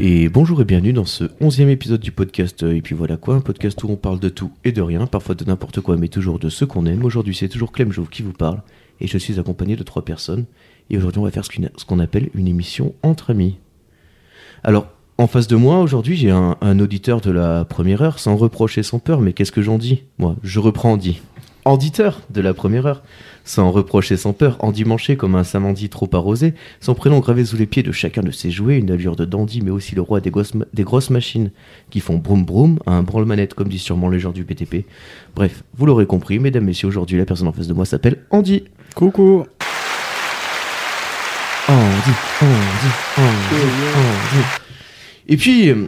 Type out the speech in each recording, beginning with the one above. Et bonjour et bienvenue dans ce onzième épisode du podcast euh, Et puis voilà quoi, un podcast où on parle de tout et de rien, parfois de n'importe quoi, mais toujours de ce qu'on aime. Aujourd'hui c'est toujours Clem Jouve qui vous parle et je suis accompagné de trois personnes. Et aujourd'hui on va faire ce qu'une- ce qu'on appelle une émission entre amis. Alors en face de moi aujourd'hui j'ai un, un auditeur de la première heure, sans reproche et sans peur, mais qu'est-ce que j'en dis Moi je reprends Andy. Auditeur de la première heure, sans reproche et sans peur, endimanché comme un samedi trop arrosé, son prénom gravé sous les pieds de chacun de ses jouets, une allure de dandy, mais aussi le roi des, grosses ma- des grosses machines qui font broum broum à un branle-manette, comme dit sûrement les gens du BTP. Bref, vous l'aurez compris, mesdames, messieurs, aujourd'hui, la personne en face de moi s'appelle Andy. Coucou Andy, Andy, Andy, Andy. Et puis, euh,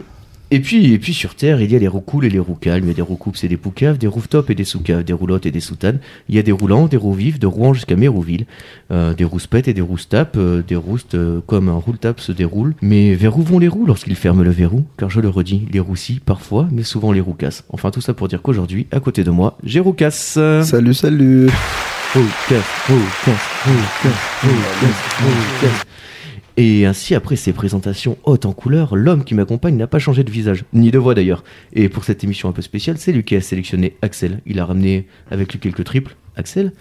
et puis, et puis sur Terre, il y a les roucoules et les roucalmes. Il y a des roucoupes et des poucaves, des rooftops et des soucaves, des roulottes et des soutanes. Il y a des roulants, des roues vives, de Rouen jusqu'à Mérouville. Euh, des rouspettes et des roustapes, euh, des roustes euh, comme un roule-tape se déroule. Mais vers où vont les roues lorsqu'ils ferment le verrou Car je le redis, les roussis parfois, mais souvent les roucasses. Enfin, tout ça pour dire qu'aujourd'hui, à côté de moi, j'ai roucasse. Salut, salut Roucasse, roucasse, roucasse, roucasse, roucasse. Et ainsi, après ces présentations hautes en couleur, l'homme qui m'accompagne n'a pas changé de visage, ni de voix d'ailleurs. Et pour cette émission un peu spéciale, c'est lui qui a sélectionné Axel. Il a ramené avec lui quelques triples, Axel,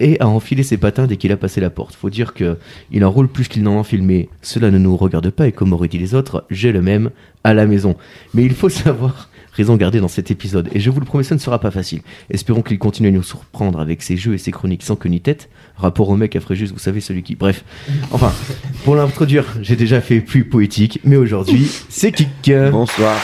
et a enfilé ses patins dès qu'il a passé la porte. Faut dire que il enroule plus qu'il n'en enfile, mais cela ne nous regarde pas, et comme auraient dit les autres, j'ai le même à la maison. Mais il faut savoir raison garder dans cet épisode, et je vous le promets, ça ne sera pas facile. Espérons qu'il continue à nous surprendre avec ses jeux et ses chroniques sans queue ni tête. Rapport au mec à Fréjus, vous savez, celui qui... Bref, enfin, pour l'introduire, j'ai déjà fait plus poétique, mais aujourd'hui, c'est Kik. Bonsoir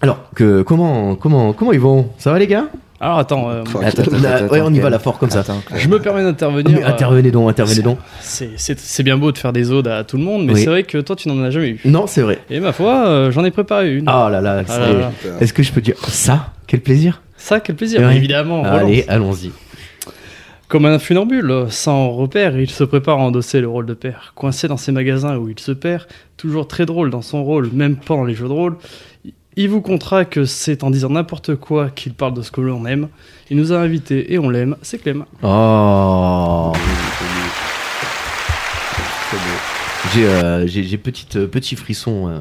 Alors, que, comment, comment, comment ils vont Ça va les gars Alors attends, euh, Fuck. Attends, attends, là, attends, ouais, on y attends, va là fort comme ça. Attends, je me permets d'intervenir. Ah, Mais euh, intervenez donc, intervenez donc. c'est- C'est c'est bien beau de faire des odes à tout le monde, mais Oui. c'est vrai que toi tu n'en as jamais eu. Non, c'est vrai. Et ma foi, euh, j'en ai préparé une. Ah là là, Ah c'est- là là. est-ce que je peux dire ça Quel plaisir Ça, quel plaisir, Ouais. évidemment. Allez, relance. allons-y. Comme un funambule, sans repère, il se prépare à endosser le rôle de père. Coincé dans ses magasins où il se perd, toujours très drôle dans son rôle, même pendant les jeux de rôle, il vous comptera que c'est en disant n'importe quoi qu'il parle de ce que l'on aime. Il nous a invités et on l'aime, c'est Clem. Oh J'ai euh, j'ai- j'ai petite, euh, petit frisson, euh,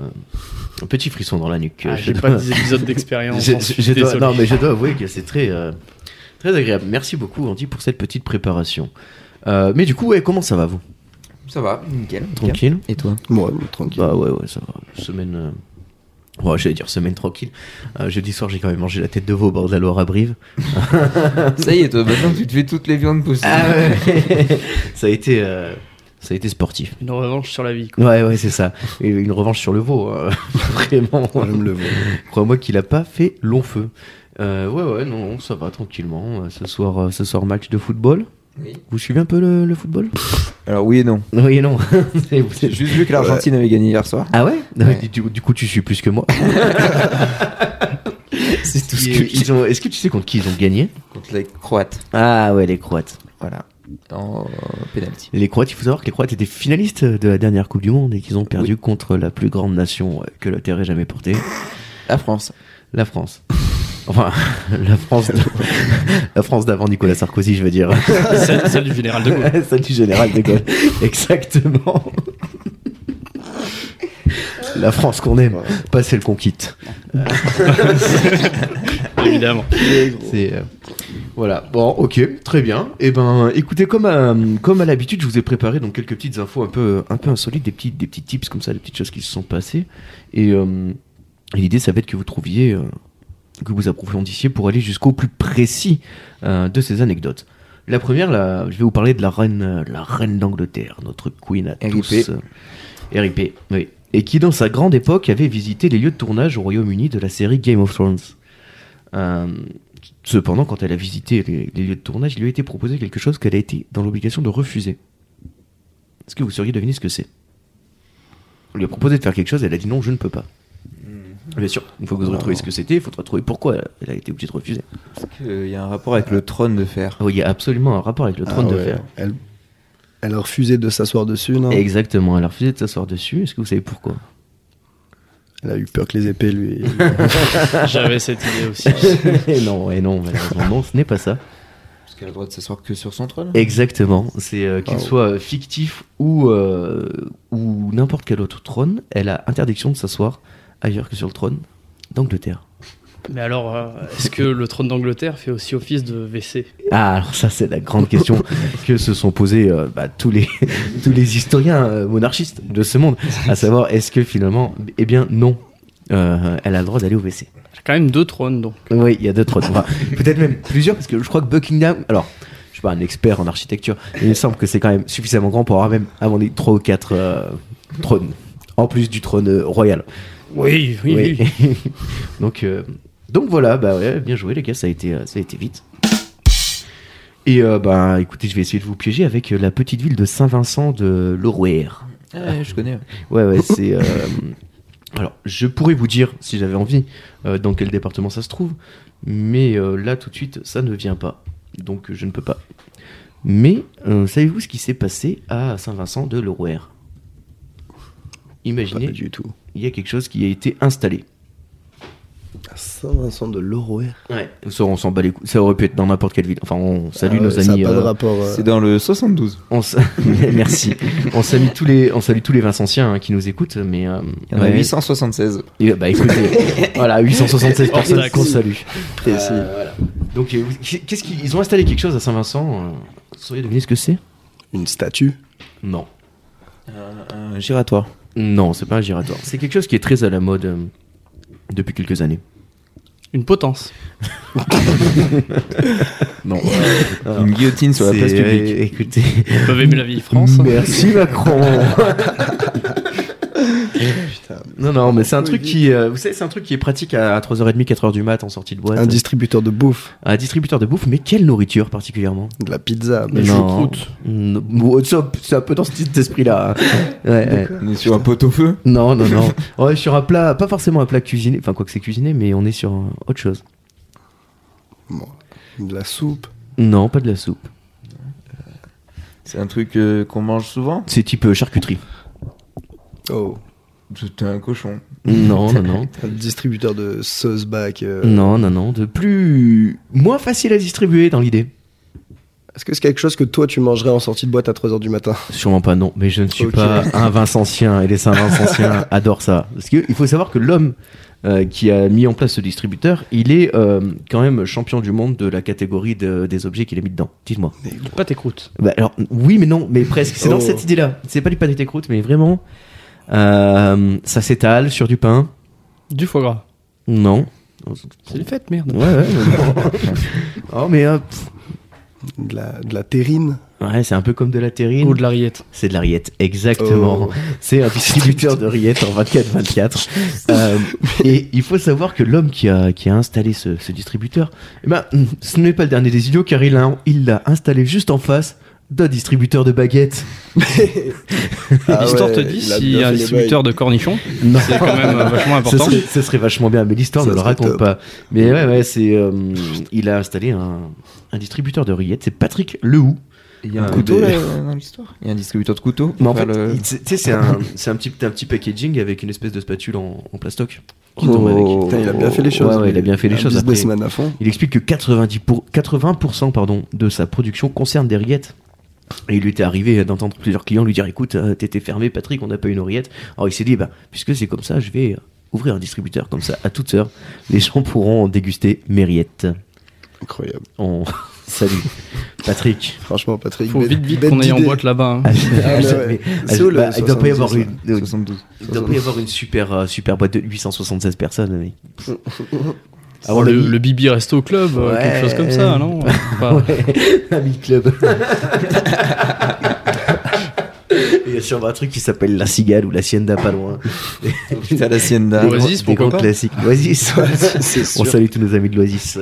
un petit frisson dans la nuque. euh, Ah, Je J'ai dois- pas 10 épisodes d'expérience. je- j'en suis je dois- désolé. non, mais je dois avouer que c'est très, euh, très agréable. Merci beaucoup, Andy, pour cette petite préparation. Euh, mais du coup, ouais, comment ça va vous Ça va, nickel. nickel. Tranquille Et toi Moi, tranquille. Bah ouais, ouais, ça va. Semaine. euh, Ouais, j'allais dire semaine tranquille. Euh, jeudi soir, j'ai quand même mangé la tête de veau au bord de la Loire à Brive. Ça y est, toi, maintenant tu te fais toutes les viandes possibles. Ah ça a été. euh, Ça a été sportif. Une revanche sur la vie. quoi. Ouais, ouais, c'est ça. Et Une revanche sur le veau. hein. Vraiment. Je me le vois. Crois-moi qu'il a pas fait long feu. Euh, ouais, ouais, non, ça va tranquillement. Euh, Ce soir, euh, ce soir match de football. Oui. Vous suivez un peu le, le football Alors oui et non. Oui et non. C'est- c'est- J'ai juste vu que l'Argentine avait gagné hier soir. Ah ouais, Non, Ouais. Du, du coup, tu suis plus que moi. C'est Ils- ils ont- Est-ce que tu sais contre qui ils ont gagné Contre les Croates. Ah ouais, les Croates. Voilà. En euh, penalty. Les Croates, il faut savoir que les Croates étaient finalistes de la dernière Coupe du Monde et qu'ils ont perdu contre la plus grande nation euh, que la Terre ait jamais portée. La France. La France. Enfin, la France, de- la France d'avant Nicolas Sarkozy, je veux dire. Celle, celle du général de Gaulle. Celle du général de Gaulle. Exactement. La France qu'on aime, pas celle qu'on quitte. Évidemment. C'est euh, voilà. Bon, ok, très bien. Et ben, écoutez, comme à, comme à l'habitude, je vous ai préparé donc quelques petites infos un peu un peu insolites, des petits des petits tips comme ça, des petites choses qui se sont passées. Et euh, et l'idée, ça va être que vous trouviez, euh, que vous approfondissiez pour aller jusqu'au plus précis euh, de ces anecdotes. La première, là, je vais vous parler de la reine, euh, la reine d'Angleterre, notre queen à R.I.P.. tous. euh, R.I.P. Oui. Et qui, dans sa grande époque, avait visité les lieux de tournage au Royaume-Uni de la série Game of Thrones. Euh, cependant, quand elle a visité les, les lieux de tournage, il lui a été proposé quelque chose qu'elle a été dans l'obligation de refuser. Est-ce que vous sauriez deviner ce que c'est On lui a proposé de faire quelque chose, elle a dit non, je ne peux pas. Bien sûr, une fois que vous retrouvez ce que c'était, il faudra trouver pourquoi elle a été obligée de refuser. Est-ce qu'il y a un rapport avec le trône de fer Ah oui, il y a absolument un rapport avec le trône Ah de ouais, fer. Elle, elle a refusé de s'asseoir dessus, Hein non Exactement, elle a refusé de s'asseoir dessus. Est-ce que vous savez pourquoi Elle a eu peur que les épées lui... J'avais cette idée aussi. Ah Eh Non, et non, malheureusement, non, ce n'est pas ça. Parce qu'il a le droit de s'asseoir que sur son Eh, trône. Exactement. C'est euh, qu'il Wow. soit euh, fictif ou, euh, ou n'importe quel autre trône, elle a interdiction de s'asseoir ailleurs que sur le trône d'Angleterre. Mais alors, euh, est-ce que le trône d'Angleterre fait aussi office de WC Ah, alors ça, c'est la grande question que se sont posées euh, bah, tous, les, tous les historiens euh, monarchistes de ce monde, à savoir est-ce que finalement, eh bien non, Euh, elle a le droit d'aller au WC. J'ai quand même deux trônes, donc. Oui, il y a deux, trois. Enfin, peut-être même plusieurs, parce que je crois que Buckingham. Alors, je suis pas un expert en architecture, mais il me semble que c'est quand même suffisamment grand pour avoir même, à mon avis, trois ou quatre euh, trônes. En plus du trône euh, royal. Oui, oui, oui. donc, euh, donc voilà, bah ouais, bien joué les gars, ça a été, euh, ça a été vite. Et euh, bah écoutez, je vais essayer de vous piéger avec euh, la petite ville de Saint-Vincent de l'Orouer. Ouais, Ah, je connais. Ouais, ouais, c'est. euh, Alors, je pourrais vous dire, si j'avais envie, euh, dans quel département ça se trouve, mais euh, là, tout de suite, ça ne vient pas. Donc, euh, je ne peux pas. Mais, euh, savez-vous ce qui s'est passé à Saint-Vincent de l'Orouer Pas Imaginez, du tout. il y a quelque chose qui a été installé. À Saint-Vincent de l'Oroer. Ouais. Ça, on s'en bat les couilles. Ça aurait pu être dans n'importe quelle ville. Enfin, on Ah salue nos Ça n'a amis. pas de euh, rapport. euh, C'est dans le 72. on s- Merci. on salue tous les, on salue tous les Vincentiens hein, qui nous écoutent, mais euh, Il y en a ouais. 876. Et, bah écoutez, voilà, 876 Hors personnes taxe. qu'on salue. Précis. Euh, voilà. Donc, euh, qu'est-ce qu'ils ils ont installé quelque chose à Saint-Vincent euh, Vous sauriez deviner ce que c'est Une statue. Non. Un giratoire. Non, c'est pas un giratoire. C'est quelque chose qui est très à la mode euh, depuis quelques années. Une potence. Non. Une guillotine sur la place publique. euh, écoutez. Ils peuvent aimer la vie France. Merci Macron. Eh, non non mais c'est un truc qui euh, vous savez c'est un truc qui est pratique à 3h30 4h du mat en sortie de boîte. Un distributeur de bouffe. Un distributeur de bouffe mais quelle nourriture particulièrement De la pizza. Mais Mais Non. choucroute. Non, bon, ça, C'est un peu dans cet esprit là. hein. Ouais, ouais. On est sur un pot au feu. Non, non, non. On est sur un plat, pas forcément un plat cuisiné, enfin quoi que c'est cuisiné, mais on est sur un- autre chose. bon, de la soupe. Non, pas de la soupe. C'est un truc euh, qu'on mange souvent. C'est type euh, charcuterie. Oh. Tout un cochon. Non, non, non. Un distributeur de sauce bac. euh, Non, non, non. De plus. moins facile à distribuer dans l'idée. Est-ce que c'est quelque chose que toi tu mangerais en sortie de boîte à 3h du matin Sûrement pas, non. Mais je ne suis Ok. pas un Vincentien et les Saint-Vincentiens adorent ça. Parce qu'il faut savoir que l'homme euh, qui a mis en place ce distributeur, il est euh, quand même champion du monde de la catégorie de- des objets qu'il a mis dedans. Dites-moi. hein. Pas tes croûtes. Bah, alors, oui, mais non, mais presque. C'est dans Oh. cette idée-là. C'est pas du pâté croûte, mais vraiment. Euh, ça s'étale sur du pain Du foie gras. Non. C'est Ouais, les fêtes, merde. ouais. oh, mais euh, pff, de la, de la terrine ouais, c'est un peu comme de la terrine. Ou de la rillette. C'est de la rillette, exactement. Oh. C'est un distributeur de rillettes en 24-24. Euh, et il faut savoir que l'homme qui a, qui a installé ce, ce distributeur, eh ben, ce n'est pas le dernier des idiots car il l'a il l'a installé juste en face d'un distributeur de baguettes. L'histoire Ah Ah ouais, te dit il a s'il bien y a fait un les distributeur de cornichons, Non. c'est quand même euh, vachement Ce important. serait, ce serait vachement bien, mais l'histoire Ça ne le serait raconte top. pas. Mais ouais, ouais, c'est. euh, il a installé un, un distributeur de rillettes, c'est Patrick Lehoux. Il y a un Ah, couteau mais- là, dans l'histoire. Il y a un distributeur de couteaux. Mais en Enfin, fait, le- il- tu sais, c'est un, c'est un, petit, un petit packaging avec une espèce de spatule en, en plastoc. qui Oh. tombe avec. Putain, il a bien fait les choses. Ouais, ouais, il a bien fait les Un choses. Après, Businessman à fond. il explique que 90 pour- 80% pardon, de sa production concerne des rillettes. Et il lui était arrivé d'entendre plusieurs clients lui dire Écoute, euh, t'étais fermé, Patrick, on n'a pas une rillette. Alors il s'est dit bah, Puisque c'est comme ça, je vais euh, ouvrir un distributeur comme ça, à toute heure. Les gens pourront déguster mes rillettes. Incroyable. On salue Patrick. Franchement, Patrick. Faut bête- vite, vite bête qu'on aille en d'idée. boîte là-bas. hein. Ah, ouais. mais- C'est où le bah, il doit pas y 70, avoir là une, euh, 72. il doit pas y avoir une super, euh, super boîte de 876 personnes. mais- Ah, Oh, on l'a le, mis- le Bibi reste au club, euh, Ouais. quelque chose comme ça, non Enfin, Ouais, un mille club. Il y a sûrement un truc qui s'appelle la cigale ou la sienda pas loin. Putain, la Sienda. Des Oasis, grands- des pourquoi grands pas classiques. Oasis. C'est On sûr. salue tous nos amis de l'Oasis.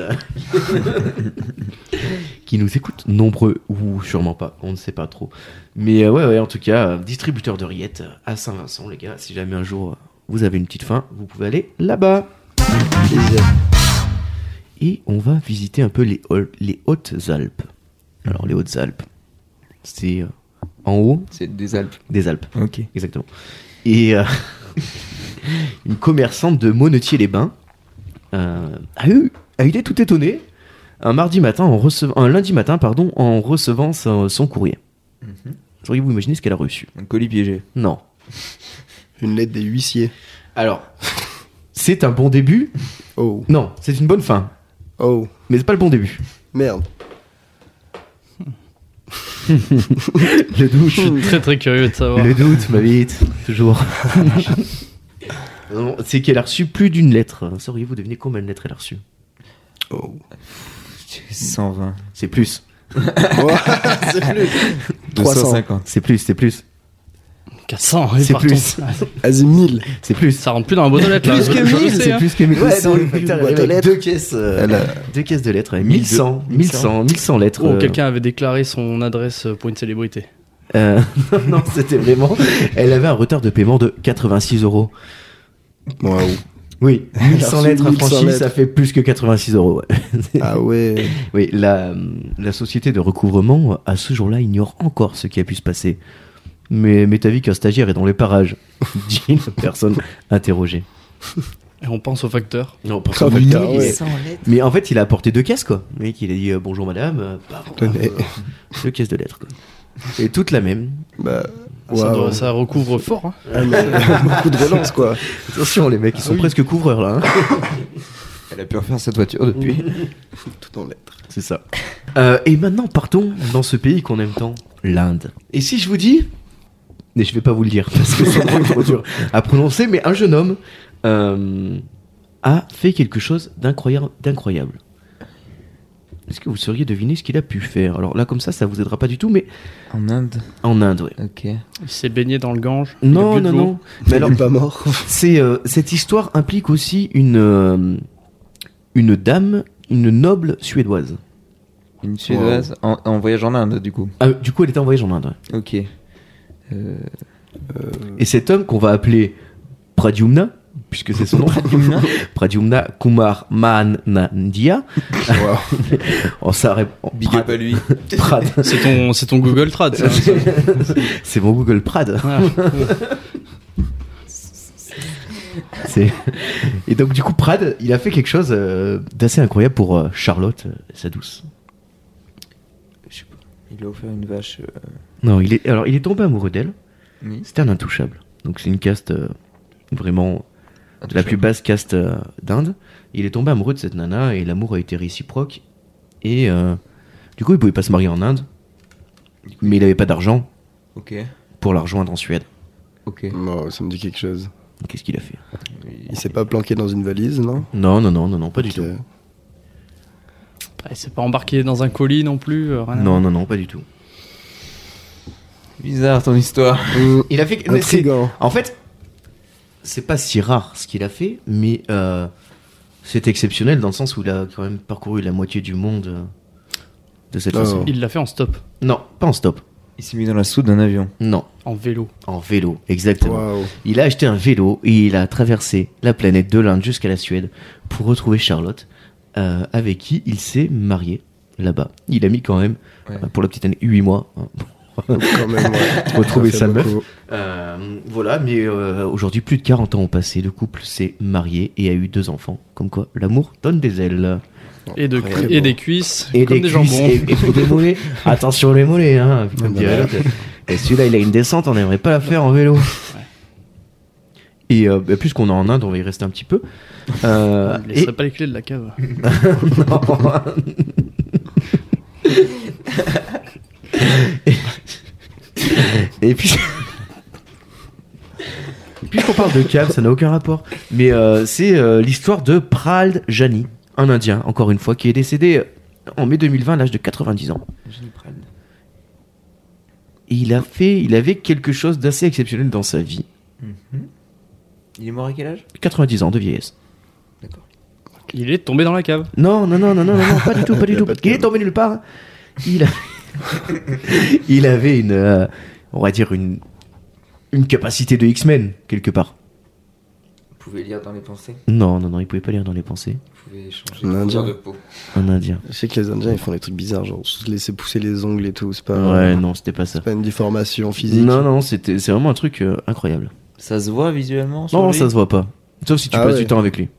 qui nous écoutent, nombreux ou sûrement pas, on ne sait pas trop. Mais euh, ouais, ouais, en tout cas, euh, distributeur de rillettes à Saint-Vincent, les gars. Si jamais un jour euh, vous avez une petite faim, vous pouvez aller là-bas. Et on va visiter un peu les, Hol- les Hautes-Alpes. Alors, les Hautes-Alpes, c'est euh, en haut C'est des Alpes. des Alpes. Ok. Exactement. Et euh, une commerçante de Monetier-les-Bains euh, a, eu, a été tout étonnée un mardi matin, en recevant, un lundi matin, pardon, en recevant son, son courrier. Mhm. Sauriez-vous imaginer ce qu'elle a reçu Un colis piégé. Non. Une lettre des huissiers. Alors, c'est un bon début. Oh, Non, c'est une bonne fin. oh, Mais c'est pas le bon début. merde. Le doute. Je suis très très curieux de savoir. Le doute, ma bite. Toujours. Non, c'est qu'elle a reçu plus d'une lettre. Sauriez-vous deviner combien de lettres elle a reçu Oh. 120. C'est plus. c'est plus. 300. 250. C'est plus, c'est plus. 400, C'est et partons. plus. Ah, c'est 1000. C'est plus. Ça rentre plus dans la boîte aux lettres là. Plus je- que je le 1000, sais, c'est hein. plus que 1000. Ouais, C'est dans le une putain, boîte elle aux avait lettres. Deux caisses, euh, Elle a- deux caisses de lettres. elle avait 1100, 1100, 1100 lettres. Oh, euh, quelqu'un avait déclaré son adresse pour une célébrité. euh, non, c'était vraiment. Elle avait un retard de paiement de 86 euros. oh. Waouh. Oui, 1100 reçu lettres 1100 affranchies, ça lettres. fait plus que 86 euros. ouais. Ah ouais. Oui, la, la société de recouvrement, à ce jour-là, ignore encore ce qui a pu se passer. Mais m'est avis qu'un stagiaire est dans les parages, dit une personne interrogée. Et on pense au facteur. Non, Oh, putain, ouais. Mais en fait, il a apporté deux caisses, quoi. Le mec, il a dit euh, bonjour madame, euh, bah, Tenez. euh, deux caisses de lettres, quoi. Et toutes la même. Bah, Ah, Ah, Ça, waouh. doit- ça recouvre fort. hein. Ah, mais, beaucoup de relance, quoi. Attention, les mecs, ils sont presque couvreurs, là. hein. Elle a pu refaire sa toiture depuis. Tout en lettres. C'est ça. Euh, et maintenant, partons dans ce pays qu'on aime tant, l'Inde. Et si je vous dis. Mais je vais pas vous le dire, parce que c'est vraiment trop dur à prononcer, mais un jeune homme euh, a fait quelque chose d'incroyable. d'incroyable. Est-ce que vous sauriez deviner ce qu'il a pu faire Alors là, comme ça, ça vous aidera pas du tout, mais En Inde en Inde, ouais. Ok. Il s'est baigné dans le Gange. il a Non, bu de non, l'eau. non. Mais Il alors, est pas mort. c'est, euh, cette histoire implique aussi une, euh, une dame, une noble suédoise. Une suédoise en, en voyage en Inde, du coup. Ah, du coup, elle était en voyage en Inde. ouais. Ok. Euh, Et cet homme qu'on va appeler Pradyumna, puisque c'est son nom, Pradyumna Kumar Manandia, Waouh. en s'arrête en Big Prad- up à lui. Prad. C'est ton, c'est ton Google Trad. ça. C'est mon Google Prad. Ah. C'est- Et donc du coup, Prad, il a fait quelque chose euh, d'assez incroyable pour euh, Charlotte, euh, sa douce. Je sais pas. Il lui a offert une vache. euh, Non, il est... Alors, il est tombé amoureux d'elle. oui. C'était un intouchable. Donc c'est une caste euh, vraiment Un la touchable. plus basse caste euh, d'Inde. Il est tombé amoureux de cette nana et l'amour a été réciproque. Et euh, du coup, il pouvait pas se marier en Inde, mais il avait pas d'argent Ok. pour la rejoindre en Suède. Ok. Non, Oh, ça me dit quelque chose. Donc, Qu'est-ce qu'il a fait Il s'est pas planqué dans une valise, non Non, non, non, non, non, pas du Ok. tout. Après, Il s'est pas embarqué dans un colis non plus. euh, rien à Non, voir. non, non, pas du tout. Bizarre ton histoire. Mmh, Il a fait. mais c'est- Intrigant. En fait, c'est pas si rare ce qu'il a fait, mais euh, c'est exceptionnel dans le sens où il a quand même parcouru la moitié du monde euh, de cette Oh. façon. Il l'a fait en stop, Non, pas en stop. Il s'est mis dans la soute d'un avion. Non, en vélo. en vélo, exactement. Waouh. Il a acheté un vélo et il a traversé la planète de l'Inde jusqu'à la Suède pour retrouver Charlotte, euh, avec qui il s'est marié là-bas. Il a mis quand même, Ouais. euh, pour la petite année, 8 mois. hein. Quand même, ouais. Retrouver Ça fait sa meuf. beaucoup. Euh, voilà, mais euh, aujourd'hui, plus de 40 ans ont passé. Le couple s'est marié et a eu deux enfants. Comme quoi, l'amour donne des ailes. Et, de, Incroyable. et des cuisses, Et comme des des cuisses jambons. et, et puis des mollets. Attention les mollets, hein. putain, Non, me bah, dirait l'autre. Et celui-là, il a une descente, on n'aimerait pas la faire en vélo. Et euh, bah, puisqu'on est en Inde, on va y rester un petit peu. Euh, Il et... laisserait pas les clés de la cave. Non. et... et puis. Et puis qu'on parle de cave, ça n'a aucun rapport. Mais euh, c'est euh, l'histoire de Prald Jani, un Indien, encore une fois, qui est décédé euh, en mai 2020 à l'âge de 90 ans. Et il a fait, il avait quelque chose d'assez exceptionnel dans sa vie. Il est mort à quel âge 90 ans de vieillesse. D'accord. Il est tombé dans la cave. Non, non, non, non, non, non, non, pas du tout, pas du Il a tout. pas de Il est tombé nulle part. hein. Il, a- il avait une, euh, on va dire une, une capacité de X-Men quelque part. Vous pouvez lire dans les pensées. Non, non, non, il pouvait pas lire dans les pensées. Vous pouvez changer Un de Indien. couleur de peau. Un Indien. Je sais que les Indiens ils font des trucs bizarres, genre se laisser pousser les ongles et tout. C'est pas, Ouais, non, c'était pas ça. c'est pas une déformation Ah. physique. Non, non, c'était, c'est vraiment un truc euh, incroyable. Ça se voit visuellement sur Non, lui Ah, ça se voit pas. Sauf si tu Ah passes ouais. du temps avec lui.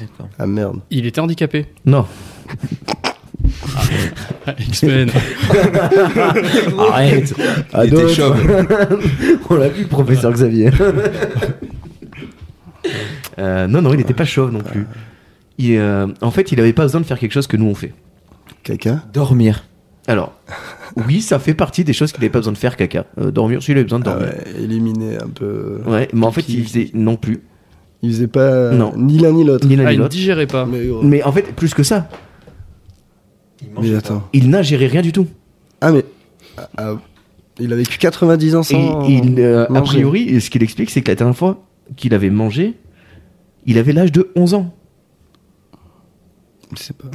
D'accord. Ah merde. Il était handicapé. Non. X-Men. Arrête Il était chauve. On l'a vu, professeur Xavier. Euh, non, non, il n'était pas chauve non plus. Ah. Il, euh, en fait, il n'avait pas besoin de faire quelque chose que nous on fait. Caca. Dormir. Alors, oui, ça fait partie des choses qu'il n'avait pas besoin de faire, caca. Euh, dormir, s'il avait besoin de Ah dormir. ouais, éliminer un peu. ouais. mais en fait, Qui- il faisait non plus, Il faisait pas Non. ni l'un ni l'autre. ni l'un Ah, ni il ne l'autre. digérait pas. Mais, oh. Mais en fait, plus que ça, Mais attends. il n'a géré rien du tout. Ah, mais. ah, ah, il a vécu 90 ans Et sans. il, euh, a manger. priori, ce qu'il explique, c'est que la dernière fois qu'il avait mangé, il avait l'âge de 11 ans. Je sais pas.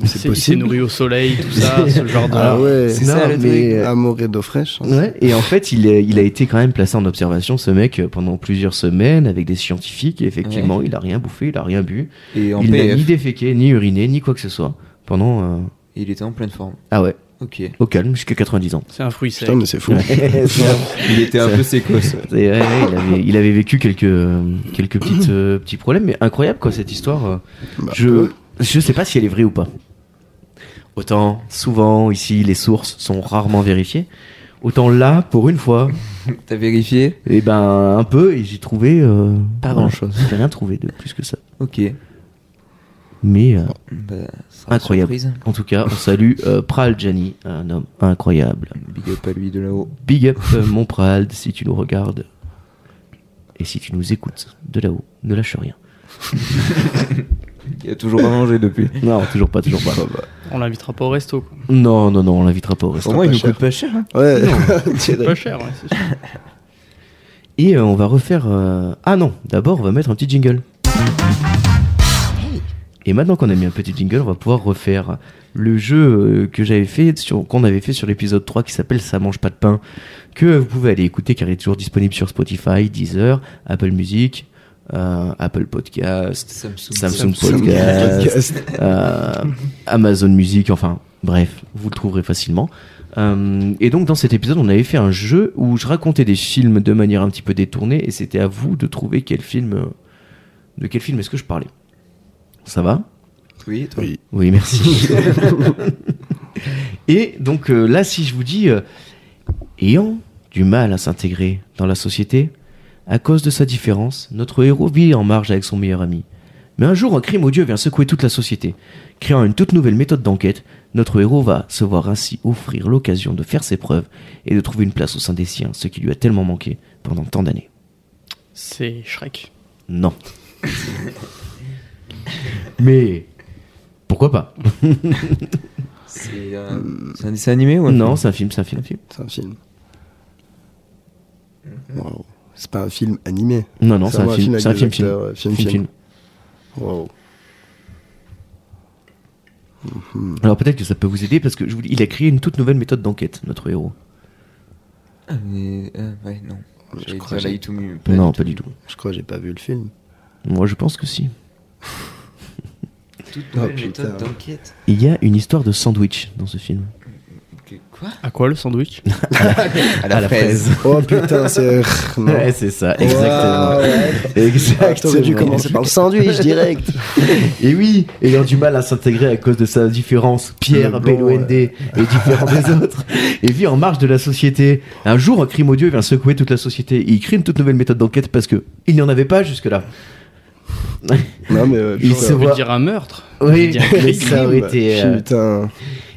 Il s'est- il s'est nourri au soleil, tout ça, ce genre de. Ah ouais. C'est ça, Non, le truc. mais, euh, Amoré d'eau fraîche. hein. Ouais, et en fait, il, est- il a été quand même placé en observation, ce mec, euh, pendant plusieurs semaines avec des scientifiques. Et effectivement, il a rien bouffé, il a rien bu. Et en il n'a ni PF. déféqué, ni uriné, ni quoi que ce soit. Pendant. euh, Il était en pleine forme. Ah ouais, Ok. au calme, jusqu'à 90 ans. C'est un fruit sec. Putain, mais c'est fou. Il était un peu sécoce. Et ouais, ouais, il, avait, il avait vécu quelques, euh, quelques petites, euh, petits problèmes, mais incroyable, quoi, cette histoire. euh, Bah, Je, je sais pas si elle est vraie ou pas. Autant souvent ici les sources sont rarement vérifiées, autant là pour une fois, T'as vérifié et ben un peu et j'ai trouvé euh, Pas voilà, grand-chose. J'ai rien trouvé de plus que ça. Ok. Mais euh, Bah, ça sera incroyable. surprise. En tout cas, on salue euh, Pral Jani, un homme incroyable. Big up à lui de là-haut. Big up euh, mon Pral si tu nous regardes et si tu nous écoutes de là-haut, ne lâche rien. Il a toujours pas mangé depuis. Non, toujours pas, toujours pas. On l'invitera pas au resto. quoi. Non, non, non, on l'invitera pas au restaurant. Au moins, il pas nous cher. coûte pas cher. hein. Ouais. Tu es Pas d'accord. cher, ouais. c'est sûr. Et euh, on va refaire. euh, Ah non, d'abord on va mettre un petit jingle. Et maintenant qu'on a mis un petit jingle, on va pouvoir refaire le jeu euh, que j'avais fait sur qu'on avait fait sur l'épisode 3 qui s'appelle Ça mange pas de pain que vous pouvez aller écouter car il est toujours disponible sur Spotify, Deezer, Apple Music, euh, Apple Podcast, Samsung. Samsung Ça me dit Podcast. un podcast. euh, Amazon Music, enfin bref, vous le trouverez facilement. Euh, et donc dans cet épisode, on avait fait un jeu où je racontais des films de manière un petit peu détournée et c'était à vous de trouver quel film, euh, de quel film est-ce que je parlais. Ça va Oui, toi. Oui. Oui, merci. et donc euh, là, si je vous dis, euh, ayant du mal à s'intégrer dans la société, à cause de sa différence, notre héros vit en marge avec son meilleur ami. Mais un jour, un crime odieux vient secouer toute la société. Créant une toute nouvelle méthode d'enquête, notre héros va se voir ainsi offrir l'occasion de faire ses preuves et de trouver une place au sein des siens, ce qui lui a tellement manqué pendant tant d'années. C'est Shrek. Non. Mais pourquoi pas C'est un... c'est un dessin animé ou un Non, film c'est un film, c'est un film. C'est un film. Waouh. C'est pas un film animé. Non, non, c'est un vraiment film. C'est un avec film, des film. acteurs, euh, film, Film, film. film. Waouh. Alors peut-être que ça peut vous aider parce que je vous dis, il a créé une toute nouvelle méthode d'enquête, notre héros. Ah, mais. euh, ouais, non. Je J'allais crois que dire là, j'ai- il tout mieux. non, pas du tout. Je crois que j'ai pas vu le film. Moi, je pense que si. Toute Oh, nouvelle putain. méthode d'enquête. Il y a une histoire de sandwich dans ce film. Que- Quoi À quoi le sandwich À la, fraise. Oh putain, c'est. Non. Ouais, c'est ça, Waouh, exactement. ouais. Ah, Exactement. T'aurais dû commencer par le sandwich direct. Et oui, ayant du mal à s'intégrer à cause de sa différence, Pierre Le blond, Belouende ouais. est différent des autres et vit en marge de la société. Un jour, un crime odieux vient secouer toute la société. Et il crée une toute nouvelle méthode d'enquête parce que il n'y en avait pas jusque-là. Non mais. euh, Il putain. se On veut voit. dire un meurtre. Oui, Il dit un crime. ça aurait été. euh, Putain.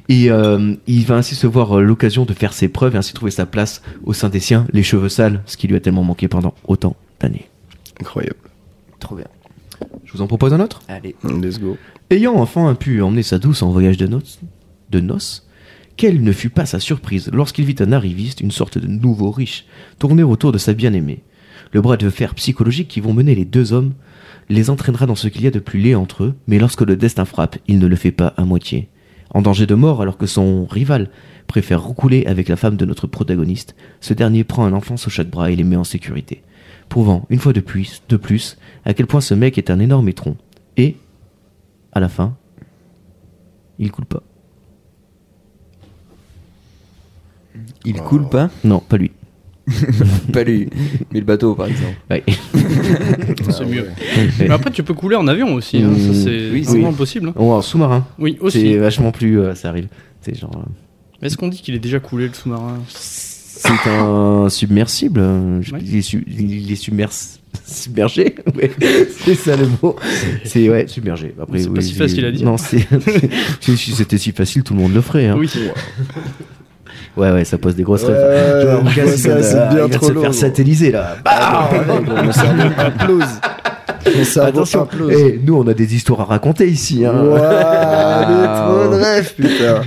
Et euh, il va ainsi se voir euh, l'occasion de faire ses preuves et ainsi trouver sa place au sein des siens, les cheveux sales, ce qui lui a tellement manqué pendant autant d'années. Incroyable. Trop bien. Je vous en propose un autre Allez. Mm, Let's go. Ayant enfin pu emmener sa douce en voyage de noces, de noces, quelle ne fut pas sa surprise lorsqu'il vit un arriviste, une sorte de nouveau riche, tourner autour de sa bien-aimée. Le bras de fer psychologique qui vont mener les deux hommes les entraînera dans ce qu'il y a de plus laid entre eux, mais lorsque le destin frappe, il ne le fait pas à moitié. En danger de mort alors que son rival préfère roucouler avec la femme de notre protagoniste, ce dernier prend un enfant sous chaque bras et les met en sécurité, prouvant une fois de plus, de plus à quel point ce mec est un énorme étron. Et, à la fin, il coule pas. Il coule pas Non, pas lui. Pas lui, mais le bateau par exemple. Ouais. C'est Ah mieux. ouais. Mais après, tu peux couler en avion aussi. hein, Mmh. Ça, c'est Oui, vraiment oui. possible. hein. Ou en sous-marin. Oui, C'est aussi. vachement plus. euh, ça arrive. C'est genre. euh, Mais Est-ce qu'on dit qu'il est déjà coulé le sous-marin C'est un submersible. euh, je- Ouais. Il est, su- il est submers- submergé. ouais, c'est ça le mot. C'est ouais, submergé. Après, C'est pas oui, si facile à dire. Non, c'est- si si c'était si facile, tout le monde le ferait. hein. Oui. Ouais, ouais, ça pose des grosses Ouais, rêves. ouais, Genre, je Lucas, vois il ça, vient de- c'est il bien vient de trop se long. faire satelliser là. Ah, bah, ouais, bon, Mon cerveau implose. Mon cerveau Attention, implose. Eh, nous on a des histoires à raconter ici. hein. Ouah, le trop de rêve, putain.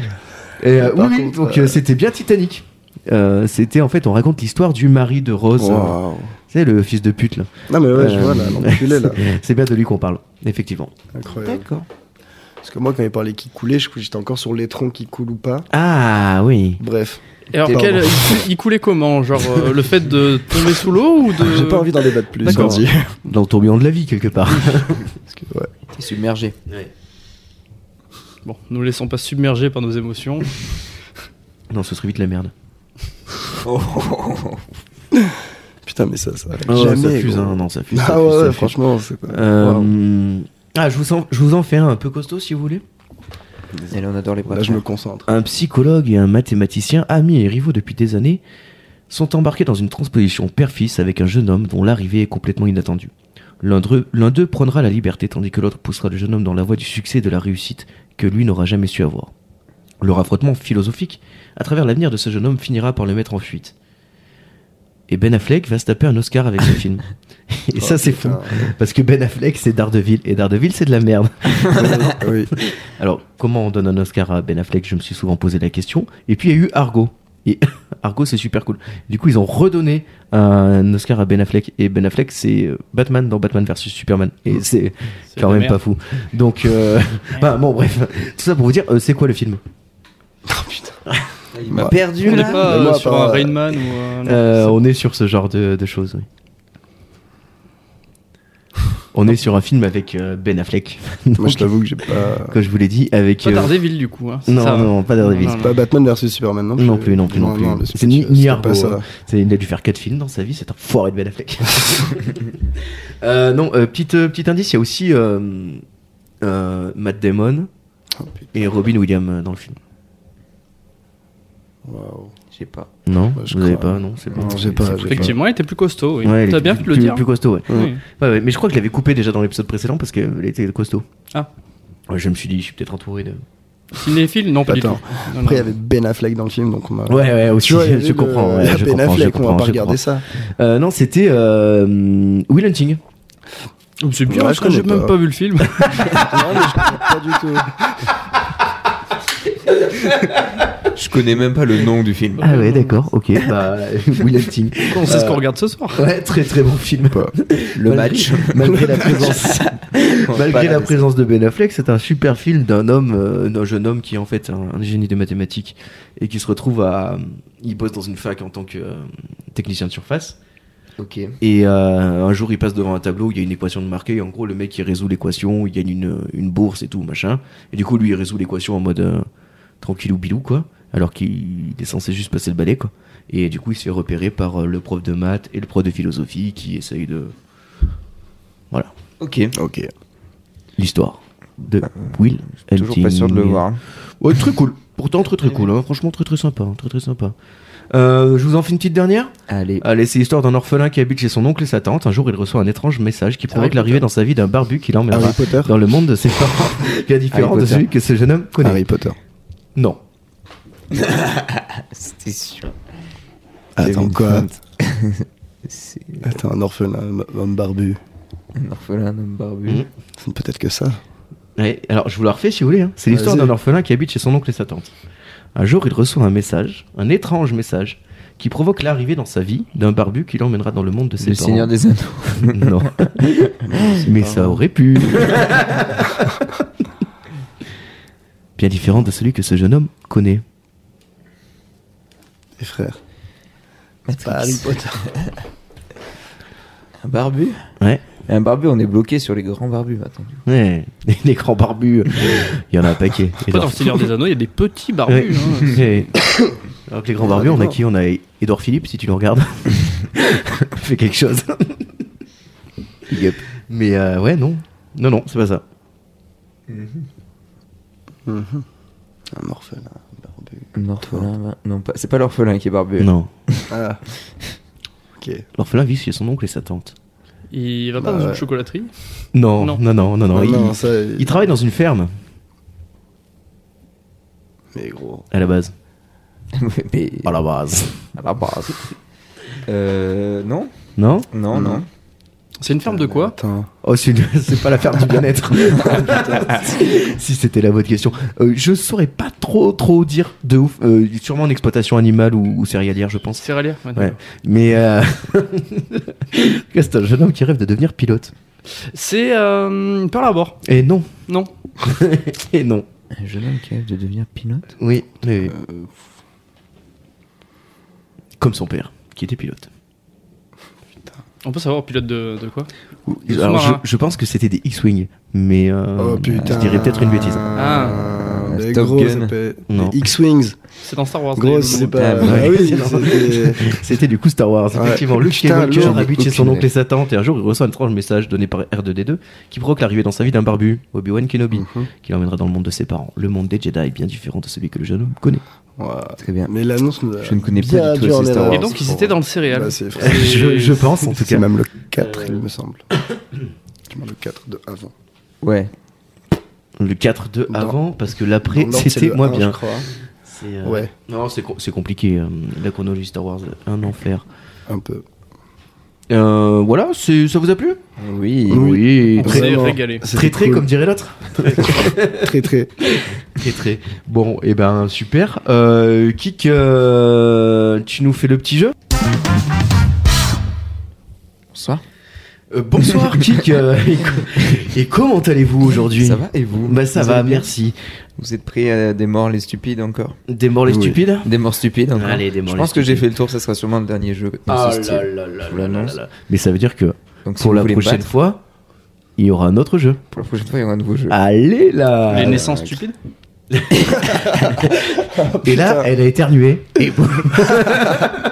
Et, euh, Par oui, contre, donc euh, euh, c'était bien Titanic. Euh, c'était en fait, on raconte l'histoire du mari de Rose. euh, Waouh. C'est le fils de pute là. Non, mais ouais, je Euh, vois, là, l'enculé, là. Euh, C'est bien de lui qu'on parle, effectivement. Incroyable. D'accord. Parce que moi, quand il parlait qui coulait, je crois que j'étais encore sur l'étron qui coule ou pas. Ah oui. Bref, Et alors, Pardon. quel- il, cou- il coulait comment Genre euh, le fait de tomber sous l'eau ou de. Ah, j'ai pas envie d'en débattre plus. Euh, D'accord. vas-y. Dans le tourbillon de la vie quelque part. T'es submergé. Bon, nous laissons pas submerger par nos émotions. non, ce serait vite la merde. Putain, mais ça, ça. Ah, jamais, ça fuse, gros. hein, non, ça fuse. ça Ah ouais, fuse, ça ouais, fuse. franchement, c'est pas. Waouh. Euh, Ah, je vous, en, je vous en fais un un peu costaud si vous voulez. Allez, on adore les poissons. Là, je me concentre. Un psychologue et un mathématicien, amis et rivaux depuis des années, sont embarqués dans une transposition père-fils avec un jeune homme dont l'arrivée est complètement inattendue. L'un d'eux l'un d'eux prendra la liberté tandis que l'autre poussera le jeune homme dans la voie du succès et de la réussite que lui n'aura jamais su avoir. Leur affrontement philosophique à travers l'avenir de ce jeune homme finira par le mettre en fuite. Et Ben Affleck va se taper un Oscar avec ce film. Et ça c'est fou, Putain. parce que Ben Affleck c'est Daredevil, et Daredevil c'est de la merde. oui. Alors, comment on donne un Oscar à Ben Affleck Je me suis souvent posé la question. Et puis, il y a eu Argo. Et Argo, c'est super cool. Du coup, ils ont redonné un Oscar à Ben Affleck. Et Ben Affleck, c'est euh, Batman dans Batman versus Superman. Et c'est C'est quand de la même merde. pas fou. Donc, euh, bah, bon, bref. Tout ça pour vous dire, euh, c'est quoi le film Il m'a Ouais. perdu On n'est là. pas Mais moi, euh, sur pas- un Rain Man ou un. Euh, On est sur ce genre de, de choses, oui. On est sur un film avec euh, Ben Affleck. Moi, je Donc, t'avoue que j'ai pas. Comme je vous l'ai dit, avec. Pas euh, Daredevil du coup. Hein, c'est non, ça, hein. non, pas Daredevil. Non, Pas Batman versus Superman non plus. Non plus, non plus, non plus. le C'est speech, ni- ni c'était Argo, pas ça. hein. C'est- il a dû faire 4 films dans sa vie, c'est un foiré de Ben Affleck. Euh, non, euh, petite, euh, petit indice, il y a aussi euh, euh, Matt Damon Oh, putain, et Robin Williams euh, dans le film. waouh. Je sais pas. Non, Bah, je vous avez crois. pas, non, c'est bon. Non, j'ai pas, j'ai pas. Effectivement, il était plus costaud. Oui. Ouais, il T'as était bien plus, fait de le plus- dire. plus costaud, ouais. Oui. Ouais, ouais, Mais je crois que je l'avais coupé déjà dans l'épisode précédent parce qu'elle était costaud. Ah. Ouais, je me suis dit, je suis peut-être entouré de. Cinéphile, non pas du tout. Attends. Non, Après, il y non. avait Ben Affleck dans le film, donc on a. Ouais, ouais, aussi, Tu vois, il y avait je le- comprends. ouais, la je Ben comprends, je Affleck, on comprends, va pas je regarder comprends. ça. Euh, non, c'était euh, Will Hunting. Oh, C'est bien, Ouais, parce je que j'ai connais même pas. pas vu le film. non, mais je pas du tout. Je connais même pas le nom du film. Ah ouais, d'accord, ok. Bah, Will Hunting. On sait ce qu'on regarde ce soir. Ouais, très très bon film. Pas. Le match. Malgré la présence, Pas malgré la la- présence de Ben Affleck, c'est un super film d'un homme, euh, d'un jeune homme qui est en fait un, un génie des mathématiques et qui se retrouve à. euh, Il bosse dans une fac en tant que euh, technicien de surface. Ok. Et euh, un jour, il passe devant un tableau, où il y a une équation de marqué. Et en gros, le mec, il résout l'équation, il gagne une, une bourse et tout, machin. Et du coup, lui, il résout l'équation en mode euh, tranquille ou bilou, quoi. Alors qu'il est censé juste passer le balai, quoi. Et du coup, il se fait repérer par euh, le prof de maths et le prof de philosophie qui essayent de. Voilà. Ok. Ok. L'histoire de Will Bah, Toujours pas sûr de le Hunting. voir. Ouais, très cool. Pourtant, très très cool. hein. Franchement, très très sympa. hein. Très très sympa. Euh, je vous en fais une petite dernière Allez. Allez, c'est l'histoire d'un orphelin qui habite chez son oncle et sa tante. Un jour, il reçoit un étrange message qui provoque Harry l'arrivée dans sa vie d'un barbu qui l'emmènera Harry Potter. dans le monde de ses parents, bien différent de Harry Potter. celui que ce jeune homme connaît. Harry Potter. Non. C'était sûr. Attends, une quoi feinte. C'est Attends, un orphelin, un homme barbu. un orphelin, un homme barbu. Mhm. Peut-être que ça. Ouais, alors, je vous la refais si vous voulez. hein. C'est Vas-y. l'histoire d'un orphelin qui habite chez son oncle et sa tante. Un jour, il reçoit un message, un étrange message, qui provoque l'arrivée dans sa vie d'un barbu qui l'emmènera dans le monde de ses Le parents. Seigneur des Anneaux. Non. Mais ça aurait pu. Bien différent de celui que ce jeune homme connaît. Les frères. Matrix. Pas Harry Potter. Un barbu Ouais. Un barbu, on est bloqué sur les grands barbus maintenant. du coup. Ouais, les grands barbus. Il y en a un paquet. Et Après, dans leur- le Seigneur des Anneaux, il y a des petits Ouais. barbus. hein. Et- Alors que les grands barbus, on a qui On a Edouard Philippe, si tu le regardes. Fais quelque chose. Big up. Mais euh, ouais, non. Non, non, c'est pas ça. Un orphelin, barbu. Un orphelin, bah, non, pas, c'est pas l'orphelin qui est barbu. Non. Ah. ok. L'orphelin vit chez son oncle et sa tante. Il va pas Bah dans une ouais. chocolaterie. Non, non, Non. non, non, non. Non, il, non, ça, il travaille dans une ferme, Mais gros. à la base. Ouais, mais À la base. à la base. Euh, non, Non non, non. C'est une ferme de quoi Attends. Oh, c'est une- c'est pas la ferme du bien-être. si c'était la bonne question. Euh, je saurais pas trop, trop dire de ouf. Euh, sûrement en exploitation animale ou, ou céréalière, je pense. Céréalière. ouais, Ouais. d'accord. Mais euh... c'est un jeune homme qui rêve de devenir pilote. C'est euh, Pearl Harbor. Et non. Non. Et non. Un jeune homme qui rêve de devenir pilote Oui. oui, oui. Euh, Comme son père, qui était pilote. On peut savoir pilote de, de quoi Ils sont Alors, je, marins. je pense que c'était des X-Wing, mais euh, Oh putain. je dirais peut-être une bêtise. Ah. Mais Top gros, Gun. ça peut être- Non. Les X-Wings. C'est dans Star Wars. Gros, les- c'est Ah, pas. bah Ah oui. oui, c'était. Euh, C'était du coup Star Wars. Ouais. Effectivement, Luke Putain, Skywalker lourd. habite chez son Aucune oncle et sa tante et un jour il reçoit un étrange message donné par R2D2 qui provoque l'arrivée dans sa vie d'un barbu, Obi-Wan Kenobi, qui l'emmènera dans le monde de ses parents. Le monde des Jedi est bien différent de celui que le jeune homme connaît. Ouah. Très bien. Mais l'annonce nous a- Je ne connais pas Bien du tout dur, ces mais Star là- Wars. Et donc ils étaient dans le céréal. Bah, c'est frais. je, je pense en tout C'est cas. même le 4, il Euh, me semble. Je me le 4 de avant. Ouais. Le 4 de Dans- avant parce que Dans l'après l'ordre, c'est c'était le moins 1, bien. Je crois. C'est, euh, Ouais. Non, c'est co- c'est compliqué. euh, la chronologie Star Wars, un enfer. Un peu. Euh, voilà, c'est- ça vous a plu Oui. Oui. On Très s'est Vraiment. régalé. C'était très, très cool. comme dirait l'autre. Très très. Très très. Bon, et ben super. Euh, Kik, euh, tu nous fais le petit jeu Bonsoir. Euh, Bonsoir Kik. euh, et, co- et comment allez-vous aujourd'hui Ça va et vous Bah ça Vous va, allez bien merci. Vous êtes pris à des morts les stupides encore Des morts les Oui. stupides Des morts stupides encore Allez, des morts Ah. Je les pense que j'ai stupides. Ah fait le tour, ça sera sûrement le dernier jeu dans ce style. Je vous l'annonce. Mais ça veut dire que Donc si pour vous la voulez me prochaine battre, fois, il y aura un autre jeu. pour la prochaine fois, il y aura un nouveau jeu. Allez là Les naissances stupides Et là, elle a éternué. Et boum,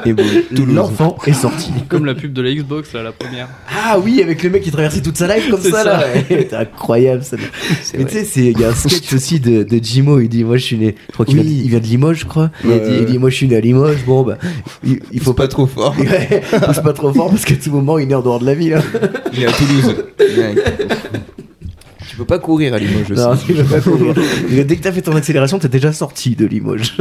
Et bon, Toulouse. l'enfant est sorti. Comme la pub de la Xbox, là, la première. Ah oui, avec le mec qui traversait toute sa life comme C'est ça, ça. là. C'est incroyable ça. C'est Mais vrai. tu sais, c'est- il y a un sketch aussi de, de Jimo, il dit Moi je suis né. Je crois qu'il Oui. vient, de- il vient de Limoges, je crois. Il, Ouais, dit, ouais, il dit, Moi je suis né à Limoges. Bon, bah, il, il faut Faut pas. pas trop fort. Ouais, pousse pas trop fort parce qu'à tout moment il est en dehors de la ville. hein. Il est à Toulouse. Tu peux pas courir à Limoges aussi. Non, il veut pas courir. Dès que t'as fait ton accélération, t'es déjà sorti de Limoges.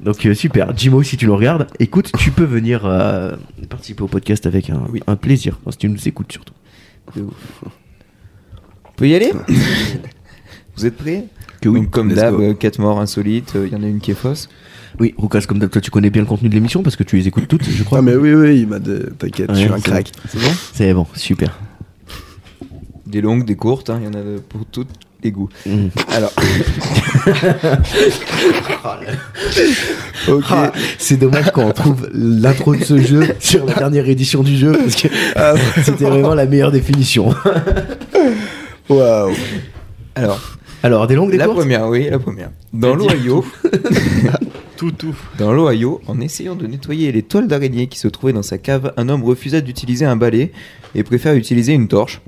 Donc euh, super, Jimo, si tu le regardes, écoute, tu peux venir euh, participer au podcast avec un, un plaisir, Enfin, si tu nous écoutes surtout. On peut y aller Vous êtes prêts Que Donc, Comme let's go. d'hab, 4 morts insolites, euh, il y en a une qui est fausse. Oui, Roukas, comme d'hab, toi tu connais bien le contenu de l'émission parce que tu les écoutes toutes, je crois. Non Ah, mais oui oui, il m'a de- t'inquiète, je suis Ouais, un c'est crack. C'est bon C'est bon, super. Des longues, des courtes, hein, il y en a de- pour tous les goûts. Mm. Alors, OK. Ah, c'est dommage qu'on retrouve l'intro de ce jeu sur la dernière édition du jeu parce que Ah, c'était vraiment la meilleure définition. Waouh. alors Alors, des longues, des la courtes première, oui, la première. Dans C'est-à-dire l'Ohio, Tout, tout. Dans l'Ohio, en essayant de nettoyer les toiles d'araignée qui se trouvaient dans sa cave, un homme refusa d'utiliser un balai et préfère utiliser une torche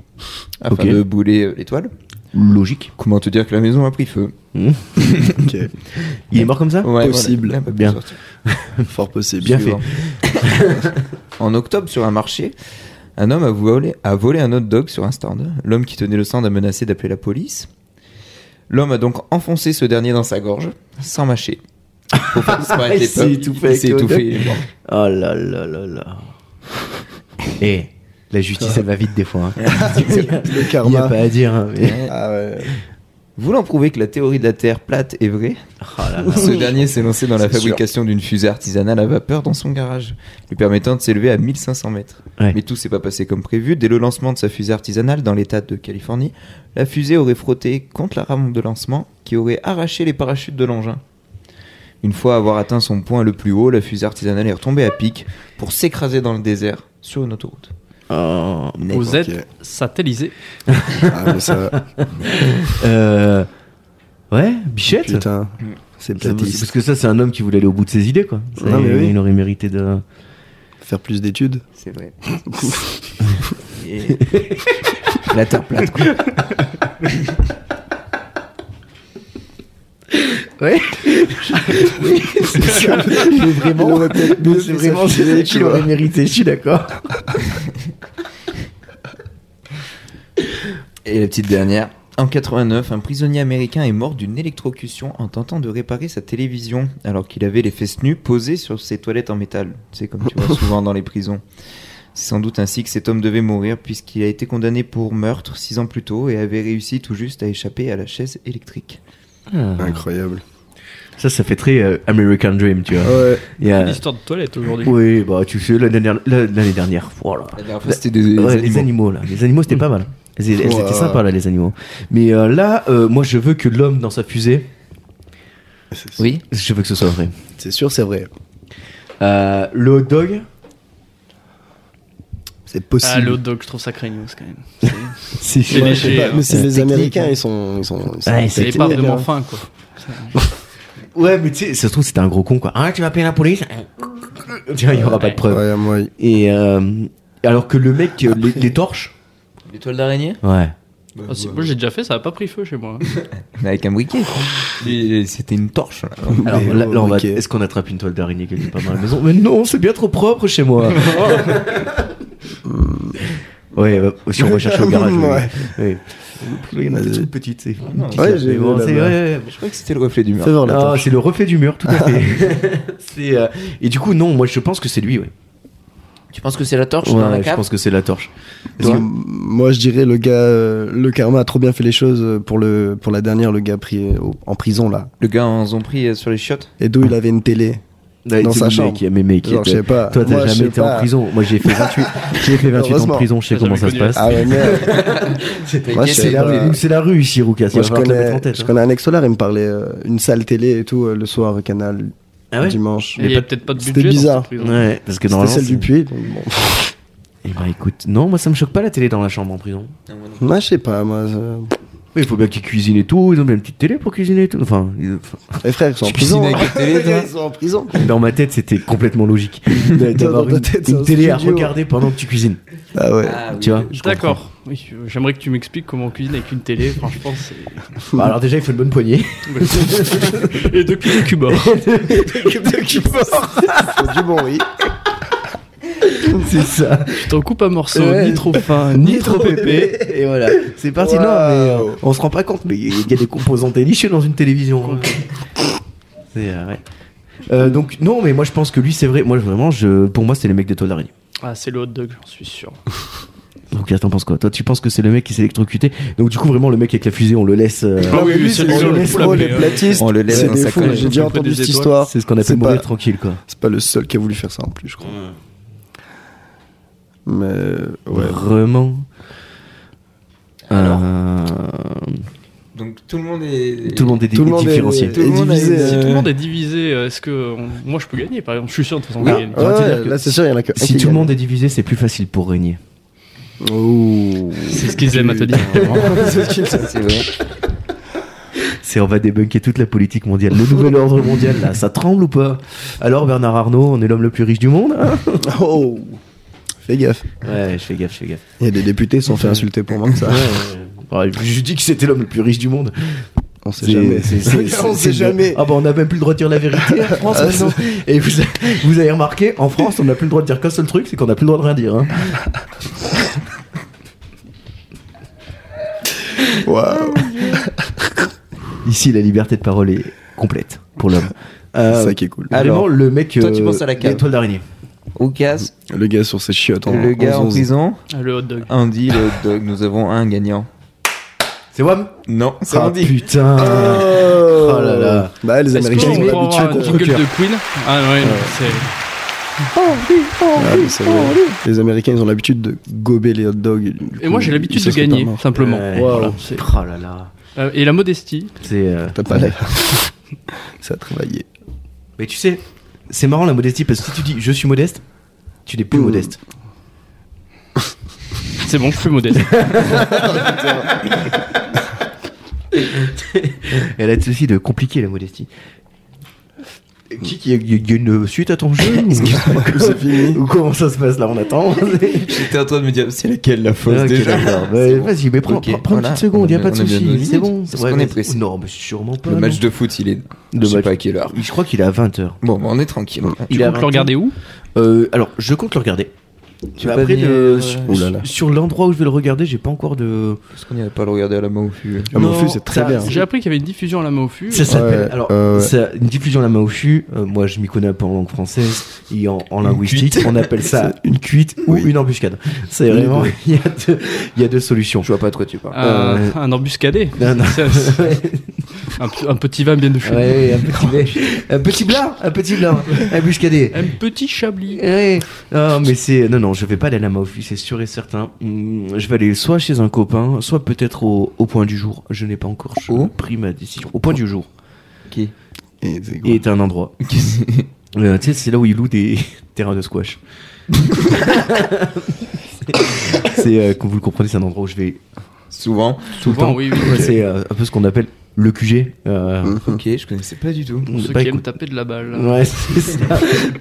afin Ok. de bouler euh, les toiles. Logique. Comment te dire que la maison a pris feu OK. Il est mort comme ça Ouais, Possible. voilà, il n'a pas pu Bien. sortir. Fort possible. Bien Suivant. en octobre, sur un marché, un homme a volé, a volé un hot dog sur un stand. L'homme qui tenait le stand a menacé d'appeler la police. L'homme a donc enfoncé ce dernier dans sa gorge, sans mâcher. Pour faire disparaître Il les s'est pommes. étouffé Il avec s'est le hot étouffé, dog. il est mort. Oh là là là là. Eh, la justice, elle va vite des fois. hein. Le Il n'y a karma. pas à dire. hein, mais- Ouais. Ah ouais. Voulant prouver que la théorie de la Terre plate est vraie, Oh là là. ce dernier s'est lancé dans la C'est sûr. fabrication d'une fusée artisanale à vapeur dans son garage, lui permettant de s'élever à 1500 mètres. Ouais. Mais tout s'est pas passé comme prévu. Dès le lancement de sa fusée artisanale dans l'état de Californie, la fusée aurait frotté contre la rame de lancement qui aurait arraché les parachutes de l'engin. Une fois avoir atteint son point le plus haut, la fusée artisanale est retombée à pic pour s'écraser dans le désert sur une autoroute. Oh, mais- Vous êtes satellisés. Ah mais ça Euh, Ouais, Bichette putain. C'est Ça, platiste. Parce que ça, c'est un homme qui voulait aller au bout de ses idées, quoi. Ça, Non, mais il- oui. Il aurait mérité de. Faire plus d'études. C'est vrai. Et- La terre plate, quoi. mais vraiment, Il aurait peut-être mieux c'est fait vraiment s'afficher, c'est ça tu qu'il vois. aurait mérité, je suis d'accord. Et la petite dernière. En 89, un prisonnier américain est mort d'une électrocution en tentant de réparer sa télévision alors qu'il avait les fesses nues posées sur ses toilettes en métal. C'est comme tu vois souvent dans les prisons. C'est sans doute ainsi que cet homme devait mourir puisqu'il a été condamné pour meurtre six ans plus tôt et avait réussi tout juste à échapper à la chaise électrique. Hmm. Incroyable. Ça, ça fait très euh, American Dream, tu vois. Ouais. Il y a- L'histoire de toilette aujourd'hui. Oui, bah tu sais, l'année dernière, la- l'année dernière, voilà. La dernière fois, c'était des, Ouais, animaux. les animaux, là. Les animaux, c'était pas mal. Elles, elles Ouah. étaient sympas, là, les animaux. Mais euh, là, euh, moi, je veux que l'homme dans sa fusée, C'est- Oui, je veux que ce soit vrai. C'est sûr, c'est vrai. Euh, le hot dog, C'est Ah, possible. le hot dog, je trouve ça craignos quand même. c'est C'est Ouais, je léger, sais pas, hein. mais c'est C'est les technique, Américains, hein. ils sont. Ils sont, ils sont- Ouais, C'est C'est les parts de clair, mon hein. faim, quoi. Ouais, mais tu sais, ça se trouve, c'était un gros con, quoi. Ah, tu vas appeler la police Tu vois, il y aura pas de preuve. Ouais, moi, Et euh, alors que le mec, euh, les, les torches. l'étoile d'araignée Ouais. Ah, si, Moi, j'ai déjà fait, ça a pas pris feu chez moi. hein. Mais Avec un briquet. Et C'était une torche. là. Alors Mais là, oh, là, on va. ok. Est-ce qu'on attrape une toile d'araignée quelque part dans la maison Mais non, c'est bien trop propre chez moi. ouais, bah, si on recherche au garage. oui. Ouais. Oui. Il y en a des Vas-y. toutes petites. c'est- non. petites, Ouais, là, j'ai mais vu bon, là-bas. c'est- ouais, ouais, ouais. Je crois que c'était le reflet du mur. Fais voir la Ah, torche. c'est le reflet du mur, tout à fait. C'est, euh, Et du coup, non, moi je pense que c'est lui, ouais. Tu penses que c'est la torche Ouais, dans la je cave pense que c'est la torche. Parce que moi, je dirais le gars, euh, le karma a trop bien fait les choses euh, pour le pour la dernière, le gars pris euh, au- en prison là. Le gars en ont pris euh, sur les chiottes Et d'où il avait une télé. Ouais, Dans c'est sa le mec, chambre. il y a- mais mec, il Genre, je était- sais pas. Toi, Moi, t'as je jamais sais été en pas. prison. Moi, j'ai fait 28, j'ai fait 28 ans de Heureusement. prison, je sais J'ai comment jamais ça se connu. passe. Ah ouais, merde. Moi, je C'est sais la, pas. rue- c'est la rue ici, Roukas. il va Moi, je falloir te le mettre connais, en tête, je hein. connais un ex-solar, il me parlait euh, une salle télé et tout euh, le soir, au canal, Ah ouais dimanche. Il y avait peut-être pas de C'était budget. dans cette bizarre. prison. Ouais, parce que C'était normalement. celle du c'est- puits. donc bon. Eh ben écoute, non, moi ça me choque pas la télé dans la chambre en prison. Moi, je sais pas. Moi, euh, je- Il faut bien qu'ils cuisinent et tout, ils ont bien une petite télé pour cuisiner et tout. Enfin, ils- enfin, les frères, ils sont en Tu cuisines prison. avec hein. la télé, toi Ils sont en prison. dans ma tête c'était complètement logique Dans d'avoir ta une, tête, une c'est un télé à studio. regarder pendant que tu cuisines. Ah ouais. tu vois je comprends. D'accord. Oui, euh, j'aimerais que tu m'expliques comment on cuisine avec une télé. Franchement, c'est. Bah, alors déjà il faut une bonne poignée. Et depuis hein. le Cuba. C'est Ah, du bon, oui. Ah c'est ça. Je t'en coupe à morceaux, Ouais. ni trop fin, ni trop épais. Et voilà, c'est parti. Waouh. Non, mais euh, on se rend pas compte, mais il y a des composants dénichés dans une télévision. hein. C'est, euh, ouais. Euh, donc non, mais moi je pense que lui c'est vrai. Moi vraiment, je, pour moi c'est les mecs des toiles d'araignée. Ah, c'est le hot dog, j'en suis sûr. Donc là, t'en penses quoi Toi, tu penses que c'est le mec qui s'est électrocuté Donc du coup, vraiment, le mec avec la fusée, on le laisse. euh, Ah oui, oui, c'est les, le- les, le fous, flammé, les hein. platistes. On le laisse C'est dans des sa fous, cage. J'ai déjà On fait entendu des cette étoiles. histoire. c'est ce qu'on appelle pas- mourir tranquille, quoi. C'est pas le seul qui a voulu faire ça en plus, je crois. Mais euh, ouais. Vraiment. Euh, Donc tout le monde est. tout le monde est, Tout le monde est- différencié. tout le monde est divisé, Si tout le euh, monde est divisé, euh, est-ce que on- moi je peux gagner par exemple Je suis sûr de toute façon Oui. de gagner. Ah, Ouais, c'est-à-dire que là, c'est sûr, il y en a que. un Si qui tout le gagne. monde est divisé, c'est plus facile pour régner. Oh. C'est ce qu'ils aiment à te dire. C'est vrai. C'est on va débunker toute la politique mondiale, le nouvel ordre mondial là, ça tremble ou pas Alors Bernard Arnault, on est l'homme le plus riche du monde hein Oh. Fais gaffe. Ouais, je fais gaffe, je fais gaffe. Il y a des députés qui se sont fait insulter pour moins que ça. Ouais, je dis que c'était l'homme le plus riche du monde. On sait jamais. c'est- c'est- c'est- On c'est- sait jamais. Ah bah on n'a même plus le droit de dire la vérité en France. Ah, maintenant. Et vous, vous avez remarqué, en France, on n'a plus le droit de dire qu'un seul truc, c'est qu'on n'a plus le droit de rien dire. hein. Waouh. Ici, la liberté de parole est complète pour l'homme. C'est Euh, ça qui est cool. vraiment, Alors, le mec. euh, toi, tu penses à la cave. L'étoile d'araignée. Au casse, Le gars sur ses chiottes. en- le gars en 11. prison, Ah, le hot dog. Andy, le hot dog, nous avons un gagnant. C'est Ah, Wam Non, c'est Ah Andy. putain Oh, là là. Bah, les Est-ce Américains, qu'on ils peut sont avoir habitués un qu'on jingle truc. de Queen Ah ouais, non, c'est. Ah, mais c'est vrai. Les Américains, ils ont l'habitude de gober les hot dogs. du Et coup, moi j'ai ils- l'habitude ils se de sont gagner, pas morts. simplement. Ouais. Voilà, Wow. c'est- Oh là là. Euh, Et la modestie. C'est. euh, T'as pas l'air. Ça a travaillé. Mais tu sais, c'est marrant la modestie parce que si tu dis je suis modeste, tu n'es plus Mmh. modeste. C'est bon, je suis modeste. Elle a ceci de compliqué la modestie. Kik, il y a- il y a une suite à ton jeu Comme c'est fini. Ou comment ça se passe là On attend J'étais en train de me dire, c'est laquelle la Ah, fausse Ok, déjà d'accord. Ouais, Vas-y, mais prends, Ah, Ok, prends- prends voilà, une petite seconde, il on n'y a a pas de bien- on a bien nos souci. C'est limites, bon. parce qu'on mais- est pressé. Non, mais sûrement pas. Le match non. de foot, il est. Le je sais match- pas à quelle heure. Je crois qu'il est à 20h. Bon, bah, on est tranquille. Tu Il est à comptes le 20. regarder où Euh, alors, je compte le regarder. Tu Mais vas après, venir, euh, euh, sur, oh là là. sur l'endroit où je vais le regarder, j'ai pas encore de. Parce qu'on n'avait pas à le regarder à la main au fût. Ah, mon Non, fût, c'est très ça- bien. J'ai appris qu'il y avait une diffusion à la main au fût. Ça s'appelle. Ouais, alors, euh, ouais. ça- une diffusion à la main au fût. euh, moi, je m'y connais pas en langue française et en, en linguistique. On appelle ça une cuite ou Oui. une embuscade. C'est Oui, vraiment. oui. Il y, a deux- il y a deux solutions. Je vois pas de quoi tu parles. Un, Euh, un embuscadé. Non, non. C'est- c'est un, p- un petit vin bien de fût. Ouais, un petit, un petit blard, un petit blard, embuscadé. Un petit chablis. Ouais. Non, mais c'est. Non, non, je vais pas aller à la Maofi, c'est sûr et certain. Hmm, Je vais aller soit chez un copain, soit peut-être au, au point du jour. Je n'ai pas encore ch- Au pris ma décision. Au point du jour. Qui Et c'est quoi Et un endroit. Euh, tu sais, c'est là où ils louent des terrains de squash. C'est- c'est, euh, comme vous le comprenez, c'est un endroit où je vais Souvent. tout le Souvent, temps. oui, oui. Ouais, C'est euh, un peu ce qu'on appelle le QG. euh, Hum. Ok, je connaissais pas du tout. on Ceux sait pas qui aiment écoute- taper de la balle. Ouais, c'est ça.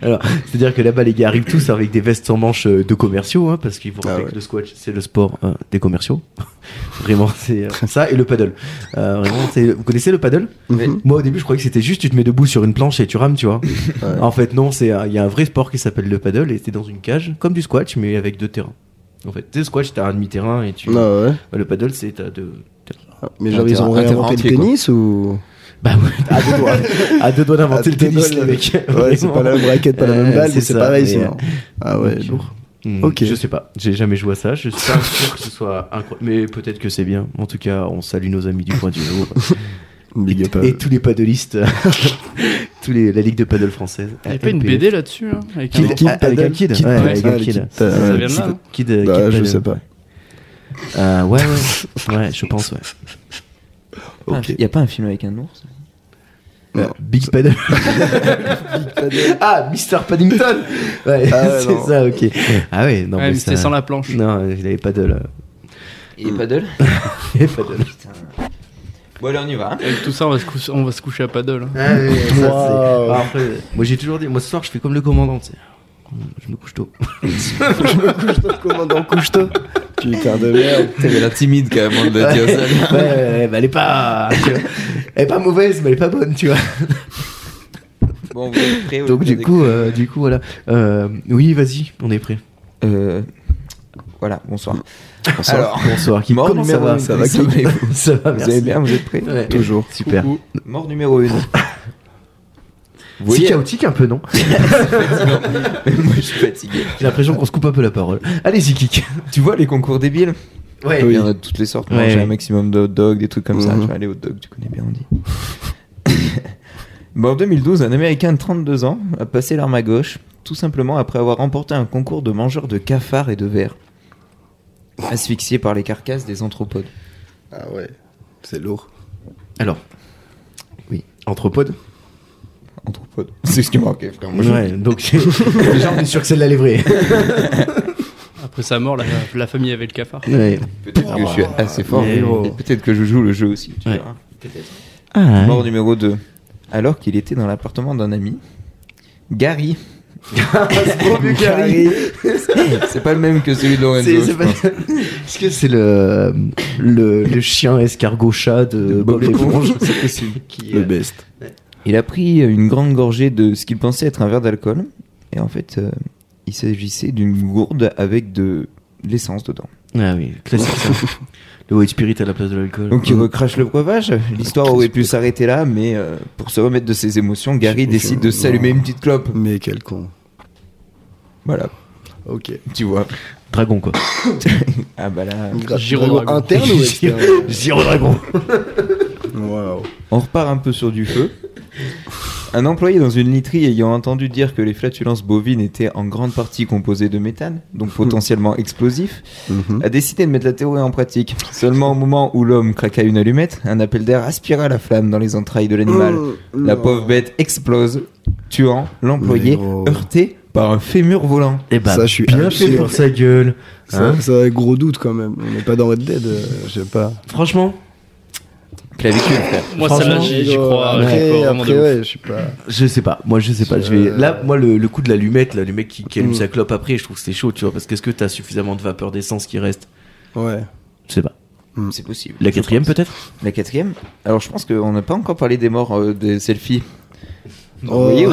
Alors, c'est-à-dire que là-bas, les gars arrivent tous avec des vestes en manches euh, de commerciaux, hein, parce qu'il faut rappeler Ah ouais. que le squash, c'est le sport euh, des commerciaux. vraiment, c'est euh, ça et le paddle. Euh, vraiment, c'est- vous connaissez le paddle Mhm. Moi, au début, je croyais que c'était juste tu te mets debout sur une planche et tu rames, tu vois. Ouais. En fait, non, c'est un- il y a un vrai sport qui s'appelle le paddle et t'es dans une cage, comme du squash, mais avec deux terrains. En fait, tu sais, squash, t'as un demi-terrain et tu. Ah ouais. Le paddle, c'est t'as deux. Mais genre, ils ont Inter- réinventé le interentier, quoi. tennis ou. Bah ouais, Ah, à deux doigts, à deux doigts À d'inventer deux le tennis, Ah, doigts, les mecs. Ouais, c'est pas la même raquette, pas la Euh, même balle, c'est mais c'est ça, pareil mais, sinon. euh, Ah ouais, lourd. Hmm, Ok. Je sais pas, j'ai jamais joué à ça, je suis pas sûr que ce soit incroyable, mais peut-être que c'est bien. En tout cas, on salue nos amis du point du jour Big up. et tous les paddlistes, tous les la ligue de paddle française. Il n'y a pas une LPF. BD là-dessus hein, avec un- Kid, Kid avec un Paddle. kid, Kid ouais, Paddle. avec un Ah, le kid. Kid Paddle, Ça ouais, vient de là, Kid- hein. Kid, euh, Bah, Kid je Paddle. sais pas. Euh, ouais, ouais, ouais, je pense, ouais. Ok. Il y a pas un film avec un ours Non. Big Paddle. ah, Mr. Paddington Ouais, Ah ouais, c'est non. ça, ok. Ah ouais, non, Ouais, mais mais c'était ça- sans la planche. Non, il avait paddle. euh, Et Paddle Il avait paddle. Bon, allez, on y va. hein. Avec tout ça, on va se, cou- on va se coucher à paddle. hein. Ah ouais, ça, c'est- Wow. Ah, après, moi j'ai toujours dit, moi ce soir je fais comme le commandant, tu sais. Je me couche tôt. Commandant, couche-toi. Putain de merde. T'as l'air timide quand même avant de Ouais, dire ça. ouais, ouais, bah, elle est pas, tu vois. elle est pas mauvaise, mais elle est pas bonne, tu vois. Bon, vous êtes prêts Donc du coup, euh, du coup, voilà. Euh, oui, vas-y, on est prêt. Euh, Voilà, bonsoir. Bonsoir. Alors, Bonsoir, Kim. mort Comment ça numéro va une, Ça va, ça va, Kim et vous Ça va, vous merci. allez bien, vous êtes prêts Ouais. Toujours. Super. Coucou. Mort numéro 1. Vous C'est voyez, moi chaotique un peu, non je suis fatigué. J'ai l'impression qu'on se coupe un peu la parole. Allez-y, Kik. Tu vois les concours débiles Ouais. Il y en a de toutes les sortes. Ouais. Manger un maximum de hot dog, des trucs comme ça. Mhm. Tu vas aller hot dog, tu connais bien, on dit. Bon, en 2012, un Américain de 32 ans a passé l'arme à gauche, tout simplement après avoir remporté un concours de mangeurs de cafards et de vers, asphyxiés par les carcasses des anthropodes. Ah ouais. C'est lourd. Alors. Oui. Anthropode Anthropodes C'est ce qui manquait, frère. Moi, je- Ouais, donc déjà on est sûr que celle-là elle est vraie. Après sa mort, la, la famille avait le cafard. Ouais. Peut-être que je suis assez fort. Mais- oh. Et peut-être que je joue le jeu aussi. Tu Ouais. verras. Ah, Mort numéro 2. Alors qu'il était dans l'appartement d'un ami, Gary. Bulgarie. C'est pas le même que celui de Lorenzo. C'est- je c'est pas- pense. Est-ce que c'est le, le, le chien escargot chat de Bob l'éponge C'est possible. qui, Le euh, best. Il a pris une grande gorgée de ce qu'il pensait être un verre d'alcool. Et en fait, euh, il s'agissait d'une gourde avec de l'essence dedans. Ah oui, classique ça. Le white spirit à la place de l'alcool. Donc il recrache le breuvage. L'histoire aurait pu s'arrêter là, mais euh, pour se remettre de ses émotions, Gary décide de s'allumer une petite clope. Mais quel con. Voilà, Ok. tu vois. Dragon quoi. Ah bah là. Giro Dragon Dragon. interne ou externe Giro dragon. Waouh. On repart un peu sur du feu. Un employé dans une literie ayant entendu dire que les flatulences bovines étaient en grande partie composées de méthane, donc potentiellement explosif, Mhm. a décidé de mettre la théorie en pratique. Seulement au moment où l'homme craqua une allumette, un appel d'air aspira la flamme dans les entrailles de l'animal. La Oh, Non. pauvre bête explose, tuant l'employé Négro. heurté par un fémur volant. Et bah, Ça, je suis bien sûr. fait pour sa gueule. Ça, Hein ça a gros doute quand même. On n'est pas dans Red Dead, euh, je sais pas. Franchement, clavicule, frère. Moi, Franchement, celle-là, j'y j'y crois. j'y Après, crois vraiment après de ouf. ouais, je suis pas. Je sais pas, moi je sais pas. Je vais... Euh, Là, moi le, le coup de l'allumette, là, le mec qui, qui allume Mm. sa clope après, je trouve que c'est chaud, tu vois, parce qu'est-ce que t'as suffisamment de vapeur d'essence qui reste Ouais. Je sais pas. C'est possible. La Je quatrième pense. peut-être La quatrième. Alors, je pense qu'on n'a pas encore parlé des morts euh, des selfies. Oh. voyez ou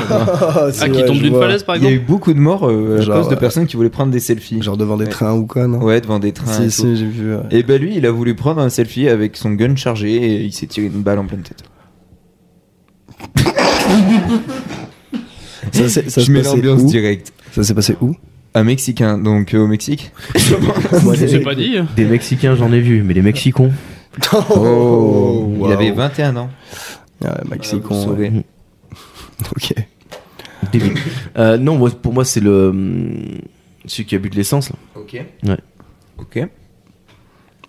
pas c'est Ah, qui vrai, tombe je d'une vois. falaise, par Il y a exemple eu beaucoup de morts euh, à Genre, cause de euh, personnes qui voulaient prendre des selfies. Genre devant des Ouais. trains ou quoi, non Ouais, devant des trains. et Si, tout. si, j'ai vu. ouais. Et bah lui, il a voulu prendre un selfie avec son gun chargé et il s'est tiré une balle en pleine tête. Ça, c'est- ça je se mets passait l'ambiance où directe. Ça s'est passé où Un Mexicain, donc euh, au Mexique. Ouais, C'est pas dit. Des Mexicains, j'en ai vu, mais des Mexicons. Oh, Il avait 21 ans. Oh, Ah, ouais, Mexicon. Voilà, vous ouais. saurez. Ok. Débile. Euh, non, moi, pour moi, c'est le. hum, Celui qui a bu de l'essence, là. Ok. Ouais. Ok.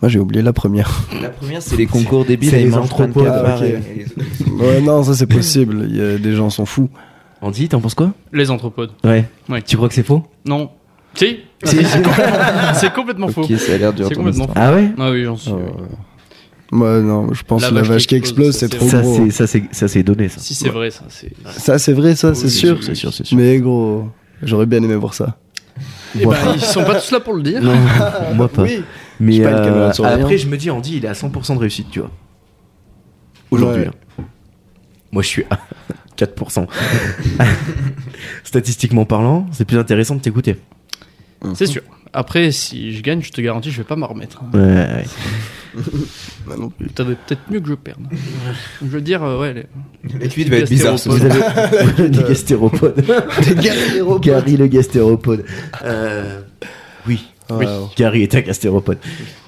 Moi j'ai oublié la première. La première, c'est les concours débiles. C'est et les mangent plein de anthropodes, cafards ok. et- et les autres. ouais, non, ça c'est possible. Il y a des gens sont fous. Andy, t'en penses quoi Les anthropodes. ouais. Ouais. Tu crois que c'est faux Non. Si Si, si. C'est complètement faux. Ok, ça a l'air dur. C'est ton complètement instant. Ah ouais Ah oui, j'en suis. Euh, Moi non, je pense La que la vache vache qui qui explose, c'est trop Ça, explose, gros. c'est, ça, c'est, ça, c'est donné, ça. Si c'est vrai, ça, c'est. Ça c'est vrai, ça c'est Oui, sûr. C'est sûr, c'est sûr. Mais gros, j'aurais bien aimé voir ça. Eh ben, ils sont pas tous là pour le dire. Non, moi pas. Oui. Mais J'ai pas une caméra de euh, surveillance. après, je me dis, Andy, il est à 100% de réussite, tu vois. Aujourd'hui. Ouais. hein. Moi, je suis à 4%. Statistiquement parlant, c'est plus intéressant de t'écouter. C'est sûr. Après, si je gagne, je te garantis, je vais pas m'en remettre. hein. Ouais, ouais. T'avais peut-être mieux que je perde. Je veux dire, euh, ouais. les- La suite va être bizarre. ce Vous soir. avez des gastéropodes. Galileo. Gary le gastéropode. Euh, oui. Ouais, Gary est un gastéropode.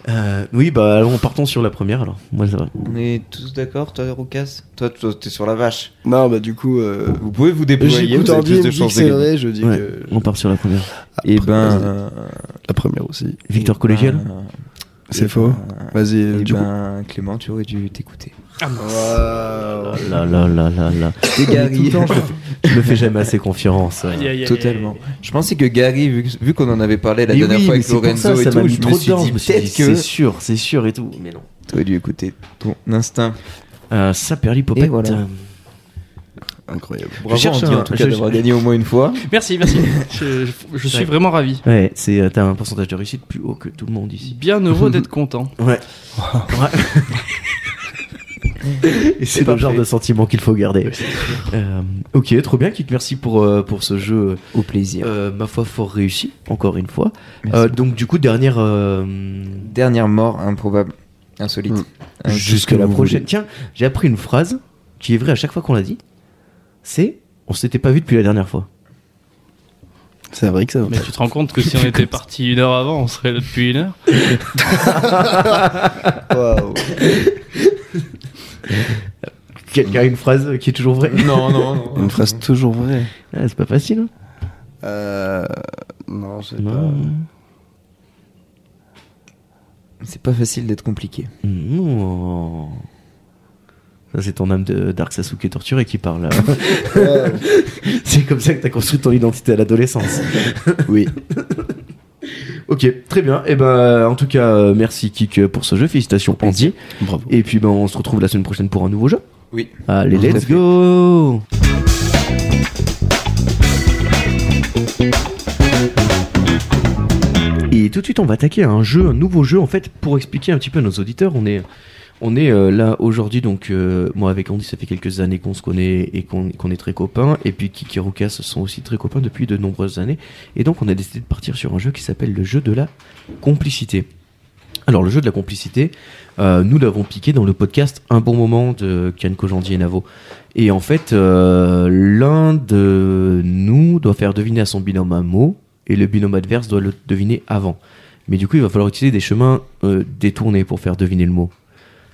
Euh, oui, bah allons, partons sur la première alors. Moi ça va. On est tous d'accord, toi, Roucas Toi, toi, t'es sur la vache. Non, bah du coup, euh, Vous pouvez vous débrouiller. j'écoute Vous avez Andy, il plus me de dit que chances de c'est gagner. vrai, je dis Ouais, que On part sur la première. Et ben. euh, la première aussi. Victor eh Collégial ben, eh C'est faux. ben, Vas-y, Eh du coup. ben, Clément, tu aurais dû t'écouter. Ah bah. mince. Waouh. Là là là là là. Gary. Je me fais jamais assez confiance. euh. Aïe, aïe, aïe, aïe. Totalement. Je pensais que Gary, vu, vu qu'on en avait parlé la Mais dernière oui, mais fois avec c'est pour ça, Lorenzo et ça m'a tout, mis je trop me suis dedans. dit Je me suis dit, peut-être c'est que sûr, c'est sûr et tout. Mais non. t'aurais dû écouter ton instinct. Euh, Saperlipopette. Et voilà. Euh, Incroyable. Bravo, cherche Andy, un- en tout je cas, cherche- d'avoir gagné au moins une fois. Merci, merci. Je, je- je suis Ouais. vraiment ravi. Ouais, c'est euh, t'as un pourcentage de réussite plus haut que tout le monde ici. Bien heureux d'être content. Ouais. Et c'est le parfait. genre de sentiment qu'il faut garder. Euh, ok, trop bien, Kik. Merci pour, euh, pour ce jeu, Au plaisir. euh, ma foi, fort réussi, encore une fois. Merci. Euh, donc, du coup, dernière. euh, Dernière mort improbable, insolite. Mm. Hein, Jusque la vous prochaine. voulez. Tiens, j'ai appris une phrase qui est vraie à chaque fois qu'on l'a dit. C'est on s'était pas vu depuis la dernière fois. C'est vrai que ça. Mais tu te rends compte que si on était parti une heure avant, on serait là depuis une heure Waouh. Quelqu'un a une phrase qui est toujours vraie Non, non, non. Une phrase toujours vraie. Ah, C'est pas facile. hein. Euh. Non, je sais Non. pas. C'est pas facile d'être compliqué. Non. Mmh. Ça, c'est ton âme de Dark Sasuke torturé qui parle. là. c'est comme ça que t'as construit ton identité à l'adolescence. Oui. ok, très bien. Et ben, euh, en tout cas, euh, merci Kik pour ce jeu. Félicitations, Andy. Bravo. Et puis, ben, on se retrouve la semaine prochaine pour un nouveau jeu. Oui. Allez, Tout à let's fait. go Et tout de suite, on va attaquer un jeu, un nouveau jeu. En fait, pour expliquer un petit peu à nos auditeurs, on est, on est euh, là aujourd'hui. Donc, euh, moi avec Andy, ça fait quelques années qu'on se connaît et qu'on qu'on est très copains. Et puis, Kiki et Rukas sont aussi très copains depuis de nombreuses années. Et donc, on a décidé de partir sur un jeu qui s'appelle le jeu de la complicité. Alors, le jeu de la complicité, euh, nous l'avons piqué dans le podcast Un bon moment de Kian Kojandi et Navo. Et en fait, euh, l'un de nous doit faire deviner à son binôme un mot, et le binôme adverse doit le deviner avant. Mais du coup, il va falloir utiliser des chemins euh, détournés pour faire deviner le mot.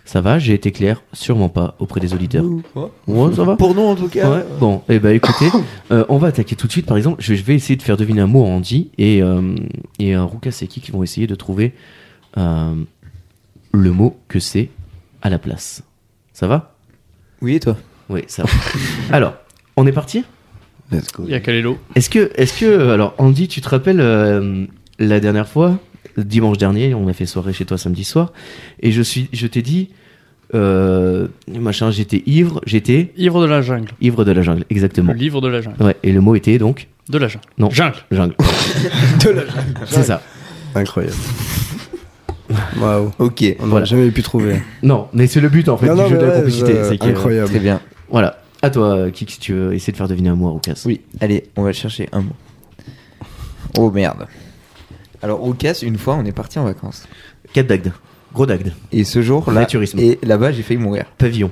Ça va J'ai été clair Sûrement pas auprès des auditeurs. Ouais, ça va Pour nous, en tout cas. Ouais, bon, et ben écoutez, euh, on va attaquer tout de suite. Par exemple, je je vais essayer de faire deviner un mot à Andy et, euh, et un Rukaseki qui vont essayer de trouver euh, le mot que c'est à la place. Ça va Oui, et toi Oui, ça va. Alors, on est parti Let's go. Il y a Calélo. Est-ce que, est-ce que, alors Andy, tu te rappelles euh, la dernière fois, dimanche dernier, on a fait soirée chez toi samedi soir, et je suis, je t'ai dit, euh, machin, j'étais ivre, j'étais Ivre de la jungle. ivre de la jungle, exactement. Le livre de la jungle. Ouais, et le mot était donc De la jungle. Non. Jungle. jungle. C'est ça. Incroyable. Waouh. Ok, On Voilà. n'aurait jamais pu trouver. Non, mais c'est le but en fait du jeu mais de la ouais, complicité. je- c'est que- incroyable. très bien. Voilà. À toi, euh, Kik, si tu veux essayer de faire deviner un mot à Roukas. Oui, allez, on va chercher un mot. Oh merde. Alors, Roucas, une fois, on est parti en vacances. Quatre d'Agde. Gros d'Agde. Et ce jour-là, Naturisme. et là-bas, j'ai failli mourir. Pavillon.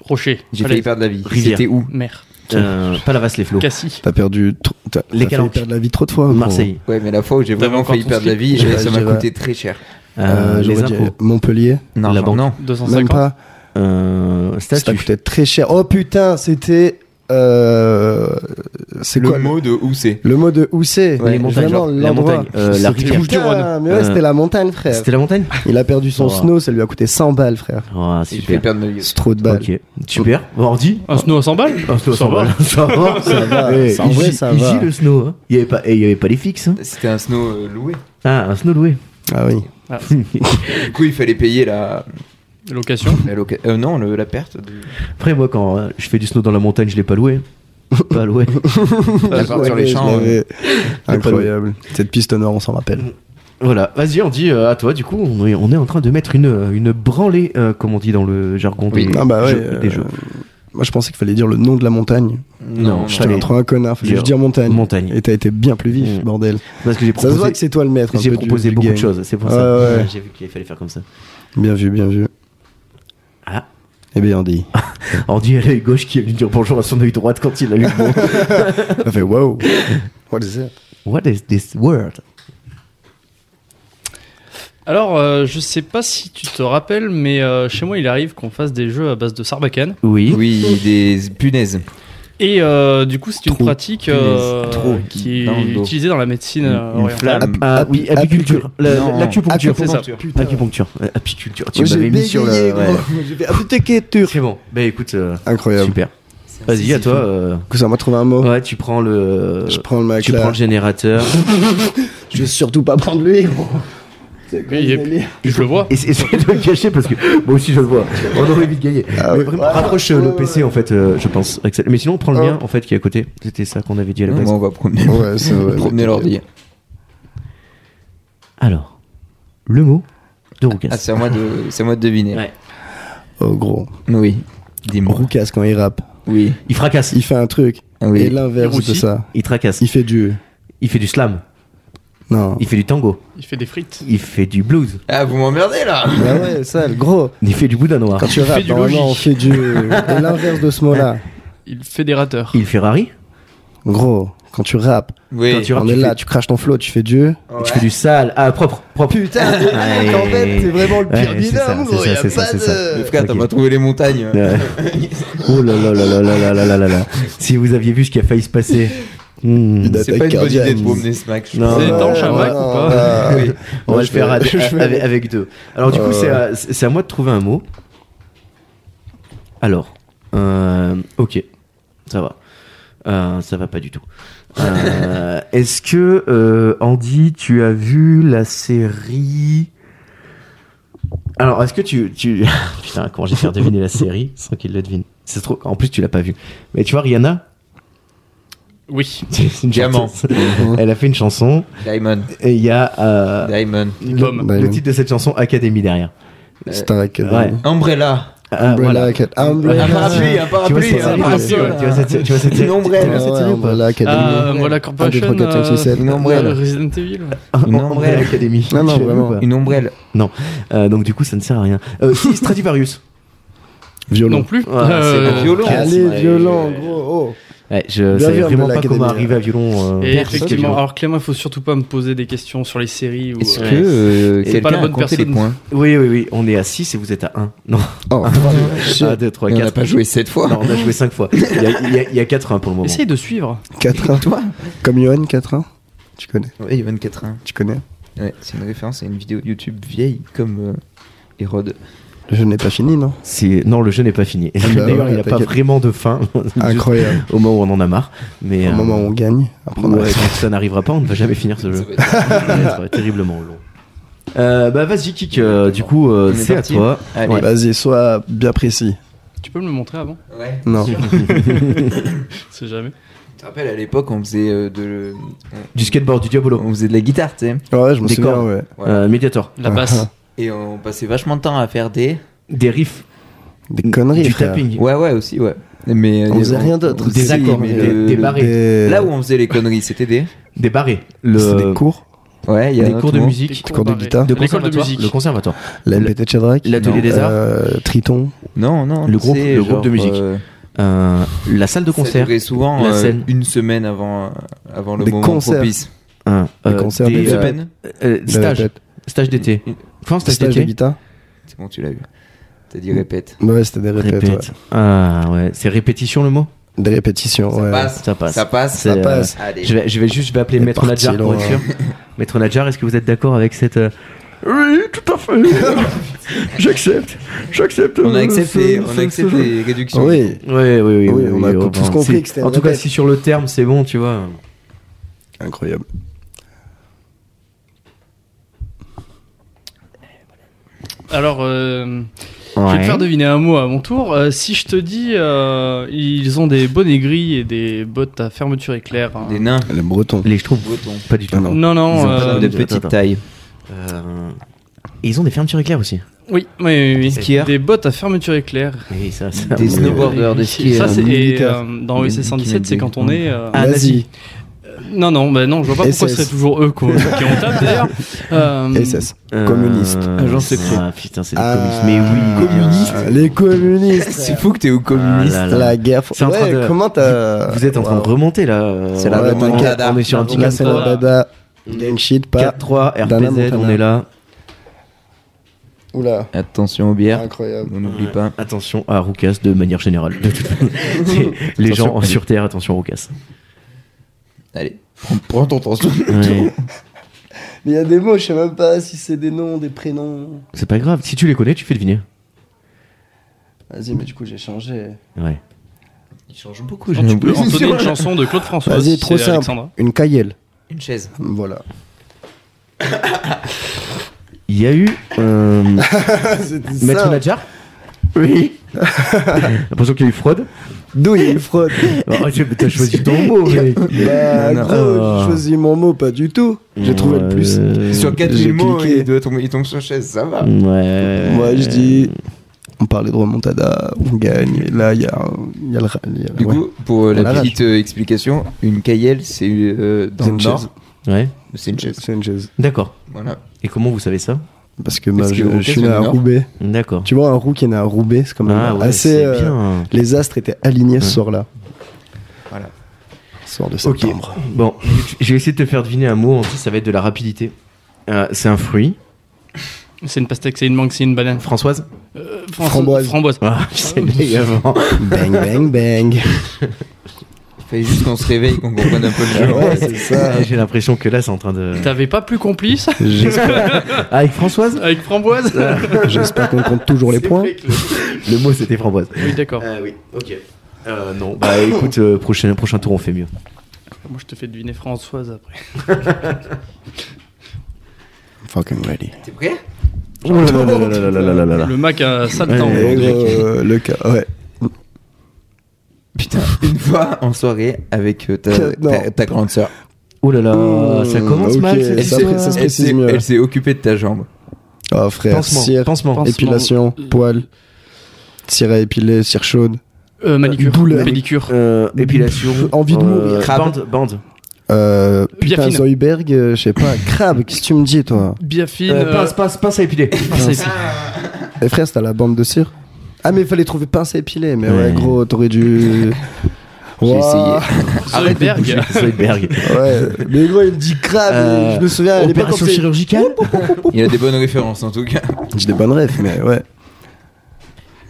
Rocher. J'ai Allez. failli perdre la vie. Ah, Rivière. C'était où Mer. Euh, Palavas les flots. Cassis. T'as perdu. tr- Les T'as t'as failli Calanques. perdre la vie trop de fois. gros. Marseille. Ouais, mais la fois où j'ai T'avais vraiment encore failli ton perdre la slip. vie, Je et vais- je ça m'a vais- coûté très cher. Euh, Euh, les j'aurais dit impôts. Montpellier. Non, La genre, banque. non. Même 250. pas. Euh, Ça statut. coûtait très cher. Oh putain, c'était. euh, C'est Le quoi mot de où c'est Le mot de où c'est Ouais, les montagnes. genre, vraiment, la l'endroit. montagne. Euh, la Putain, rivière. ah, mais ouais, Euh, c'était la montagne, frère. C'était la montagne Il a perdu son Oh. snow, ça lui a coûté 100 balles, frère. Oh, J'ai failli super. perdre ma vie. C'est trop de balles. Ok. Super. Bon, Ordi Un snow à 100 balles Ah, snow, 100 balles. Ça va, Ça va, Eh, ça, en easy- vrai, ça easy, va. le snow. hein. Il n'y avait, pas- eh, il y avait pas les fixes. hein. C'était un snow euh, loué. Ah, un snow loué. Ah oui. Du coup, il fallait payer la. Location. la loca- euh, non, le- la perte. de- Après, moi, quand euh, je fais du snow dans la montagne, je l'ai pas loué. Pas loué. La part sur Ouais, les je hein. champs. euh, l'avais. pas Incroyable. Cette piste nord, on s'en rappelle. Voilà, vas-y, on dit euh, à toi, du coup, on est, on est en train de mettre une, euh, une branlée, euh, comme on dit dans le jargon Oui. des, Ah bah ouais, jeux, des euh, jeux. Moi, je pensais qu'il fallait dire le nom de la montagne. Non, je J'étais Fallait trop un connard, fallait dire juste dire montagne. montagne. Et t'as été bien plus vif, Mm. bordel. Parce que j'ai Ça se voit proposé, que c'est toi le maître. un j'ai peu du- proposé du beaucoup game. de choses, c'est pour Ouais, ça. ouais. J'ai vu qu'il fallait faire comme ça. Bien vu, bien vu. Ah. Eh bien, Andy. Ordi à l'œil gauche qui est venu dire bonjour à son œil droite quand il a lu le mot. Ça fait wow. What is that? What is this word Alors, euh, je sais pas si tu te rappelles, mais euh, chez moi, il arrive qu'on fasse des jeux à base de sarbacane. Oui. Oui, des punaises. Et euh, du coup, c'est une Trop pratique euh, punaise, trop qui dans est le dos. utilisée dans la médecine Une- euh, une orientale. flamme. Ah Api- oui, apiculture. La- la- Non. L'acupuncture. Acupuncture. c'est ça. L'acupuncture. Euh, Apiculture. Tu Moi, j'ai m'avais mis sur bégayé, le. gros. J'ai fait, ah, putain, qu'est-ce que ouais. tu- C'est bon. Bah écoute, euh, Incroyable. super. Vas-y, à toi. euh, Du coup, ça m'a trouvé un mot. Ouais, tu prends le. Je prends le mec Tu prends là. le générateur. Je vais surtout pas prendre lui. gros. C'est quoi Oui, le et- délire Je le vois. Et c'est- Essaye de le cacher parce que moi aussi je le vois. On aurait vite gagné. Ah Mais ouais. vraiment, Ouais, rapproche euh, ouais, le ouais. PC en fait, euh, je pense. Axel. Mais sinon, on prend le Ah. mien en fait qui est à côté. C'était ça qu'on avait dit à la Non, base. mais on va promener, Ouais, c'est vrai. promener l'ordi. Alors, le mot de Rougas. Ah, c'est à moi de, c'est à moi de deviner. Ouais. Oh gros. Oui. Dis-moi. Roucas quand il rappe. Oui. il fracasse, il, Il fait un truc. Ah oui. Et l'inverse Il de ça. tracasse, il... Il fait du. fait du slam, Non. il fait du tango, Il fait des frites. il fait du blues, Ah, vous m'emmerdez là Ah ouais, ça, le gros. il fait du boudin noir, Quand tu Il fait rappes, du normalement, on logique. fait du. Et l'inverse de ce mot-là. Il fait des rateurs. il fait rari, Gros. Quand tu rappes, Oui. Quand tu rappes, on est fais- là, tu craches ton flow, tu fais du. Ouais. tu fais du sale, ah propre, propre. Putain, Ouais. en fait, c'est vraiment le pire Ouais, c'est ça, binôme, c'est gros, ça, y c'est a ça, pas c'est ça. de. Mais frère, t'as Ok. pas trouvé les montagnes. hein. Euh, Oh là là là là là là là là là là. Si vous aviez vu ce qui a failli se passer. Hmm. Une C'est pas une bonne cardiaque. idée de promener ce Mac. je Non. pense. C'est Ouais, étanche un Ah, ouais, Mac ou ouais, pas ouais. On Oui. va Moi, le je vais- faire avec, je vais- avec- avec deux. Alors du coup, Ouais, c'est à, c'est à moi de trouver un mot. Alors, euh, ok, ça va. Euh, ça va pas du tout. Euh, Est-ce que euh, Andy, tu as vu la série Alors, est-ce que tu, tu... putain, comment j'ai faire deviner la série sans qu'il le devine C'est trop. En plus, tu l'as pas vu. Mais tu vois, Rihanna, Oui. c'est une Diamant. chanteuse. Elle a fait une chanson Diamond. et il y a euh, Diamond. Pomme. le, le titre de cette chanson Academy derrière. C'est un racket. Euh, Ouais. Umbrella. Ah, Umbrella voilà. Ah, Acad- Un Umbrella. parapluie, un Tu vois cette parapluie. série, toi ah, un parapluie, aussi, ouais. voilà. Tu vois cette tu vois cette- Une ombrelle. tu vois cette série ou pas Umbrella Ah, Academy. voilà, Corporation. 1, 2, 3, 4, 5, 6, 7. euh, Une euh, ombrelle. Resident Evil. Une Umbrella ombrelle. Academy. Non, Tu non, l'as vu vraiment. ou pas Une ombrelle. Euh, donc du coup, ça ne sert à rien. Euh, si Stradivarius. Non Violon. plus. Euh, Ah, c'est un violon. Allez, Ouais. violon, gros. oh. Ouais, je Bien savais vu, vraiment Umbrella pas comment Academy. arriver à violon. euh, Et personne. effectivement, alors Clément, il faut surtout pas me poser des questions sur les séries. Ou... Est-ce Ouais. que euh, C'est pas la quelqu'un a bonne compté les personne. points Oui, oui, oui. On est à 6 et vous êtes à 1 Non. Oh, 1, 2, 3, Mais On 4. n'a pas joué 7 fois. Non, on a joué 5 fois. Il y a- il y a- il y a 4-1 pour le moment. Essaye de suivre. Ah, 4 1 Toi Comme Johan, 4 1 Tu connais, Oui, il y a 24 ans. tu connais. Ouais, c'est une référence à une vidéo YouTube vieille comme euh, Hérode. Je n'ai pas fini, non C'est- Non, le jeu n'est pas fini. bah D'ailleurs, ouais, il n'a pas t'inquiète. vraiment de fin. Juste Incroyable. Au moment où on en a marre. Mais, Au euh, moment où on gagne, après on ouais, arrête. quand ça n'arrivera pas, on ne va jamais finir ce jeu. Ça va être- Ça va être terriblement long. Euh, bah vas-y, Kik, euh, du coup, euh, On est c'est à parti. toi. Allez. Ouais. Vas-y, sois bien précis. Tu peux me le montrer avant Ouais. Non. C'est jamais. Tu te rappelles, à l'époque, on faisait euh, de, Du skateboard, du Diabolo. on faisait de la guitare, tu sais. Ouais, je me Des souviens, cordes. ouais. Voilà. Euh, Mediator. La Ah, basse. Et on passait vachement de temps à faire des. Des riffs. Des conneries, Du frère. tapping. Ouais, ouais, aussi, ouais. Mais euh, On faisait rien d'autre. on faisait Des accords, mais des- le- des le- barres. Des- Là où on faisait les conneries, c'était des. Des barrés. C'est des Le... cours, Ouais, il y a Des un cours autre de mot. musique. cours de barrés. guitare. De L'école de conservatoire. musique. Le conservatoire. la MPT de Shadrach, L'atelier Non. des arts. euh, Triton. Non, non. Le groupe- c'est le groupe de genre, musique. euh, Euh, la salle de ça concert. durait souvent la euh, scène. une semaine avant, euh, avant le Des moment concerts. propice. Hein, Des concerts, des, Une des- euh, semaine euh, de stage. répète. Stage d'été. Enfin, stage, Stage de d'été. guitare. C'est bon, tu l'as vu. T'as dit répète. Ouais, c'était des répètes. Répète. ouais. Ah ouais, c'est répétition le mot Des répétitions, Ça ouais. Ah passe. Ça passe. Ça passe. C'est, euh, Ça passe. Allez. Je vais, je vais juste, je vais appeler C'est Maître parti, Nadjar pour être Laurent. sûr. Maître Nadjar, est-ce que vous êtes d'accord avec cette. euh, Oui, tout à fait J'accepte J'accepte On a euh, accepté, ce- on ce- a accepté ce- les réductions. Oui. Ouais, oui, oui, Oui, on a tous enfin, compris si- que c'était En une tout cas, répète. si sur le terme c'est bon, tu vois. Incroyable. Alors, euh, je vais te faire deviner un mot à mon tour. Euh, si je te dis, euh, ils ont des bonnets gris et des bottes à fermeture éclair. hein. Des nains. Le breton. Les trouve Breton. Pas du tout. Ah non. Non, Ils non. ont euh, pas de attends, petite attends. taille. Ah. Euh, et ils ont des fermetures éclairs aussi. Oui, oui, oui, oui. Skieurs. Des bottes à fermeture éclair. Ah, Oui, ça, ça- Des snowboarders, des skieurs. Ça, c'est et, militaires. euh, dans EC 117, c'est quand on est. euh, Ah, nazi. Nazi. Non, non, bah non, je vois pas pourquoi SS. c'est toujours eux qu'on- qui ont tape d'ailleurs. Euh, SS. Euh, Mm. Communiste. Agent secret. Ah putain, c'est des Ah, communistes. Mais oui. communistes. euh, Les communistes. C'est fou que t'es au communiste. communiste. Ah là là. La guerre. fo- C'est en train Ouais, de- comment t'as. Vous êtes en train de Wow. remonter là. euh, C'est la on- remontée. on, on est sur un petit Là, c'est la Voilà. dada. Gang shit, pas. 4-3, Dana RPZ, Montana. on est là. Oula. Attention aux bières. Incroyable. On n'oublie pas. Attention à Roucas de manière générale. De toute façon. C'est- Les Attention, gens allez. sur Terre, attention Roucas. Allez. Prends, prends ton temps. Ouais. Mais il y a des mots, je sais même pas si c'est des noms, des prénoms. C'est pas grave, si tu les connais, tu fais deviner. Vas-y, mais du coup, j'ai changé. Ouais. Ils changent beaucoup. tu peux entonner une chanson de Claude François. Vas-y, si trop c'est simple. Alexandra. Une caillelle. Une chaise. Voilà. Il y a eu euh, C'était Maître ça. Nadjar Oui. L'impression qu'il y a eu fraude. D'où il y a eu fraude Oh, tu- T'as choisi ton mot, mec. Bah, Non, non. gros, j'ai choisi mon mot, pas du tout. J'ai trouvé le plus. Euh, Sur j'ai 4000 mots, cliqué. il, doit tomber- il tombe sur chaise. Ça Mmh. va. Ouais. Moi, je dis. On parlait de remontada, on gagne. Et là, il y a, il y a le. ra- il y a- Du ouais. coup, pour euh, On la arrache. petite euh, explication, une cayelle, c'est euh, dans C'est le une nord. chaise. Ouais. C'est une chaise. C'est une chaise. D'accord. Voilà. Et comment vous savez ça Parce que moi, Parce que je, Roquet, je suis c'est né le à Nord. Roubaix. D'accord. Tu vois, un roux qui est né à Roubaix, c'est quand même Ah ouais, assez. c'est euh, bien. Les astres étaient alignés ce Ouais. soir-là. Voilà. Soir de Ok. septembre. Bon, j'ai essayé de te faire deviner un mot en plus, ça va être de la rapidité. Euh, c'est un fruit. C'est une pastèque, c'est une mangue, c'est une banane. Françoise Euh, Françoise- Framboise. Framboise. Ah, c'est avant. Bang, bang, bang. Il fallait juste qu'on se réveille, qu'on comprenne un peu le jeu. Ah ouais, c'est ça. J'ai l'impression que là, c'est en train de. T'avais pas plus complice Avec Françoise avec framboise J'espère qu'on compte toujours les points. Le mot, c'était framboise. Oui, d'accord. Euh, oui, ok. Euh, non, bah écoute, euh, prochain, prochain tour, on fait mieux. Moi, je te fais deviner Françoise après. Fucking ready. T'es prêt Oh là là là là là là là là là là. Le Mac a ça le temps. Ouais. Et on dirait gros, euh, le cas, ouais. Putain, une fois en soirée avec euh, ta, Que- non. ta- ta grande sœur. Oh là là, ça Mmh, commence ok, mal cette Elle ça histoire. s'est- pré- ça se elle précise s'est- mieux. elle s'est occupée de ta jambe. Oh frère, Pansement, cire, pansement. euh, Pense- épilation, pansement. poil, cire à épiler, cire chaude, Euh, manicure, Douleur. pédicure, Euh, épilation. Envie de mourir. Crabe. Bande, bande. euh, Bien putain, fine. Zoidberg, euh, je sais pas, crabe, qu'est-ce que tu me dis toi biafine, Euh, euh, pince, pince, pince à épiler. pince à épiler. Eh frère, c'était à la bande de cire Ah mais il fallait trouver pince à épiler, mais ouais, Ouais. gros, t'aurais dû... J'ai essayé. Ouah. Arrête de Zoidberg. bouger. Zoidberg. Ouais, mais gros, il me dit crabe, Euh, et je me souviens, à l'époque, Opération on faisait- chirurgicale Il a des bonnes références en tout cas. J'ai des bonnes rêves, mais ouais.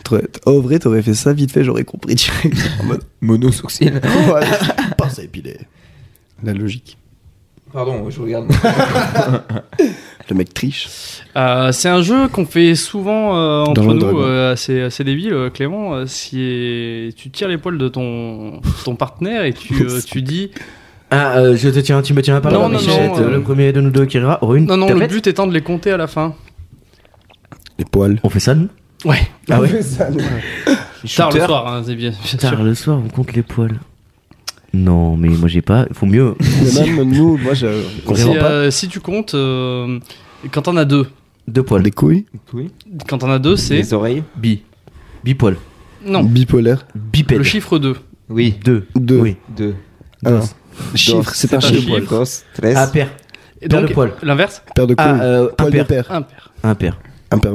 T'aurais- En vrai, t'aurais fait ça vite fait, j'aurais compris direct. En mode, Mono sourcil. ouais, pince à épiler. La logique. Pardon, je regarde. Le mec triche. Euh, c'est un jeu qu'on fait souvent euh, entre Dans le nous, dragon. euh, assez, assez débile, euh, Clément. euh, si tu tires les poils de ton, ton partenaire et tu, euh, tu dis Ah, euh, je te tiens, tu me tiens par Non, la non, bichette. non, euh, Le premier de nous deux qui ira aura une Non, non, le tapette. but étant de les compter à la fin. Les poils. On fait ça, nous Ouais, Ah ouais tard le Shooter. soir, hein, c'est bien, bien Tard sûr. le soir, on compte les poils. Non, mais moi j'ai pas. Faut mieux. Mais même nous, moi, j'ai Qu'on Si, verra pas. euh, si tu comptes, euh, quand t'en as deux, Deux poils. des couilles. Oui. quand t'en as deux, c'est. Les oreilles. Bi. Bipoil. Non, Bipolaire. Bipède. le chiffre 2. Oui. Deux. Deux. Oui. Deux. Un. Dos. Chiffre, c'est pas un un chiffre. chiffre. Deux. Dos. Tres. Ah, pair. Et Paire donc, de poils. l'inverse Paire de couilles. Ah, euh, Poil de impair. paire. Impair. Impair. Impair.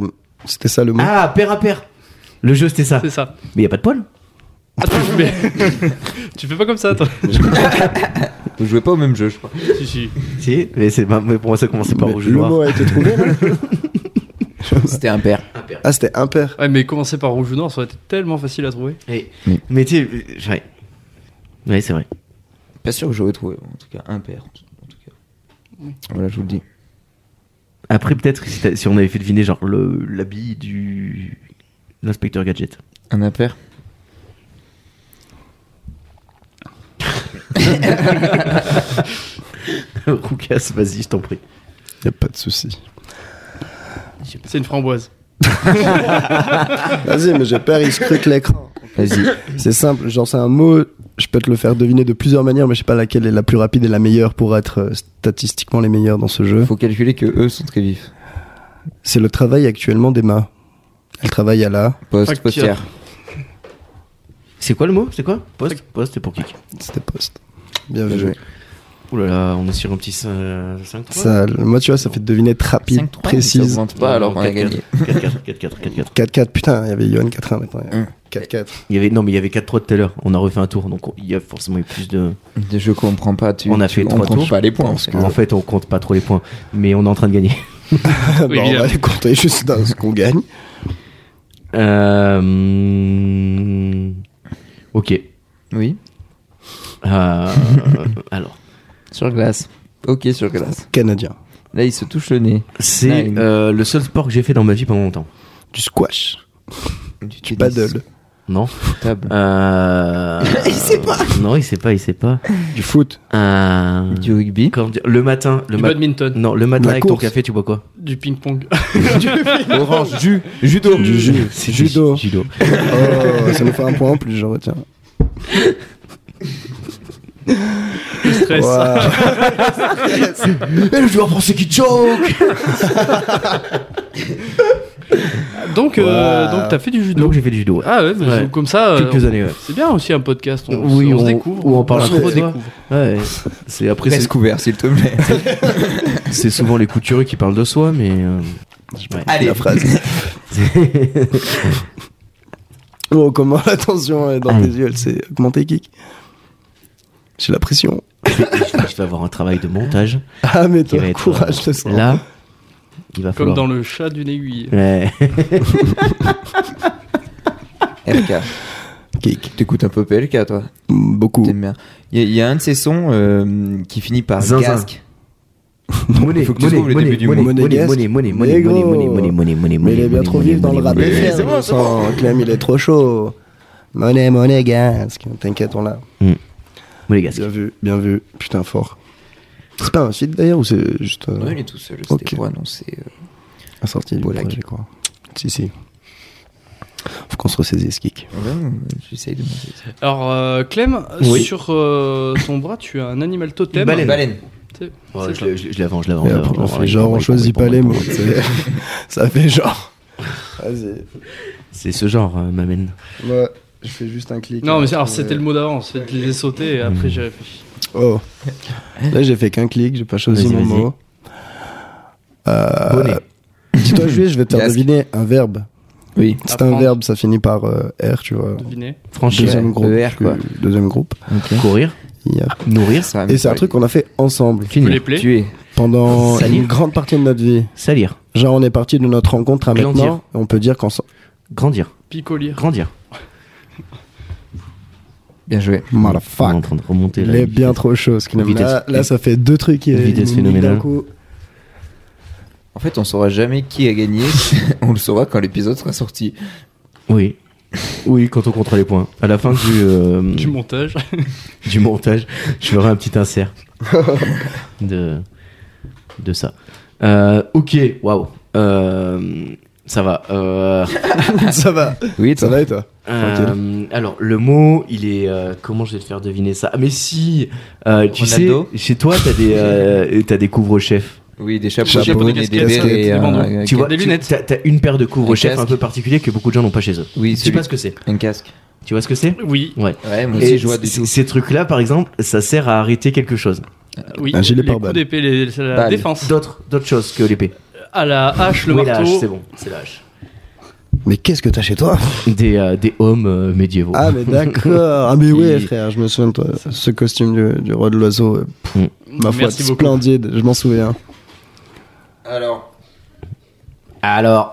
C'était ça le mot. Ah, pair à pair. Le jeu c'était ça. C'est ça. Mais y a pas de poils. Attends, mais... tu fais pas comme ça, toi. Vous jouez pas au même jeu, je crois. Si, si. Si, mais c'est bah, mais pour moi ça commençait par Mais rouge et le mot noir. a été trouvé. là C'était un père. ah, c'était impair. Ouais, mais commencer par rouge ou noir, ça aurait été tellement facile à trouver. Et- Oui. Mais tu sais, euh, ouais. Ouais, c'est vrai. Pas sûr que j'aurais trouvé. En tout cas, un père. En tout cas. Voilà, je vous le dis. Après, peut-être si, t'as- si on avait fait deviner, genre, le- l'habit du. L'inspecteur Gadget. Un impair. Roucas, vas-y, je t'en prie. Y a pas de souci. C'est une framboise. Vas-y, mais j'ai peur, il scrute l'écran. Vas-y. C'est simple, genre c'est un mot, je peux te le faire deviner de plusieurs manières, mais je sais pas laquelle est la plus rapide et la meilleure pour être euh, statistiquement les meilleurs dans ce jeu. Faut calculer que eux sont très vifs. C'est le travail actuellement d'Emma. Elle travaille à la. Poste, Facture. postière. C'est quoi le mot C'est quoi Poste Poste, c'est pour kick. C'était poste. Bien Bien joué. joué. Ouh là là, on est sur un petit euh, 5 3 Ça, moi, tu vois, ça fait deviner être rapide, 5-3, Ça précise. augmente pas, alors on a gagné. 4-4, 4-4, 4-4. 4-4, putain, il y avait Johan 4-1 maintenant. Hum. 4-4. Il y avait, non, mais il y avait 4-3 tout à l'heure. On a refait un tour, donc on- il y a forcément eu plus de. Je comprends pas. Tu, On a tu fait trois comprends tours. pas les points. en Parce fait. que- En fait, on compte pas trop les points, mais on est en train de gagner. Bah, on évidemment. va les compter juste dans ce qu'on gagne. Euh... hum, Ok. Oui. Euh, alors, Sur glace. Ok, sur glace. Canadien. Là, il se touche le nez. c'est Nine. euh, le seul sport que j'ai fait dans ma vie pendant longtemps. Du squash. Du Du paddle. Non. Table. Euh... il sait pas. Non, il sait pas, il sait pas. Du foot. Euh, Du rugby. comment dire, le matin, le du ma- badminton, Non, le matin La avec ton course. café, tu bois quoi du ping-pong. Orange. Jus. Judo. Du jus. C'est Judo. du Judo. Oh, ça nous fait un point en plus, je retiens. Le stress. Waouh. Et le joueur français qui choke Donc, euh, Waouh. donc t'as fait du judo. Donc j'ai fait du judo. ouais. Ah ouais, bah, Ouais. c'est- comme ça. euh, Quelques on- années, ouais. C'est bien aussi un podcast. On, Oui, on, on- se découvre. où on parle se un peu de soi. redécouvre. Ouais. C'est après Laisse c'est, couvert, s'il te plaît. c'est souvent les coutureux qui parlent de soi, mais euh, Allez. La phrase. Oh, comment la tension est dans Ah. tes yeux, elle s'est augmentée, Kik J'ai la pression. je vais avoir un travail de montage Ah, mais qui va toi, être courage, euh, je le sens. là. Il va Comme falloir. dans le chat d'une aiguille. Ouais. RK. Kik. T'écoutes un peu PLK, toi. Mm, Beaucoup. T'aimes bien. Il y, a- il y a un de ces sons euh, qui finit par Zinzin. gasque. Monnaie, Il faut que tu trouves le début du monnaie, mot. monnaie, Monégasque. monnaie, monnaie, Mais monnaie, gros. monnaie, monnaie, monnaie, monnaie, Mais il est bien monnaie, trop monnaie, vif dans le monnaie, rap monnaie. FM. on sent Clem, il est trop chaud. Monnaie, monnaie, gaz. T'inquiète, on l'a. Monégasque. Bien vu, bien vu. Putain, fort. C'est pas un feat d'ailleurs ou c'est juste euh, Non, il est tout seul. C'était Ok. pour annoncer. euh, un sorti du Bolak. projet, quoi Si, si. Faut qu'on se ressaisisse, Kik. vraiment, J'essaye de monter. Alors, euh, Clem, Oui. sur euh, son bras, tu as un animal totem. Une baleine. Baleine. C'est- Ouais, c'est je ça. l'ai- Je l'ai- je l'avance, je l'avance. Et je après, on l'avance, fait ouais, genre, ouais, on choisit ouais, ouais, pas les ouais, mots. ouais. c'est- Ça fait genre. Vas-y. C'est ce genre, euh, m'amène. Moi, je fais juste un clic. Non, là, mais c'est- alors, pour, c'était euh, le mot d'avant, c'est de les sauter et après Mm. j'ai réfléchi. Oh. Là, j'ai fait qu'un clic, j'ai pas choisi Vas-y, mon vas-y. mot. Euh, Bonnet. Dis-toi, Jules, je vais te faire Gasque. deviner un verbe. Oui. C'est un Apprendre. verbe, ça finit par euh, R, tu vois. Devinez. Franchir, Deuxième Ouais, groupe. ER, quoi. euh, Deuxième groupe. Ok. courir, hier. nourrir, Ça va me Et c'est un parler. truc qu'on a fait ensemble Vous les finir, plaies Tu es. pendant Salir. une grande partie de notre vie. salir, Genre, on est parti de notre rencontre à Glandir. maintenant. On peut dire qu'ensemble. grandir, Picolier. grandir. Bien joué. On est en Motherfuck. train de remonter Il là. est bien trop chaud, ce qu'il aime. Vitesse. Là, là, ça fait deux trucs qui Vitesse il nous nique phénoménale. d'un coup. En fait, on saura jamais qui a gagné. on le saura quand l'épisode sera sorti. Oui. Oui, quand on comptera les points. À la fin du, euh, du montage. du montage, je ferai un petit insert de, de ça. Euh, ok, waouh. Euh, Ça va. Euh, ça va, Oui, ça va et toi euh, alors, le mot, il est. euh, comment je vais te faire deviner ça Ah, Mais si euh, Tu Ronaldo sais, chez toi, t'as des, euh, t'as des couvre-chefs. Oui, des chapeaux, Chapeaux, des, bonnets, des des casquettes, bérets, des euh, bandeaux. un Tu casque. vois, des tu- lunettes. T'as t'as une paire de couvre-chefs un casque. peu particuliers que beaucoup de gens n'ont pas chez eux. Oui, Tu sais celui- pas ce que c'est un casque. Tu vois ce que c'est Oui, Ouais, moi Et aussi, je vois du c- tout. Ces trucs-là, par exemple, ça sert à arrêter quelque chose. oui. Un gilet les pare-balles. coups d'épée, les- c'est la Balles. défense. D'autres d'autres choses que l'épée. À la hache, le oui, la hache, marteau. c'est bon, c'est la hache. Mais qu'est-ce que t'as chez toi Des, euh, des hommes euh, médiévaux. Ah, mais d'accord. Ah, mais ouais, Il- frère, je me souviens de toi. Ce costume du, du roi de l'oiseau, euh, ma foi, Merci beaucoup. splendide, je m'en souviens. Alors, Alors,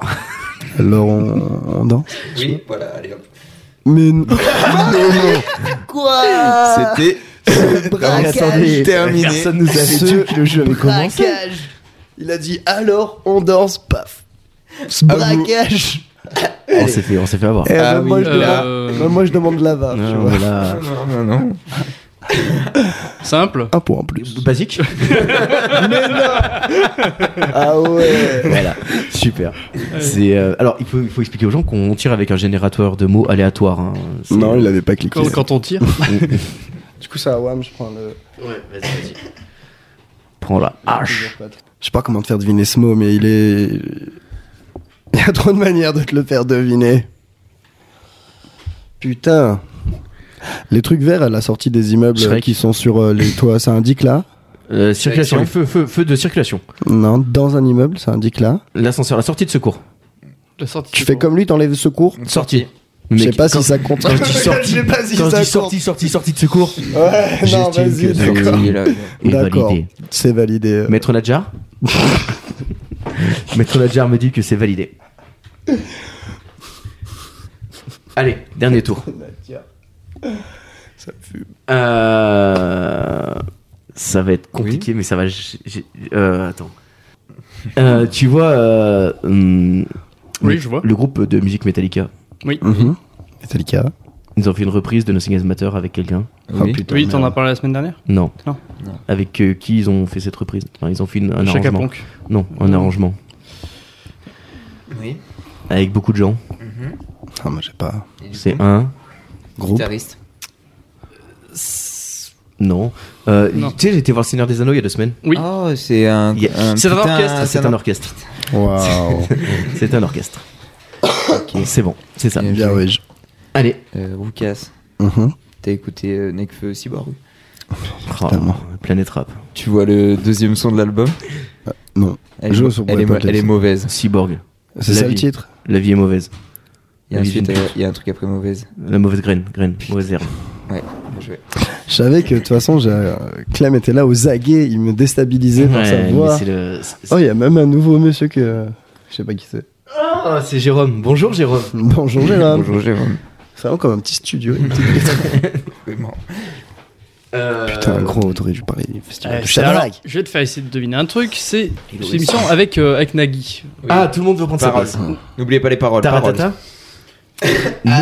Alors, on, on danse oui, voilà, allez hop. Mais non Quoi C'était attendez, terminé. personne nous avait Ce- dit que le jeu avait commencé. Braquage Il a dit alors, on danse, paf Ce braquage On s'est fait, on s'est fait avoir. Eh, Ah même moi, oui, je euh, demande- même moi, je demande la VAR, tu Non, vois. voilà. Ah, Non, non, non. Simple. Un point en plus. Basique Ah ouais Voilà, super. C'est euh, alors il faut, il faut expliquer aux gens qu'on tire avec un générateur de mots aléatoire. hein. C'est- Non, il avait pas cliqué. Quand, quand on tire. Du coup, ça à Wam, je prends le. Ouais, vas-y, vas-y. Prends la hache. Je sais pas comment te faire deviner ce mot, mais il est. Il y a trop de manières de te le faire deviner. Putain. Les trucs verts à la sortie des immeubles Shrek. euh, qui sont sur euh, les toits, ça indique là Euh, circulation, Direction. les feux, feux, feux de circulation. Non, dans un immeuble, ça indique là. L'ascenseur, la sortie de secours. La sortie Tu du fais cours. comme lui, t'enlèves secours Sortie. Je Mais sais pas quand- si ça compte. quand je dis sortie, Je sais pas si Quand je ça dis compte. sortie, sortie, sortie de secours, Eh ben, Ouais, non, j'estime vas-y, que c'est- d'accord. Il est là. est D'accord. validé. C'est Euh. validé. euh. Maître Nadjar Maître Nadjar me dit que c'est validé. Allez, dernier tour. Euh, Ça va être compliqué, mais ça va. j'ai- j'ai- euh, attends. Euh, tu vois. euh, hum, Oui, je vois. Le groupe de musique Metallica. Oui. Mhm. C'est le cas. Ils ont fait une reprise de Nothing As Matter avec quelqu'un. Oh, Oui. putain, Oui, t'en as merde. parlé la semaine dernière Non. Non. Non. Avec euh, qui ils ont fait cette reprise Enfin, Ils ont fait une- un Chaka arrangement. Ponk. Non, un arrangement. Oui. Avec beaucoup de gens. Ah, moi, j'ai pas. Et du C'est coup, un. Groupe. Guitariste. Non. Euh, Non. Tu sais, j'étais voir Seigneur des Anneaux il y a deux semaines. Oui. Oh, c'est un. Yeah. un C'est un putain, orchestre, Ah, c'est un orchestre. Waouh. C'est un orchestre. C'est bon, c'est ça. Yeah. Bien, ouais. je- Allez. Euh, Roucas, Mhm. t'as écouté euh, Nekfeu Cyborg Oh, Totalement. Planète Rap. Tu vois le deuxième son de l'album Non. Elle, est, Je mo- sais pas, elle est mo- t'inquiète. elle est mauvaise. Cyborg. C'est La ça le vie. titre La vie est mauvaise. Et Oui, ensuite, j'ai- euh, il y a un truc après mauvaise. La mauvaise graine. Graine. Mauvaise herbe. Ouais, bien joué. Je savais que de toute façon, j'ai- euh, Clem était là aux aguets, il me déstabilisait par sa Ouais, mais voix. c'est le. c'est- Oh, il y a même un nouveau monsieur que. euh, Je sais pas qui c'est. Ah, c'est Jérôme. Bonjour Jérôme. Bonjour Gérard. Bonjour Jérôme. C'est vraiment comme un petit studio. une petite- Vraiment. Euh, Putain, un gros autour du Paris. Festival Euh, de c'est- alors, Châtelac. je vais te faire essayer de deviner un truc. C'est Il c'est aurait- une émission avec, euh, avec Nagui. Ah, tout le monde veut prendre sa Parole. place. N'oubliez pas les paroles. paroles. Taratata.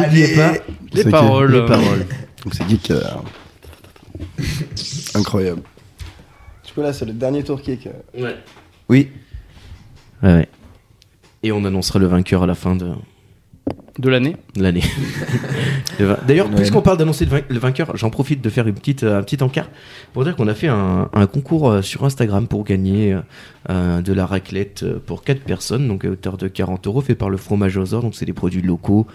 N'oubliez pas C'est Les qui paroles. les euh, paroles. Donc c'est geek. euh, Incroyable. Du coup, là, c'est le dernier tour kick. Ouais. Oui. ouais. Et on annoncera le vainqueur à la fin de. de l'année. l'année. Le vin- D'ailleurs, Noël. puisqu'on parle d'annoncer le vain- le vainqueur, j'en profite de faire une petite, euh, un petit encart pour dire qu'on a fait un, un concours euh, sur Instagram pour gagner euh, euh, de la raclette euh, pour 4 personnes, donc à hauteur de 40 euros, fait par le fromage aux Ors, donc c'est des produits locaux,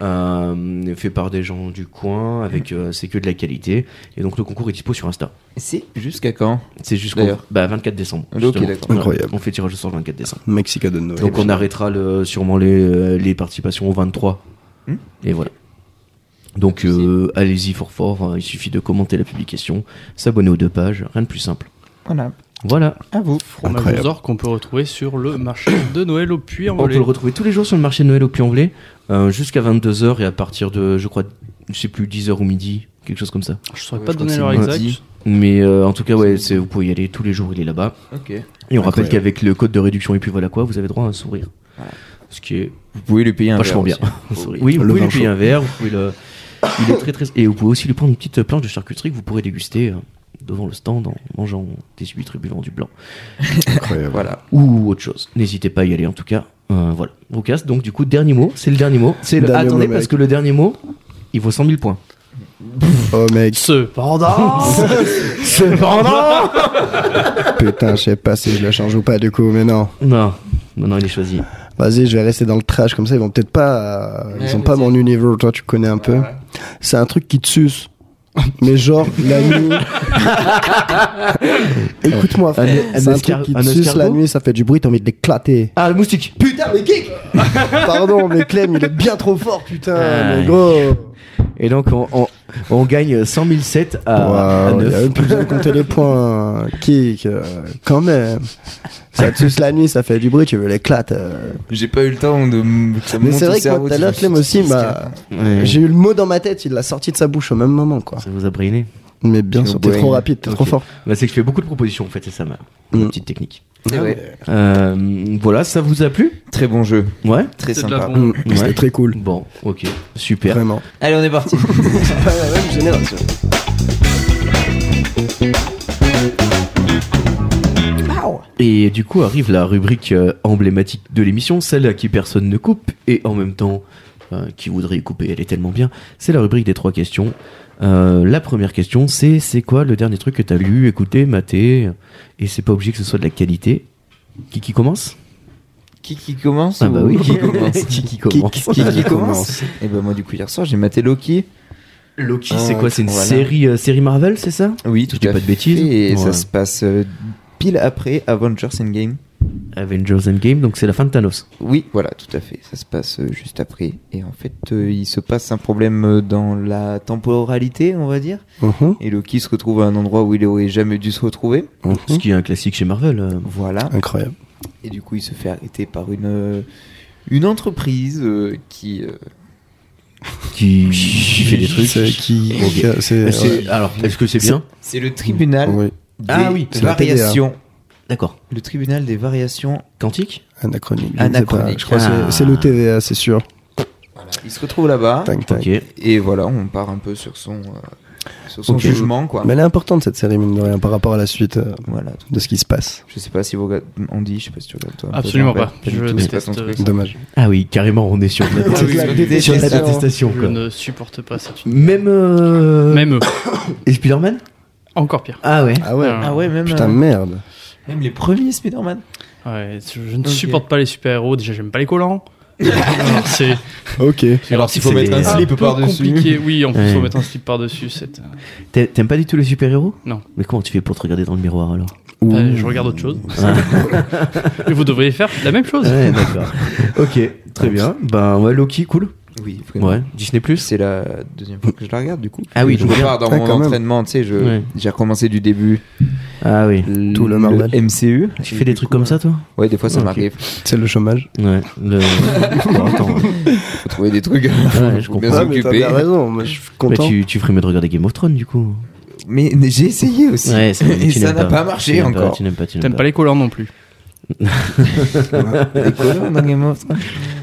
euh, fait par des gens du coin, avec euh, c'est que de la qualité. Et donc le concours est dispo sur Insta. C'est jusqu'à quand C'est jusqu'au D'ailleurs. bah, 24 décembre. Ok, justement. d'accord. Voilà. Incroyable. On fait tirage au sort le 24 décembre. Mexica de Noël. Donc on arrêtera le, sûrement les, euh, les participations au 23. Hmm. Et voilà. Donc euh, allez-y fort fort, euh, il suffit de commenter la publication, s'abonner aux deux pages, rien de plus simple. Voilà. Voilà, À vous. Fromage Incroyable. aux ors qu'on peut retrouver sur le marché de Noël au puy en on peut le retrouver tous les jours sur le marché de Noël au Puy-en-Velay euh, jusqu'à 22h et à partir de je crois je sais plus 10h ou midi, quelque chose comme ça. Je saurais Ouais, pas je donner crois l'heure que c'est exacte. mardi. Mais euh, en tout cas ouais, c'est- vous pouvez y aller tous les jours, il est là-bas. Ok. Et on rappelle Incroyable. qu'avec le code de réduction et puis voilà quoi, vous avez droit à un sourire. ce qui est Vous pouvez lui payer un vachement bien. verre Oh, Oui, vous Le pouvez vin lui payer un verre, vous pouvez le- il est très très et vous pouvez aussi lui prendre une petite planche de charcuterie que vous pourrez déguster euh, devant le stand en mangeant des huîtres et buvant du blanc aussi. Incroyable. Voilà. ou autre chose. N'hésitez pas à y aller en tout cas. Euh, voilà. Roucas, donc du coup, dernier mot, c'est le dernier mot. C'est le- Dernier mot, Attendez, mec. parce que le dernier mot, il vaut 100 000 points. Oh mec, Ce panda Cependant putain, je sais pas si je le change ou pas du coup, mais non. Non, non, non, il est choisi. Vas-y, je vais rester dans le trash comme ça, ils vont peut-être pas. euh, Ouais, Ils ont pas vas-y. mon univers, toi tu connais un peu. C'est un truc qui te suce. Mais genre, la nuit. Écoute-moi, frère. Un- un C'est un escar- truc qui un te suce la escargot nuit, ça fait du bruit, t'as envie de l'éclater. Ah, le moustique Putain, mais kick Pardon, mais Clem, il est bien trop fort, putain, Ah, mais gros. Et donc, on, on- on gagne 100 000 sets à, à Waouh, Ah, il y a 9. même plus besoin de compter les points. Kick, euh, quand même. Ça te suce la nuit, ça fait du bruit, tu veux l'éclate. euh. J'ai pas eu le temps de. m- que ça me Mais monte c'est au vrai que cerveau, moi, tout à tu l'heure, vois, Clem je- aussi, je- bah, Ouais. j'ai eu le mot dans ma tête, il l'a sorti de sa bouche au même moment, quoi. Ça vous a briné Mais bien Au sûr, t'es brain. trop rapide, t'es trop Ok. fort. Bah, C'est que je fais beaucoup de propositions, en fait, c'est ça ma, ma Mm. petite technique. C'est vrai. Euh, voilà, ça vous a plu Très bon jeu. Ouais Très C'est de la sympa. bombe. Mm. Ah. Ouais. Mmh. C'était très cool, Bon, ok, super. vraiment. Allez, on est parti. C'est pas la même génération. Et du coup arrive la rubrique euh, emblématique de l'émission, celle à qui personne ne coupe, et en même temps, euh, qui voudrait y couper, elle est tellement bien, c'est la rubrique des trois questions. Euh, la première question, c'est c'est quoi le dernier truc que t'as lu, écouté, maté, et c'est pas obligé que ce soit de la qualité qui qui commence Qui qui commence Ah bah ou oui, Qui commence qui qui commence Qui qui Qui commence Et ben moi, du coup, hier soir, j'ai maté Loki. Loki, Ah, c'est quoi C'est une voilà. série euh, série Marvel, c'est ça Oui, Je dis pas de bêtises. Et Ouais. ça se passe euh, pile après Avengers Endgame. Avengers Endgame, donc c'est la fin de Thanos. Oui, voilà, tout à fait. Ça se passe euh, juste après. Et en fait, euh, il se passe un problème euh, dans la temporalité, on va dire. Uh-huh. Mhm, Et Loki se retrouve à un endroit où il aurait jamais dû se retrouver. mhm. Ce qui est un classique chez Marvel. euh. Voilà. Incroyable. Et du coup, il se fait arrêter par une, euh, une entreprise euh, qui. euh, qui, qui fait des trucs. C'est qui. Ok. C'est. Mais c'est- ouais. Alors, est-ce que c'est bien c'est le tribunal Oui, des Ah oui, c'est la TDA. variations. D'accord. Le tribunal des variations. Quantique anachronique. Anachronique. Je crois que Ah. c'est- c'est le TVA, c'est sûr. Bah, Il se retrouve là-bas. Tac, tac. Ok. Et voilà, on part un peu sur son, euh, sur son Ok. jugement, quoi. Mais elle est importante cette série, mine de rien, par rapport à la suite euh, Voilà. de ce qui se passe. Je sais pas si vous regardez. Andy, je sais pas si tu regardes toi. un peu, Absolument Jean-Paul. pas. Pas du Je tout, c'est pas déteste. ton truc. euh, Dommage. Ah oui, carrément, on est sur de la, Ah oui, la je sur de la déteste ça. détestation. Je Quoi. ne supporte pas cette univers. Même, euh... Même eux. Et Spider-Man Encore pire. Ah ouais. Ah ouais. Ah. Ah ouais, même, Putain, euh, merde. même les premiers Spider-Man. Ouais, je ne Ok. supporte pas les super-héros. Déjà, j'aime pas les collants. Alors, c'est Ok. Alors, s'il faut C'est mettre un des- un slip peu par-dessus. compliqué. Oui, en plus, Ouais. faut mettre un slip par-dessus. c'est, euh, T'a- T'aimes pas du tout les super-héros Non. Mais comment tu fais pour te regarder dans le miroir alors euh, je regarde autre chose. Mais vous devriez faire la même chose. Ouais, d'accord. ok, très bien. Ben ouais, Loki, cool. Oui, vraiment. Ouais, Disney Plus. C'est la deuxième fois que je la regarde, du coup. Ah oui, je donc bien. repars dans Ah, mon quand même. entraînement, tu sais, je- Ouais. j'ai recommencé du début Ah oui. Tout le Marvel. MCU. Tu Et fais des du trucs coup, comme ça, toi Ouais, des fois ça Ok. m'arrive. C'est le chômage. Ouais. Le... Bon, attends. Faut trouver des trucs. Ouais, je Faut comprends. bien s'occuper. Ah, bien raison, moi, je suis Mais content. tu, tu ferais mieux de regarder Game of Thrones du coup. Mais j'ai essayé aussi. Ouais, c'est vrai, Et tu ça n'aimes n'a pas Tu marché n'aimes pas, encore. Tu n'aimes pas, tu n'aimes T'aimes pas les collants non plus. Des colons dans Game of Thrones.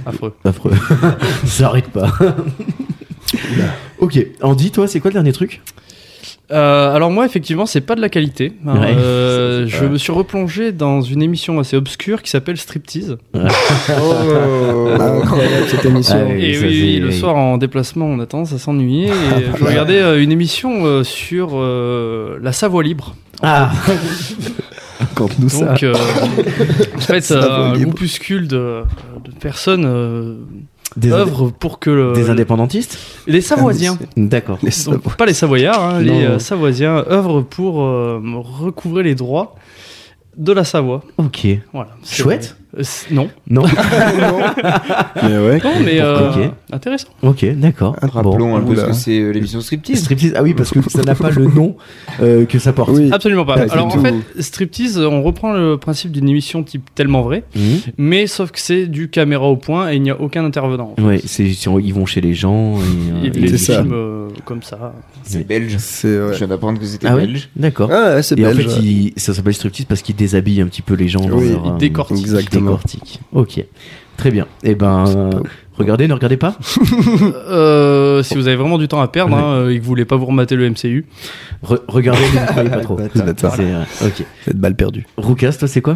Affreux. Affreux. Ça arrête pas. ok, Andy, toi, c'est quoi le dernier truc Euh, alors moi, effectivement, c'est pas de la qualité. hein. Ouais. Euh, C'est je pas- me suis replongé dans une émission assez obscure qui s'appelle Striptease. Ah, incroyable cette émission. Ah oui. Et ça, oui, oui, c'est- le soir en déplacement, on a tendance à s'ennuyer. Et je regardais euh, une émission euh, sur euh, la Savoie libre. Ah Quand nous ça. Donc, euh, en fait, Savoie euh, un libre. groupuscule de, de personnes euh, Des, œuvrent pour que le- des indépendantistes les Savoisiens. D'accord. Les Donc, pas les Savoyards, Non. hein, les euh, Savoisiens œuvrent pour euh, recouvrer les droits de la Savoie. Ok. Voilà. C'est- Chouette Euh, c'est- Non. Non Mais ouais. Non, mais Pourquoi euh, Ok. intéressant. Ok, d'accord. Bon. Rappelons un peu Oula. ce que c'est euh, l'émission Striptease. Striptease, ah oui, parce que ça n'a pas le nom euh, que ça porte. Oui. Absolument pas. Pas du Alors en tout. fait, striptease, on reprend le principe d'une émission type tellement vrai, Mhm. mais sauf que c'est du caméra au point et il n'y a aucun intervenant. en fait. Ouais, c'est, c'est- ils vont chez les gens. Et, euh, Et et puis, c'est des ils- ça. films euh, comme ça. C'est belge. C'est Je ouais. viens d'apprendre que c'était Ah ouais belge. D'accord. Ah ouais, c'est Et en belge. fait, il- ça s'appelle striptease parce qu'ils déshabillent un petit peu les gens. dans Oui, leur, ils euh, décortiquent. ils décortiquent Décortique. Ok. Très bien. Eh ben, euh, regardez, ne regardez pas. Euh, si vous avez vraiment du temps à perdre hein, euh, et que vous voulez pas vous remater le MCU, Re- regardez, mais ne voyez pas trop. Ça doit être ça. C'est, euh, ok. Cette balle perdue. Roucas, toi, c'est quoi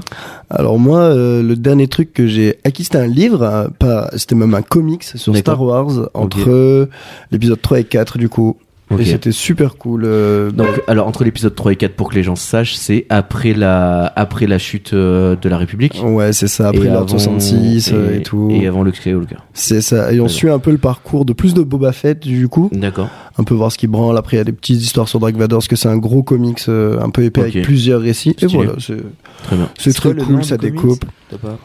Alors moi, euh, le dernier truc que j'ai acquis, c'était un livre, un- pas, c'était même un comics sur D'accord. Star Wars entre euh, l'épisode 3 et 4 du coup. Et c'était super cool. euh, Donc, alors entre l'épisode 3 et 4, pour que les gens sachent, c'est après la, après la chute euh, de la République. Ouais, c'est ça, après Et l'ordre avant- 66 euh, et, tout. Et avant Luke Skywalker. C'est ça. Et on Voilà. suit un peu le parcours de plus de Boba Fett, du coup. D'accord. Un peu voir ce qui branle. Après, il y a des petites histoires sur Dark Vador, parce que c'est un gros comics euh, un peu épais Ok. avec plusieurs récits. Et Stylé. voilà, c'est- Très bien. c'est quoi très le nom cool, du ça comics découpe. T'as pas-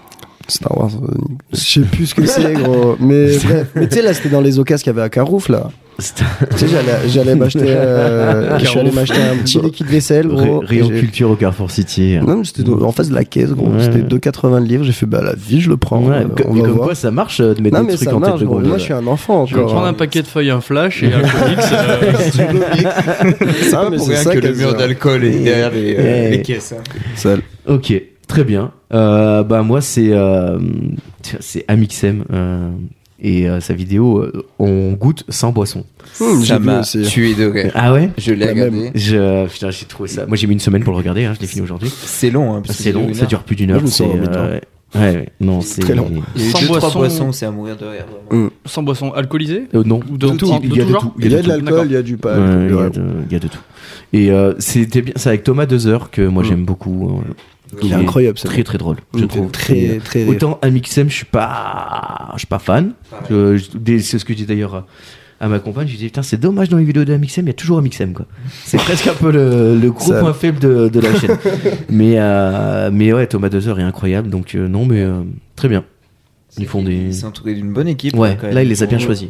Star Wars, euh, je sais plus ce que c'est, gros. Mais bref. Mais tu sais, là, c'était dans les occasions qu'il y avait à Carouf, là. Tu sais, j'allais- j'allais m'acheter euh, je suis allé Carouf. m'acheter un petit liquide vaisselle, gros. Ré- Rayon et j'ai- culture au Carrefour City. Non, mais c'était en face de la caisse, gros. Ouais. C'était 2,80 le livre. J'ai fait, bah, la vie, je le prends. Ouais, Euh, co- on mais va comme voir. quoi ça marche euh, de mettre Non, des mais trucs ça en tête marche, de gros. gondole. Moi, je suis un enfant je vais prendre encore. hein. un paquet de feuilles, un flash et un comics. euh, C'est Pas pour rien Ah, que le mur d'alcool est derrière les, euh, Ouais. les caisses. hein. Eh, Mmh, Ok, très bien. Euh, bah moi c'est euh, tiens, c'est Amixem euh, et euh, sa vidéo euh, on goûte sans boisson. Eh, Ça m'a tué de rire. Ah ouais Je l'ai La même. regardé. Je putain j'ai trouvé ça. Moi j'ai mis une semaine pour le regarder. hein, je l'ai fini aujourd'hui. C'est long, hein, parce que C'est long, une ça heure. dure plus d'une Moi, heure. je me sens c'est, remis dedans. ouais, ouais, non C'est c'est Euh, très long. Il y a eu Sans deux, trois boisson. poissons, c'est à mourir de rire. vraiment. sans boisson alcoolisée Euh, non. Ou de Il- tout, il de y a tout de genre tout. Il y a de tout. l'alcool, il y a du Ouais, pas. Il y a de- il y a de tout. Et euh, c'était bien, c'est avec Thomas Dezer que moi Mm. j'aime beaucoup. euh, Il est incroyable, ça. Très très drôle, je trouve. Et, euh, Très, très. Autant Amixem, je suis pas, je suis pas fan. Je- je- dès- c'est ce que je dis d'ailleurs à, à ma compagne. Je dis putain, c'est dommage dans les vidéos de Amixem, il y a toujours Amixem quoi. C'est presque un peu le, le gros Ça. point faible de, de la chaîne. mais euh, mais ouais, Thomas Dozer est incroyable. Donc euh, non, mais euh, très bien. Ils font des. Il s'est entouré d'une bonne équipe. hein, Ouais, quand même. là il les a bien choisis.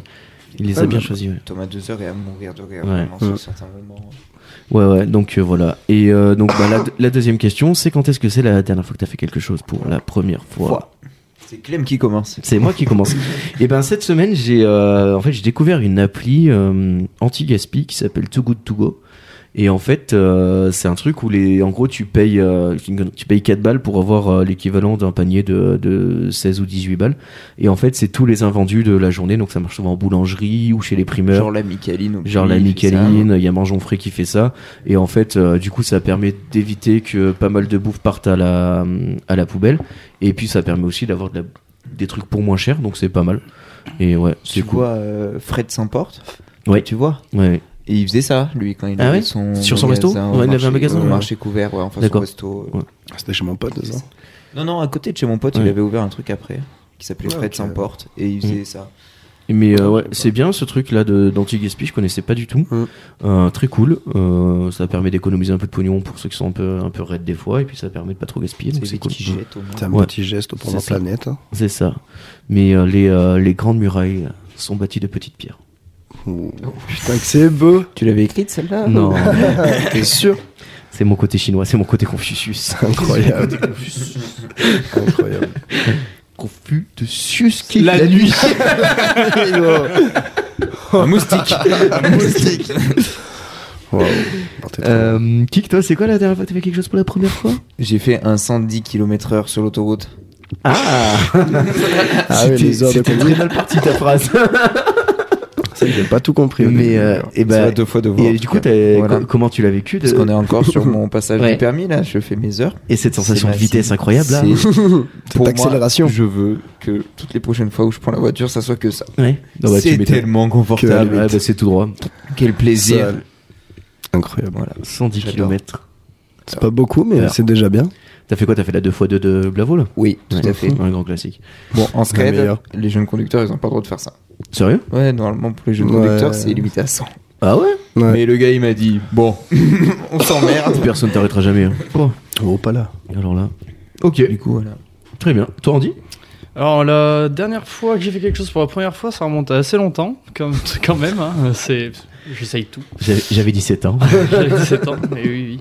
Il les Ah, a bien mais- choisis. Ouais. Thomas Dezer est à mourir de rire Ouais. Mm. vraiment, sur Ouais. certains moments. Ouais, ouais, donc euh, voilà. Et euh, donc bah, la, la deuxième question, c'est quand est-ce que c'est la dernière fois que t'as fait quelque chose pour la première fois Fois. C'est Clem qui commence. C'est moi qui commence. Et ben cette semaine, j'ai euh, en fait j'ai découvert une appli euh, anti gaspi qui s'appelle Too Good To Go. Et en fait, euh, c'est un truc où les en gros tu payes euh, tu payes 4 balles pour avoir euh, l'équivalent d'un panier de, de 16 ou 18 balles. Et en fait, c'est tous les invendus de la journée, donc ça marche souvent en boulangerie ou chez les primeurs. Genre la Michaeline. au Genre pays, la il fait ça. Micheline, il y a Mangeonfray qui fait ça. Et en fait, euh, du coup, ça permet d'éviter que pas mal de bouffe parte à la, à la poubelle. Et puis, ça permet aussi d'avoir de la- des trucs pour moins cher, donc c'est pas mal. Et ouais, c'est Tu cool. vois euh, Fred s'emporte. Ouais. Tu vois. Ouais, ouais. Et il faisait ça, lui, quand il Ah avait ouais son. Sur son resto magasin Ouais, au il avait marché- un magasin, au ouais. marché couvert, ouais, enfin son D'accord. resto. euh, C'était chez mon pote, ça. Non, non, à côté de chez mon pote, il Ouais. Mm. avait ouvert un truc après qui s'appelait Ouais, Fred ok. s'emporte et il faisait ça. Mais euh, ouais, c'est bien ce truc-là de- d'anti-gaspi, je connaissais pas du tout. Mm. Euh, très cool. Euh, ça permet d'économiser un peu de pognon pour ceux qui sont un peu, un peu raides des fois. Et puis, ça permet de pas trop gaspiller, donc C'est c'est vite cool. qui jette au moins. C'est un Ouais. petit geste pour C'est la ça. planète. hein. C'est ça. Mais euh, les, euh, les grandes murailles sont bâties de petites pierres. Ouh, Putain, que c'est beau. Tu l'avais écrite celle-là Non, T'es sûr c'est mon côté chinois, c'est mon côté Confucius. Incroyable. Incroyable. Confucius qui La, nuit. Un moustique Un moustique Waouh. Non, t'es trop- Euh, Kik, toi, c'est quoi la dernière fois que t'as fait quelque chose pour la première fois J'ai fait un 110 km/h sur l'autoroute. Ah Ah oui, les heures de C'était conduite. très mal parti ta phrase. Ça, j'ai pas tout compris. au Mais début, euh, d'ailleurs. et Ça va ben deux fois de et du coup, t'as- Voilà. co- comment tu l'as vécu de- euh, Parce qu'on est encore sur mon passage Ouais. du permis, là, je fais mes heures. Et cette sensation C'est de ma- vitesse incroyable hein là c'est- Pour moi, accélération. je veux que toutes les prochaines fois où je prends la voiture, ça soit que ça. Ouais. Non, bah, tu c'est m'étonnes. tellement Ah, confortable. ouais, bah, c'est tout droit. Quel plaisir. Ça- Incroyable. Voilà. 110 J'adore. km. C'est pas beaucoup, mais Alors. c'est déjà bien. T'as fait quoi T'as fait la 2x2 de Blavo là Oui, tout Ouais. à fait. Un grand classique. Bon, en scred, meilleure. les jeunes conducteurs, ils ont pas le droit de faire ça. Sérieux Ouais, normalement, pour les jeunes Ouais. conducteurs, c'est limité à 100. Ah ouais Ouais. Mais le gars, il m'a dit Bon, on s'emmerde. Personne t'arrêtera jamais. hein. Bon. Oh, pas là. Alors là. Ok, Du coup, voilà. très bien. Toi, Andy Alors la dernière fois que j'ai fait quelque chose pour la première fois, ça remonte à assez longtemps, quand, quand même. hein. C'est, j'essaye tout. J'avais j'avais 17 ans. J'avais 17 ans, mais oui, oui.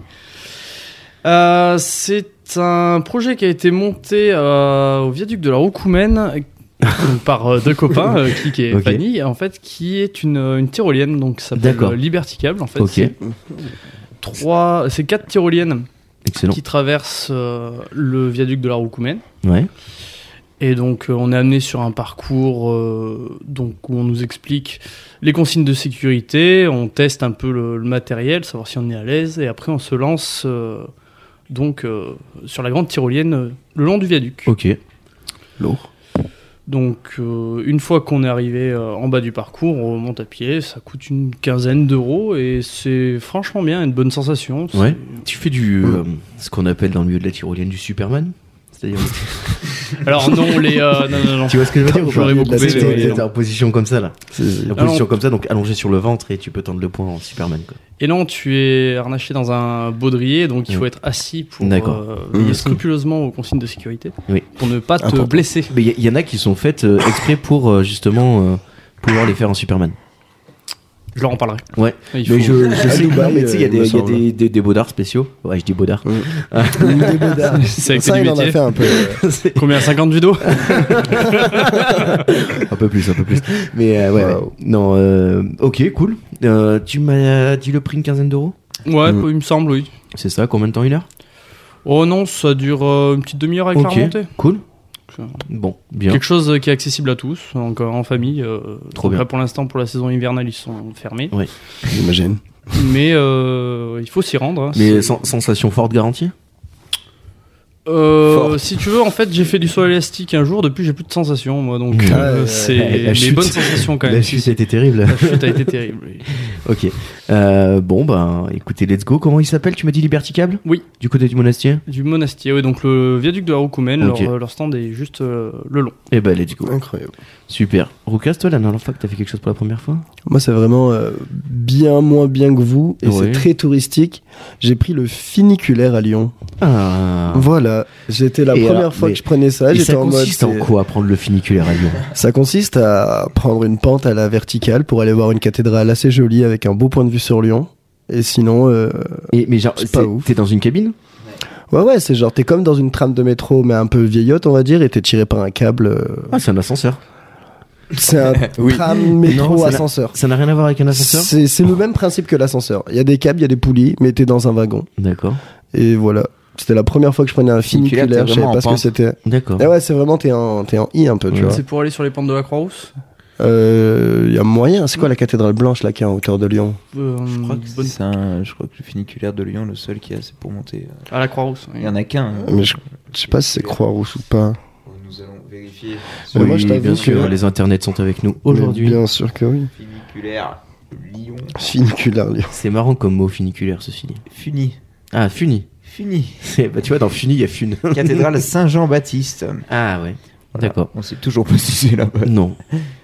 Euh, c'est un projet qui a été monté euh, au viaduc de la Roucoumène par euh, deux copains, euh, Kik et Ok. Fanny, en fait, qui est une, euh, une tyrolienne, donc ça s'appelle D'accord. euh, Liberty Cable, en fait. Ok. C'est trois, c'est quatre tyroliennes Excellent. qui traverse euh, le viaduc de la Roucoumène. Ouais. Et donc, euh, on est amené sur un parcours euh, donc, où on nous explique les consignes de sécurité, on teste un peu le, le matériel, savoir si on est à l'aise, et après, on se lance euh, donc euh, sur la grande tyrolienne euh, le long du viaduc. Ok. Lourd. Donc, euh, une fois qu'on est arrivé euh, en bas du parcours, on remonte à pied, ça coûte une quinzaine d'euros, et c'est franchement bien, une bonne sensation. C'est- Ouais. Tu fais du. euh, ce qu'on appelle dans le milieu de la tyrolienne du Superman C'est-à-dire. Alors, non, les. euh, non, non, non. tu vois ce que je veux dire ou pas J'aurais beaucoup Parce que aimé, t'es- mais t'es en position comme ça là. En Alors, position comme ça, donc allongé sur le ventre et tu peux tendre le poing en Superman. Quoi. Et non, tu es harnaché dans un baudrier, donc il faut Mm. être assis pour D'accord. euh, Mm. veiller scrupuleusement aux consignes de sécurité, Oui. pour ne pas te Important. blesser. Mais il y, en a qui sont faites euh, exprès pour euh, justement euh, pouvoir les faire en Superman. Je leur en parlerai. Ouais. Il Mais faut- je, je À sais Dubaï, Ah, non, mais tu sais, il y a euh, il des, il me y a semble. des, des, des beaux-arts spéciaux. Ouais, je dis beaux-arts. Ou des beaux-arts. C'est avec ça, du il en a métier. fait un peu. ouais. C'est- Combien 50 vidéos un peu plus, un peu plus. Mais euh, ouais, ouais. Wow. Non, euh, ok, cool. Euh, tu m'as dit le prix une quinzaine d'euros Ouais, Mm. il me semble, oui. C'est ça, combien de temps Une heure Oh non, ça dure euh, une petite demi-heure avec Ok, la remontée. cool. Ça- Bon, bien. Quelque chose euh, qui est accessible à tous, donc euh, en famille. euh, Trop donc bien. Là, pour l'instant, pour la saison hivernale, ils sont fermés. J'imagine. Mais euh, il faut s'y rendre. hein. Mais C'est- sen- sensation forte garantie Euh, Fort. si tu veux, en fait, j'ai fait du saut élastique un jour. Depuis, j'ai plus de sensations, moi. Donc, Ah, euh, ouais, c'est ouais, la mes chute. bonnes sensations quand même. La Si, chute si. était terrible. La chute a été terrible. oui. ok. Euh, bon, ben écoutez, let's go. Comment il s'appelle Tu m'as dit Liberty Cable Oui. Du côté du monastier Du monastier, oui, donc le viaduc de la Roucoumène, Ok. leur, leur stand est juste euh, le long. Eh ben, let's go. Incroyable. Super. Roucas, toi, la dernière fois que t'as fait quelque chose pour la première fois Moi, c'est vraiment euh, bien moins bien que vous et Ouais. c'est très touristique. J'ai pris le funiculaire à Lyon. Ah. Voilà, j'étais la Et première alors, fois mais- que je prenais ça. Et J'étais ça en mode. consiste en c'est- quoi prendre le funiculaire à Lyon Ça consiste à prendre une pente à la verticale pour aller voir une cathédrale assez jolie avec un beau point de vue sur Lyon. Et sinon, euh, Et, Mais genre, C'est pas c'est- ouf. t'es dans une cabine ouais, ouais, c'est genre, t'es comme dans une trame de métro, mais un peu vieillotte, on va dire, et t'es tiré par un câble. euh, Ah, c'est un ascenseur. C'est un Oui. tram métro Non, ça n'a- ascenseur. Ça n'a rien à voir avec un ascenseur C'est c'est le même principe que l'ascenseur. Il y a des câbles, il y a des poulies, mais t'es dans un wagon. D'accord. Et voilà. C'était la première fois que je prenais un Funiculaire, funiculaire, t'es je savais vraiment pas en ce que pente. c'était. D'accord. Ah ouais, c'est vraiment, t'es en, t'es en I un peu, tu Ouais. vois. C'est pour aller sur les pentes de la Croix-Rousse Euh, Il y a moyen. C'est quoi la cathédrale blanche là qui est en hauteur de Lyon Euh, Je crois, que c'est un- je crois que le funiculaire de Lyon, le seul qui a, c'est pour monter. euh, À la Croix-Rousse. Il y en a qu'un. hein. Euh, Mais je, je sais pas si c'est Croix-Rouge ou pas. Nous allons vérifier. Mais Oui, moi, je t'avoue bien que- sûr, les internets sont avec nous aujourd'hui. Mais Bien sûr que oui. Funiculaire Lyon. Funiculaire Lyon. C'est marrant comme mot funiculaire, ceci dit. Funi. Ah, funi. Funi. C'est- bah, tu vois, dans funi, il y a fune. Cathédrale Saint-Jean-Baptiste. ah ouais. Voilà. D'accord. On sait toujours pas si c'est là-bas. Non.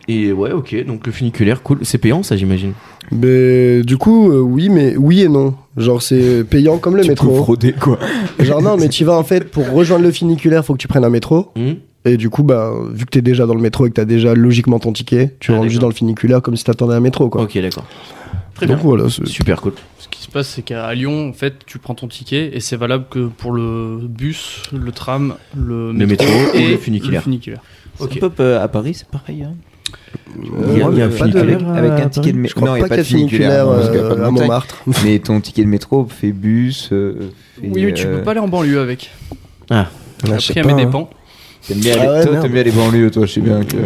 Et ouais, ok, donc le funiculaire, cool. C'est payant, ça, j'imagine. Mais du coup, euh, oui, mais oui et non. Genre, c'est payant comme le Tu peux métro. frauder quoi. Genre, non, mais tu vas en fait pour rejoindre le funiculaire, faut que tu prennes un métro. Hmm Et du coup, bah, vu que t'es déjà dans le métro et que t'as déjà logiquement ton ticket, tu Ah, rentres d'accord. juste dans le funiculaire comme si t'attendais un métro, quoi. Euh, ok, d'accord. Très Donc bien. voilà, c'est- Super cool. Ce qui se passe, c'est qu'à Lyon, en fait, tu prends ton ticket et c'est valable que pour le bus, le tram, le, métro et et le funiculaire. le funiculaire. Ok. Pop euh, à Paris, c'est pareil. hein. Il y a- il y a un ouais, Euh, pas de- funiculaire à avec un Paris ticket de je métro. crois Non, il n'y pas a pas qu'il y a de funiculaire funiculaire. non, parce qu'il y a euh, pas de à montagne. Montmartre. Mais ton ticket de métro fait bus. euh, fait, Oui, mais tu euh, peux pas aller en banlieue avec. Ah, T'as je sais pris à pas, mes hein. dépens. T'aimes bien, Ah aller- ouais, toi, merde. t'aimes bien les banlieues, toi, je sais bien que.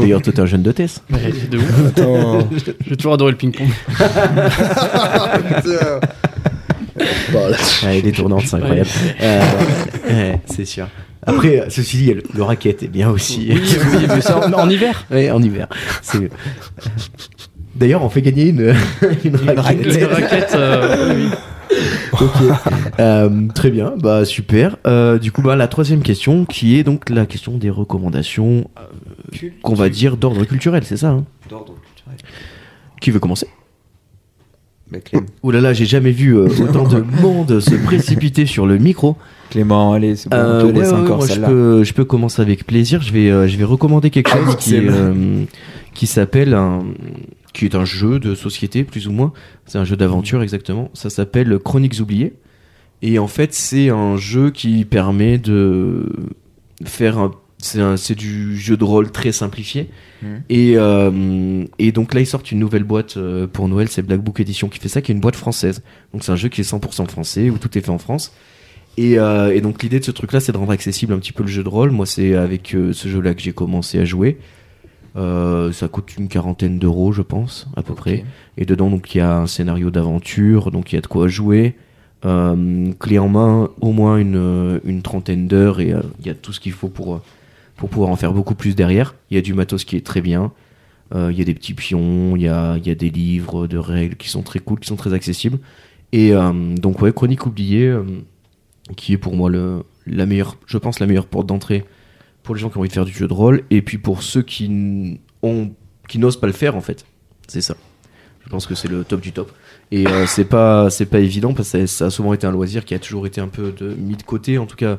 D'ailleurs, toi, t'es un jeune de Tess. Mais de ouf. Attends. J'ai toujours adoré le ping-pong. Putain. Voilà. Ah, elle est tournante, c'est incroyable. Euh, ouais, c'est sûr. Après, euh, ceci dit, le, le racket est bien aussi. Oui, oui, mais ça, en, en hiver. Ouais, en hiver. C'est mieux. D'ailleurs, on fait gagner une, une raquette. Le raquette. euh, oui. Euh, très bien, bah super. Euh, du coup, bah, la troisième question, qui est donc la question des recommandations euh, qu'on va dire d'ordre culturel, c'est ça hein D'ordre culturel. Qui veut commencer Bah, Clé- Oh là là, j'ai jamais vu euh, autant de monde se précipiter sur le micro. Clément, allez, c'est bon, Euh, on ouais, te laisse ouais, encore moi, je celle-là. peux, je peux commencer avec plaisir. Je vais, euh, je vais recommander quelque Ah, chose qui, est, euh, Maxime. qui s'appelle un, qui est un jeu de société plus ou moins. C'est un jeu d'aventure Mhm. exactement. Ça s'appelle Chroniques oubliées. Et en fait, c'est un jeu qui permet de faire un- C'est un- c'est du jeu de rôle très simplifié. Mhm. Et, euh, et donc là, ils sortent une nouvelle boîte euh, pour Noël, c'est Black Book Edition qui fait ça, qui est une boîte française. Donc c'est un jeu qui est 100% français, où tout est fait en France. Et, euh, et donc l'idée de ce truc-là, c'est de rendre accessible un petit peu le jeu de rôle. Moi, c'est avec euh, ce jeu-là que j'ai commencé à jouer. Euh, ça coûte une quarantaine d'euros, je pense, à peu près. Et dedans, donc, il y a un scénario d'aventure, donc il y a de quoi jouer. Euh, clé en main, au moins une, euh, une trentaine d'heures et euh, il y a tout ce qu'il faut pour, euh, pour pouvoir en faire beaucoup plus derrière. Il y a du matos qui est très bien. Euh, Il y a des petits pions, il y a, il y a des livres de règles qui sont très cool, qui sont très accessibles. Et euh, donc, ouais, Chronique oubliée, euh, qui est pour moi le, la meilleure, je pense, la meilleure porte d'entrée pour les gens qui ont envie de faire du jeu de rôle et puis pour ceux qui n- ont, qui n'osent pas le faire en fait. C'est ça. Je pense que c'est le top du top. Et euh, c'est pas c'est pas évident parce que ça a souvent été un loisir qui a toujours été un peu de, mis de côté en tout cas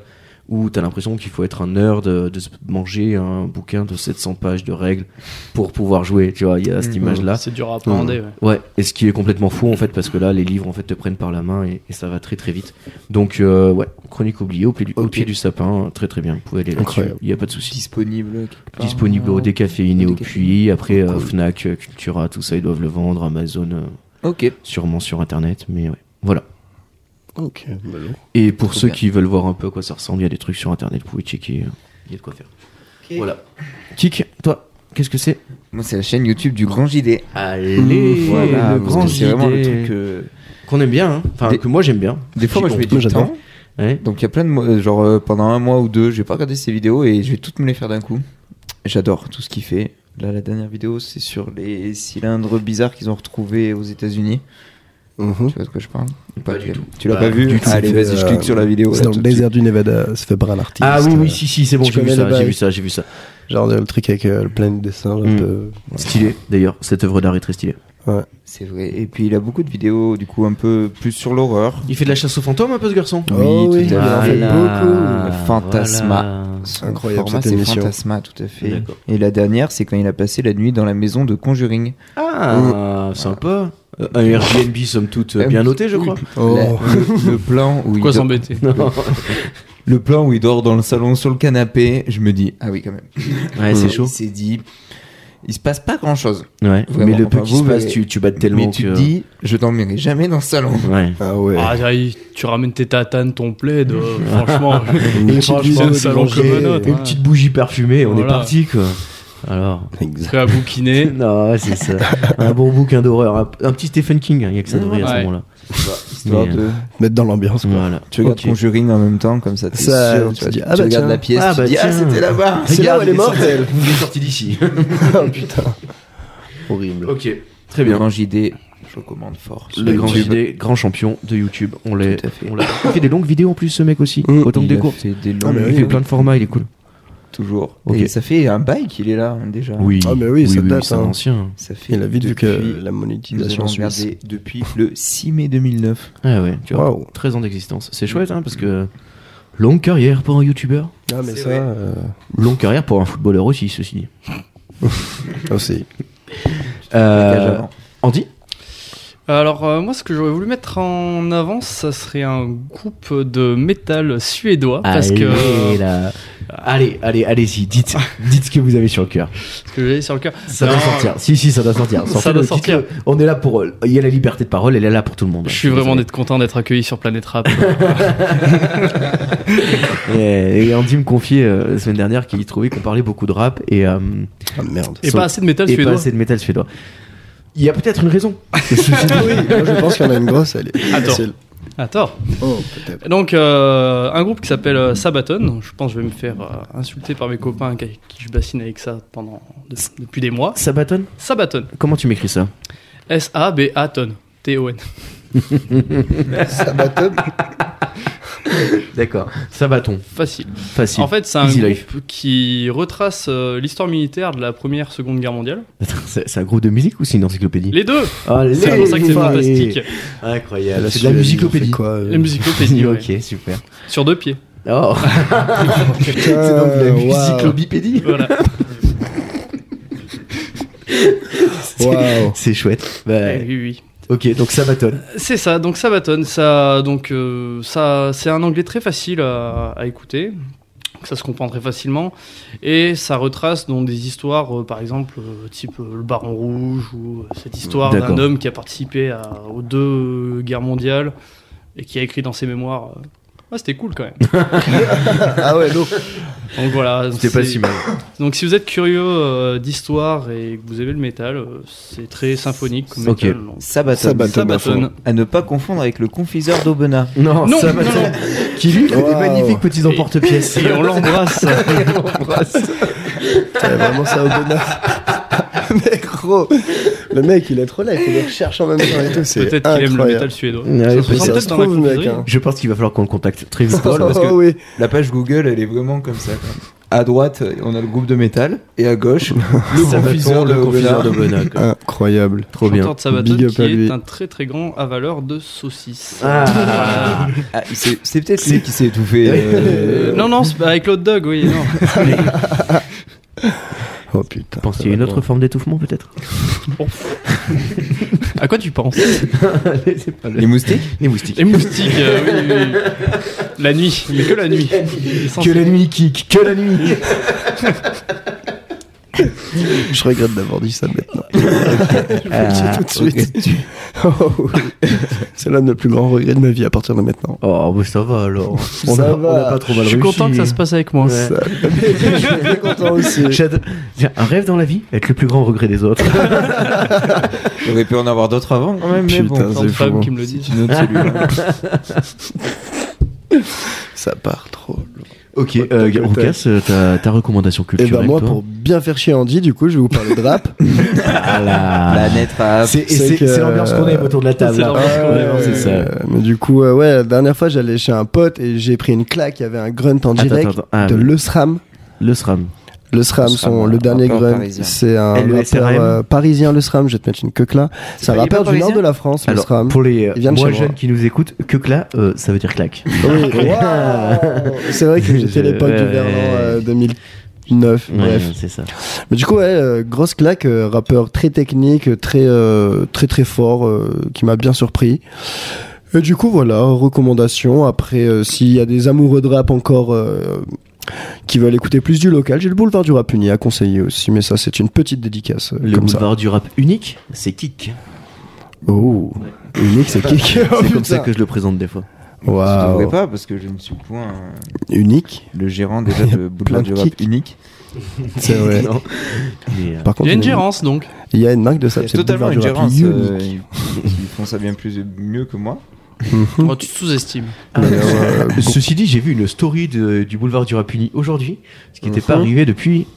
où t'as l'impression qu'il faut être un nerd euh, de, de se manger un bouquin de 700 pages de règles pour pouvoir jouer. Tu vois, il y a cette Mmh. Mhm. image là. C'est dur à appréhender. ouais. Hmm. Ouais, et ce qui est complètement faux en fait, parce que là, les livres en fait te prennent par la main et, et ça va très très vite. Donc, euh, ouais, chronique oubliée au pied, du, au Ok. pied du sapin, très très bien. Vous pouvez aller là-dessus, Incroyable. il n'y a pas de souci. Disponible. quelque part. Disponible au décaféiné au Décaféiné. puits, après euh, Cool. Fnac, euh, Cultura, tout ça, ils doivent le vendre, Amazon, euh, Ok. sûrement sur internet, mais ouais, voilà. Ok, bah, lourd. Et pour Trop ceux bien. qui veulent voir un peu à quoi ça ressemble, il y a des trucs sur internet, vous pouvez checker, euh, il y a de quoi faire. Voilà. Kik, toi, qu'est-ce que c'est Moi, c'est la chaîne YouTube du Grand JD. Allez, voilà, le parce grand que c'est vraiment le JD. truc. euh, qu'on aime bien, hein. enfin Des- que moi j'aime bien. Des fois, moi, je mets du Moi, j'adore. temps. Ouais. Donc, il y a plein de. mois- Genre, euh, pendant un mois ou deux, je vais pas regarder ses vidéos et je vais toutes me les faire d'un coup. J'adore tout ce qu'il fait. Là, la dernière vidéo, c'est sur les cylindres bizarres qu'ils ont retrouvés aux États-Unis. Mhm. Tu vois de quoi je parle Ou Pas du Clem tout. Tu l'as Bah, pas vu du tout. Allez, vas-y, je Euh, clique sur la vidéo. C'est là, dans tout le de suite. désert du Nevada, ça fait brin l'artiste. Ah oui, euh, oui, si, si, c'est bon, Tu j'ai vu, connais ça, là-bas, j'ai oui. vu ça, j'ai vu ça. Genre le truc avec euh, le plein de dessins, un Mm. peu. Stylé, d'ailleurs, cette œuvre d'art est très stylée. C'est vrai. Et puis, il a beaucoup de vidéos, du coup, un peu plus sur l'horreur. Il fait de la chasse aux fantômes un peu ce garçon Oh Oui, oui, tout il à en fait. fait beaucoup. Le Fantasma. Son Incroyable, format, cette c'est émission. Fantasma, tout à fait. D'accord. Et la dernière, c'est quand il a passé la nuit dans la maison de Conjuring. Ah, sympa. Euh, Un Airbnb, somme toute, euh, Euh, bien noté, je oui. crois. Oh. La- le, le plan où Pourquoi il dort, s'embêter Non. le plan où il dort dans le salon sur le canapé, je me dis ah oui quand même. Mm. Ouais, c'est chaud. Il s'est dit il se passe pas grand chose. Ouais. Vraiment, mais le peu enfin, qui se vous, passe, mais- tu, tu battes tellement mais tu que... te dis je dormirai jamais dans ce salon. Ouais. Ah ouais. Ah, Jaï, tu ramènes tes tatanes, ton plaid, euh, franchement. Une franchement, petite c'est un vidéo salon du comme Grand un G, autre. Une Ouais. petite bougie parfumée, on est Voilà. parti, quoi. Alors... Exact. Prêt à bouquiner. Non, ouais, c'est ça. Un bon bouquin d'horreur. Un, un petit Stephen King, hein, il n'y a que ça de rire à ce Ouais. moment-là. Histoire Mais, de- Mettre dans l'ambiance. quoi. Voilà. Tu regardes euh, Ok. Conjuring en même temps comme ça. t'es Ça, sûr, tu tu vois, dis, tu ah bah regardes tiens. la pièce, Ah tu bah dis ah tiens. c'était là-bas. C'est là où Regarde, elle est il morte, sorti. elle. Il est sorti d'ici. Oh putain. Horrible. ok, très Le bien. Grand JD, je recommande fort. sur Le grand YouTube. JD, grand champion de YouTube. On l'a. Tout à fait. on l'a- Il fait des longues vidéos en plus, ce mec aussi. Mm. Autant que des Il a courtes. fait des Ah, longues mais Il oui, fait oui. plein de formats, il est cool. toujours. Ok. Et ça fait un bail qu'il est là hein, déjà. Ah, mais oui, ça date, c'est un hein. ancien. Ça fait Il a vite vu que depuis- la Nous monétisation allons suisse. regarder depuis le 6 mai 2009. Ah ouais, tu vois. Waouh. 13 ans d'existence. C'est chouette, hein, parce que. Longue carrière pour un youtubeur. Ah, mais C'est ça. vrai. euh, Longue carrière pour un footballeur aussi, ceci dit. Aussi. Euh, Andy Alors, euh, moi, ce que j'aurais voulu mettre en avant, ça serait un groupe de métal suédois. Ah Parce que, euh, allez, là. allez, allez, allez-y, dites, dites ce que vous avez sur le cœur. parce que j'avais sur le cœur. Ça Non, doit sortir. Si, si, ça doit sortir. Ça Sortez-le, doit sortir. dites-le. On est là pour. Il y a la liberté de parole, elle est là pour tout le monde. Je suis vraiment d'être content d'être accueilli sur Planète Rap. Et, et Andy me confiait euh, la semaine dernière qu'il trouvait qu'on parlait beaucoup de rap et, euh, Ah merde. Et Sans- pas assez de métal et pas suédois. assez de métal suédois. Il y a peut-être une raison. Ah oui, moi, je pense qu'il y en a une grosse. Elle est Attends. facile. À tort. Oh, peut-être. Donc, euh, un groupe qui s'appelle euh, Sabaton. Je pense que je vais me faire euh, insulter par mes copains qui, qui je bassine avec ça pendant de- depuis des mois. Sabaton Sabaton. Comment tu m'écris ça S-A-B-A-Ton. T-O-N. Sabaton. D'accord. Sabaton. Facile. Facile. En fait, c'est un Easy groupe life. qui retrace euh, l'histoire militaire de la première, seconde guerre mondiale. Attends, c'est c'est un groupe de musique ou c'est une encyclopédie Les deux Allez, C'est pour ça que c'est allez. fantastique. Incroyable. C'est de Suède, la ils ont musicopédie. fait quoi, euh, La musicopédie. ouais. ok, super. Sur deux pieds. Oh. Putain, c'est donc de la waouh. musiclopédie. Voilà. Waouh. C'est chouette. Bah, Ouais, oui, oui. ok, donc Sabaton. C'est ça, donc Sabaton, ça, donc, euh, ça, c'est un anglais très facile à, à écouter. que ça se comprend très facilement. Et ça retrace donc des histoires, euh, par exemple, euh, type euh, le Baron Rouge ou euh, cette histoire d'un D'accord. homme qui a participé à- aux deux euh, guerres mondiales et qui a écrit dans ses mémoires. euh, Ah, c'était cool quand même. ah ouais, l'eau. Donc voilà. C'était pas c'est- si mal. Donc si vous êtes curieux euh, d'histoire et que vous aimez le métal, euh, c'est très symphonique comme Ok. métal. donc- Sabaton. Sabaton. Sabaton. À ne pas confondre avec le confiseur d'Aubenas. Non, Non, ça va, non, ça- non. Qui lui, il a des Waouh. magnifiques petits emporte-pièces. Et on l'embrasse. T'as vraiment ça au bonheur. Mais gros, le mec il est trop là, il fait des recherches en même temps et tout. c'est Peut-être qu'il aime le incroyable. métal suédois. Ouais, Ça se peut-être. présente Ça peut-être se dans la trouve, mec, confiserie. hein. Je pense qu'il va falloir qu'on le contacte très vite. Oh, parce que- oui. La page Google, elle est vraiment comme ça. quoi. À droite, on a le groupe de métal. Et à gauche, le Sabaton, confiseur le confiseur d'Aubenas. de Bonac. Incroyable. Trop bien. Chanteur de Sabaton Big up qui à est lui. un très très grand avaleur de saucisses. Ah. Ah, c'est c'est peut-être lui qui s'est étouffé. Euh, euh, non, non, c'est pas avec l'autre dog, oui. Non. Oh putain. Pense qu'il y a une autre forme d'étouffement peut-être à quoi tu penses Les moustiques Les moustiques. Les moustiques, euh, oui, oui, oui. La nuit, mais que la nuit. Que la nuit kick, que la nuit Je regrette d'avoir dit ça maintenant. Ah, tout de suite. Oh, oui. C'est l'un des plus grands regrets de ma vie à partir de maintenant. Oh, bah ça va alors. On Ça a, va. on a pas trop mal Je suis réussi. content que ça se passe avec moi. Ouais. Ça- Je suis très content aussi. J'adore- Tiens, un rêve dans la vie Être le plus grand regret des autres. J'aurais pu en avoir d'autres avant quand même, mais Putain, bon. c'est Tant de femmes fou. qui me le disent. C'est une autre hein. cellule. Ça part trop. Ok, euh, Roucas, euh, ta, ta recommandation Et culturelle. ben moi, toi pour bien faire chier Andy, du coup, je vais vous parler de rap. Ah là. La net rap. C'est et Ah, C'est c'est- que- c'est l'ambiance qu'on aime autour de la table. C'est là. l'ambiance qu'on aime, Ouais, ouais. c'est ça. Euh, mais du coup, euh, ouais, la dernière fois, j'allais chez un pote et j'ai pris une claque. Il y avait un grunt en Attends, direct attends, attends. Ah, de oui. Le SRAM. Le SRAM. Le SRAM, Le SRAM, son, un le dernier rappeur grunt, parisien. c'est un Et le rappeur SRAM? euh, parisien, le SRAM. Je vais te mettre une queue là. C'est un pas- Ah, il est rappeur pas du nord parisien de la France, le Alors, SRAM. pour les euh, Il vient de moins chez moi. jeunes qui nous écoutent, que cla, euh, ça veut dire claque. Oui, waouh c'est vrai que j'étais à l'époque Ouais, du ouais, Verlan euh, ouais. 2009. Bref. Ouais, c'est ça. Mais du coup, ouais, euh, grosse claque, euh, rappeur très technique, euh, très euh, très très fort, euh, qui m'a bien surpris. Et du coup, voilà, recommandation. Après, euh, s'il y a des amoureux de rap encore euh, qui veulent écouter plus du local, j'ai le boulevard du rap uni à conseiller aussi, mais ça, c'est une petite dédicace. euh, Le comme ça. boulevard du rap unique, c'est kick. Oh, unique, c'est kick. Oh, C'est comme putain. ça que je le présente des fois. Je devrais Waouh, pas parce que je ne suis point euh, unique, le gérant déjà de plein Boulevard de du Rap kicks. unique. c'est vrai. Non. Mais, euh, Par Il contre, y a une on est- gérance donc. Il y a une marque de ça, C'est c'est totalement boulevard une du rap gérance. euh, unique. Ils ils font ça bien plus mieux que moi. Mhm. Oh, tu te sous-estimes. D'ailleurs, euh, Ceci dit, j'ai vu une story de- du boulevard du Rapuni aujourd'hui, ce qui n'était pas Mhm. arrivé depuis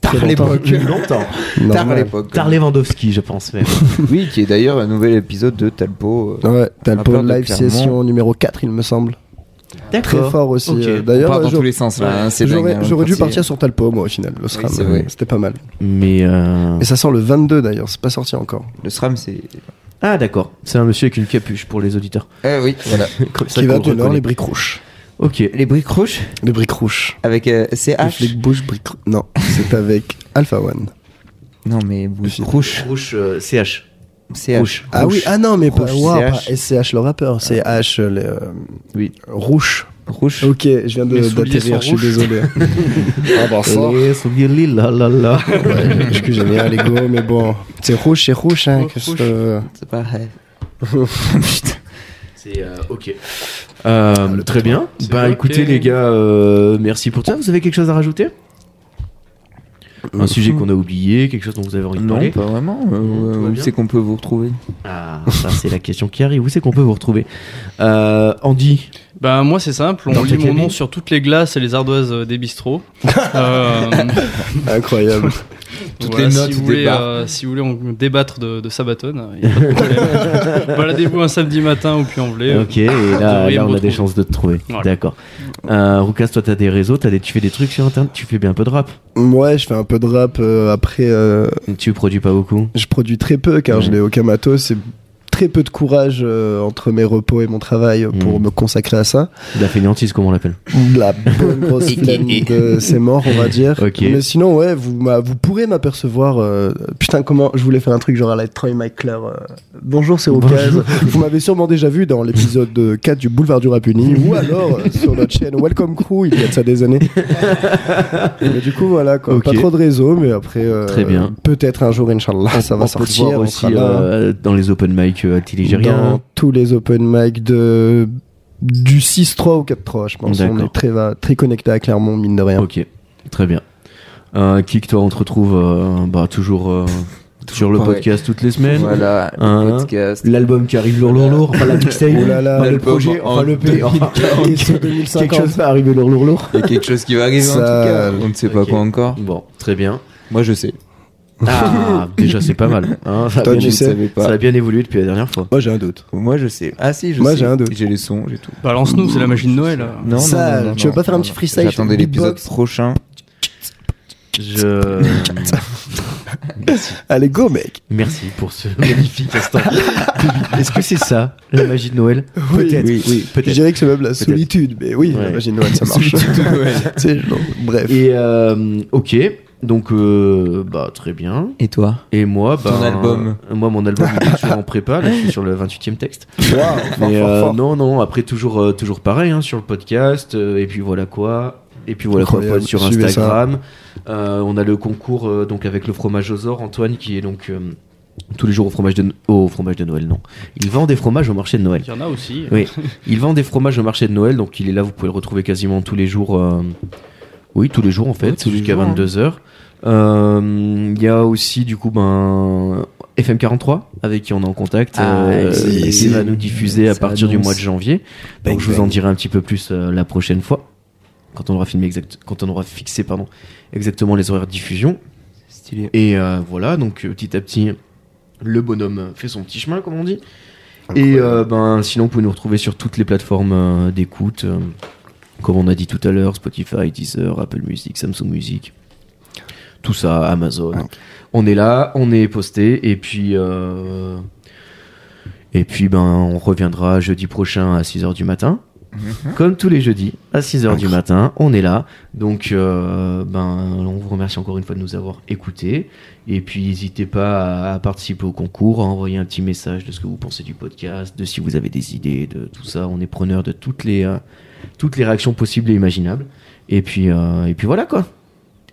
Très tard l'époque. Longtemps. euh, Tard à normal. l'époque. Tard Lewandowski, je pense même. Oui, qui est d'ailleurs un nouvel épisode de Talpo. euh, Ouais, t'as le Rappeur Paul de Live Clermont. Session numéro 4, il me semble. Très D'accord. fort aussi. Ok. euh, on D'ailleurs, part dans euh, tous j'aurais- les sens là. hein, c'est dingue, hein, j'aurais on est j'aurais dû parti. partir sur Talpo, moi, au final. Le SRAM, c'est euh, vrai. c'était pas mal. Mais. euh, Et ça sort le 22, d'ailleurs. C'est pas sorti encore. Le SRAM, c'est. Ah, d'accord. C'est un monsieur avec une capuche pour les auditeurs. Eh oui, voilà. Comme ça Qui va qu'on le de nord, reconnaît. les briques rouges. Ok. Les briques rouges Les briques rouges. avec euh, Les CH. flics bouches, briques rouges. Non, c'est avec Alpha One. Non, mais Le- rouge. Rouge euh, CH. CH. Rouge. Ah oui, ah non, mais pas, Rouge, waouh, CH. pas SCH le rappeur. C'est H, le. euh, Oui. Rouge. Rouge. Ok, je viens de Les souliers d'atterrir, sont je suis rouges. bah, désolé. ah bon, Les souliers, li, la, la, la. Je suis que j'aime bien les go, mais bon. C'est rouge, c'est rouge, hein. Rouge, qu'est-ce rouge. que- C'est pas vrai. Putain. C'est euh, ok. Euh, très bien. C'est Bah ok. écoutez les gars, euh, merci pour ça. Vous avez quelque chose à rajouter Un Euh, sujet qu'on a oublié, quelque chose dont vous avez envie de Non, parler pas vraiment. Euh, Tout va où bien. c'est qu'on peut vous retrouver Ah, ça c'est la question qui arrive. Où c'est qu'on peut vous retrouver Euh, Andy, Bah moi c'est simple, on Dans lit ta mon nom cabine. sur toutes les glaces et les ardoises euh, des bistrots. Euh, Incroyable. Toutes les notes si vous, des voulez, bars. euh, si vous voulez on débattre de, de Sabaton, euh, y a pas de problème. baladez-vous un samedi matin au Puy-en-Velay. euh, ok, et là, devriez là, me on a retrouver. des chances de te trouver. Voilà. D'accord. Euh, Roucas, toi t'as des réseaux, t'as des, tu fais des trucs sur internet, tu fais bien un peu de rap. Ouais, je fais un peu de rap. euh, après, euh, Tu produis pas beaucoup. je produis très peu car je n'ai aucun matos. C'est très peu de courage euh, entre mes repos et mon travail euh, pour Mm. me consacrer à ça. De La fainéantise, comme on l'appelle. De La bonne grosse flemme de c'est mort, on va dire. Ok. Mais sinon, ouais, vous, m'a- vous pourrez m'apercevoir. euh, putain, comment je voulais faire un truc genre à la Troy McClure. euh, bonjour, c'est Ocas. Bonjour. Vous m'avez sûrement déjà vu dans l'épisode euh, 4 du Boulevard du Rapuni ou alors euh, sur notre chaîne Welcome Crew, il y a de ça des années. mais du coup, voilà, quoi, Ok. pas trop de réseau, mais après, euh, Très bien. Peut-être un jour, Inch'Allah, ça On- va on peut te sortir. voir on aussi sera là. euh, dans les open mic euh, à Tilligérien. Dans tous les open mic de du 6-3 au 4-3, je pense. On D'accord. est très, va- très connecté à Clermont, mine de rien. Ok, très bien. Euh, Kik, toi, on te retrouve euh, bah, toujours euh, sur le pareil. podcast toutes les semaines. Voilà, Hein. le podcast. L'album qui arrive lourd, lourd, lourd. Enfin, la mixtape. Oh là là, enfin, le l'album projet. en Enfin, le pays. Enfin, Et ce quelque 2050. chose va arriver lourd, lourd, lourd. Il y a quelque chose qui va arriver en tout Ça, cas. On ne sait pas ok. quoi encore. Bon, très bien. Moi je sais. Ah, déjà, c'est pas mal. hein. ça, a Toi, bien tu évolué- sais. Je ne savais ça pas. a bien évolué depuis la dernière fois. Moi j'ai un doute. Moi je sais. Ah si, je Moi, sais. j'ai un doute. J'ai les sons, j'ai tout. euh, Balance-nous, c'est la magie de Noël. hein. là. Non, Ça, tu veux pas faire un petit freestyle, je fais J'attendais le beatbox. l'épisode prochain. Je. Allez, go mec Merci pour ce magnifique instant. Est-ce que c'est ça, la magie de Noël Peut-être. Oui, oui, Je peut-être. dirais que c'est même la solitude, mais oui, Ouais. imagine Noël, ça marche. C'est genre, bref. Et euh, ok, donc euh, bah très bien. Et toi Et moi, bah, Ton album. euh, Moi, mon album, il est toujours en prépa. Là, je suis sur le 28e texte. Waouh, fort, Mais euh, fort, fort. non, non. Après, toujours, euh, toujours pareil hein, sur le podcast. euh, et puis voilà quoi. Et puis voilà quoi. Incroyable, Pod sur suivez ça. Instagram. Euh, on a le concours euh, donc avec le fromage aux ors. Antoine qui est donc euh, tous les jours au fromage de No- au fromage de Noël. Non, il vend des fromages au marché de Noël. Il y en a aussi. Oui. Il vend des fromages au marché de Noël, donc il est là, vous pouvez le retrouver quasiment tous les jours. euh, Oui, tous les jours en fait, tous les jusqu'à jours, hein. 22h. Il y a aussi du coup ben, FM43 avec qui on est en contact Ah, si. et qui va nous diffuser à Ça partir du annonce. mois de janvier. Bang, donc je vous en bang. dirai un petit peu plus euh, la prochaine fois quand on aura filmé exact, quand on aura fixé pardon exactement les horaires de diffusion. Stylé. Et euh, voilà donc euh, petit à petit le bonhomme fait son petit chemin comme on dit. Et Incroyable. euh, ben, sinon, vous pouvez nous retrouver sur toutes les plateformes euh, d'écoute, euh, comme on a dit tout à l'heure, Spotify, Deezer, Apple Music, Samsung Music, tout ça, Amazon. Ouais. On est là, on est posté, et puis, euh, et puis ben, on reviendra jeudi prochain à 6h du matin. Comme tous les jeudis, à 6h du matin, on est là. Donc, euh, ben, on vous remercie encore une fois de nous avoir écoutés. Et puis n'hésitez pas à, à participer au concours, à envoyer un petit message de ce que vous pensez du podcast, de si vous avez des idées, de tout ça. On est preneur de toutes les, euh, toutes les réactions possibles et imaginables. Et puis, euh, et puis voilà quoi.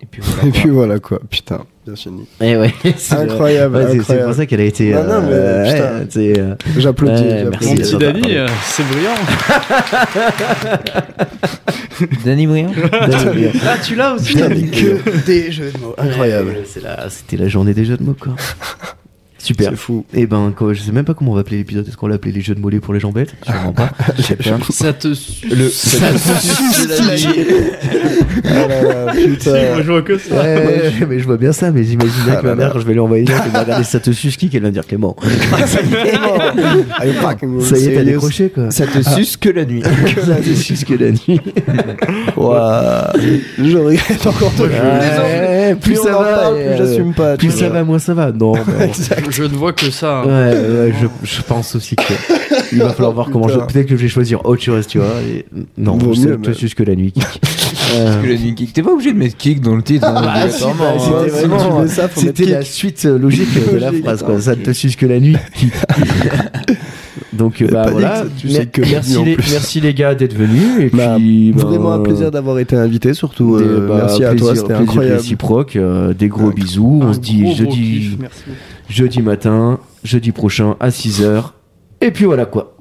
Et puis Et voilà. puis voilà quoi, putain, bien fini. Et ouais, c'est euh, Incroyable, ouais, c'est- c'est pour incroyable. ça qu'elle a été. Non, non, mais, euh, ouais, putain. Oh, c'est, euh, J'applaudis, Ouais, j'applaudis. Merci, Mon petit j'adore. Dani, euh, c'est brillant. Danny Briand dingue. Ah, tu l'as aussi. Putain, mais que des jeux de mots, incroyable. Ouais, euh, c'est la- C'était la journée des jeux de mots quoi. Super. C'est fou. Et ben, quoi, je sais même pas comment on va appeler l'épisode. Est-ce qu'on l'a appelé les jeux de mollets pour les gens bêtes Sûrement pas. Ça te suce. Le- Ah là là, Si, moi, putain. je vois que ça. Ouais, mais je vois bien ça, mais j'imagine bien Ah que ma là mère, là. je vais lui envoyer une lettre, elle va regarder ça te suce qui, qu'elle va me dire Clément. Allez, fucking Ça y est, t'as serious. décroché quoi. Ça te suce que la nuit. ça te suce que la nuit. Ouah, je regrette encore de Ouais, plus on ça en va, parle, et, plus euh, j'assume pas. Plus tu ça vois. va, moins ça va. Non, mais- Je ne vois que ça. hein. Ouais, ouais, je, je pense aussi que il va falloir voir comment je. Putain. Peut-être que je vais choisir autre chose, tu vois. et- Non, Vaut ça mieux, te mais- suce que la nuit. Kik. Euh, que la nuit kick. T'es pas obligé de mettre kick dans le titre. hein, bah, si, bah, obligatoirement, si, hein. c'était ouais, si vraiment- tu mets ça, faut mettre C'était la Kik. suite euh, logique euh, de la Logique, phrase, quoi. attends, Ça ok. te suce que la nuit. Kik. Donc, euh, Pas bah dit voilà. que tu Mer- sais que la merci, nuit, en les, plus. merci les gars d'être venus. Et Bah, puis, ben, Vraiment un plaisir d'avoir été invité, surtout. des- euh, bah, merci à plaisir- toi, c'était plaisir incroyable. réciproque, euh, des gros Ouais. bisous. On Un se dit gros, gros jeudi, kiff, Merci beaucoup. jeudi matin, jeudi prochain à 6h. Et puis voilà quoi.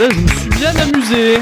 Là, je me suis bien amusé.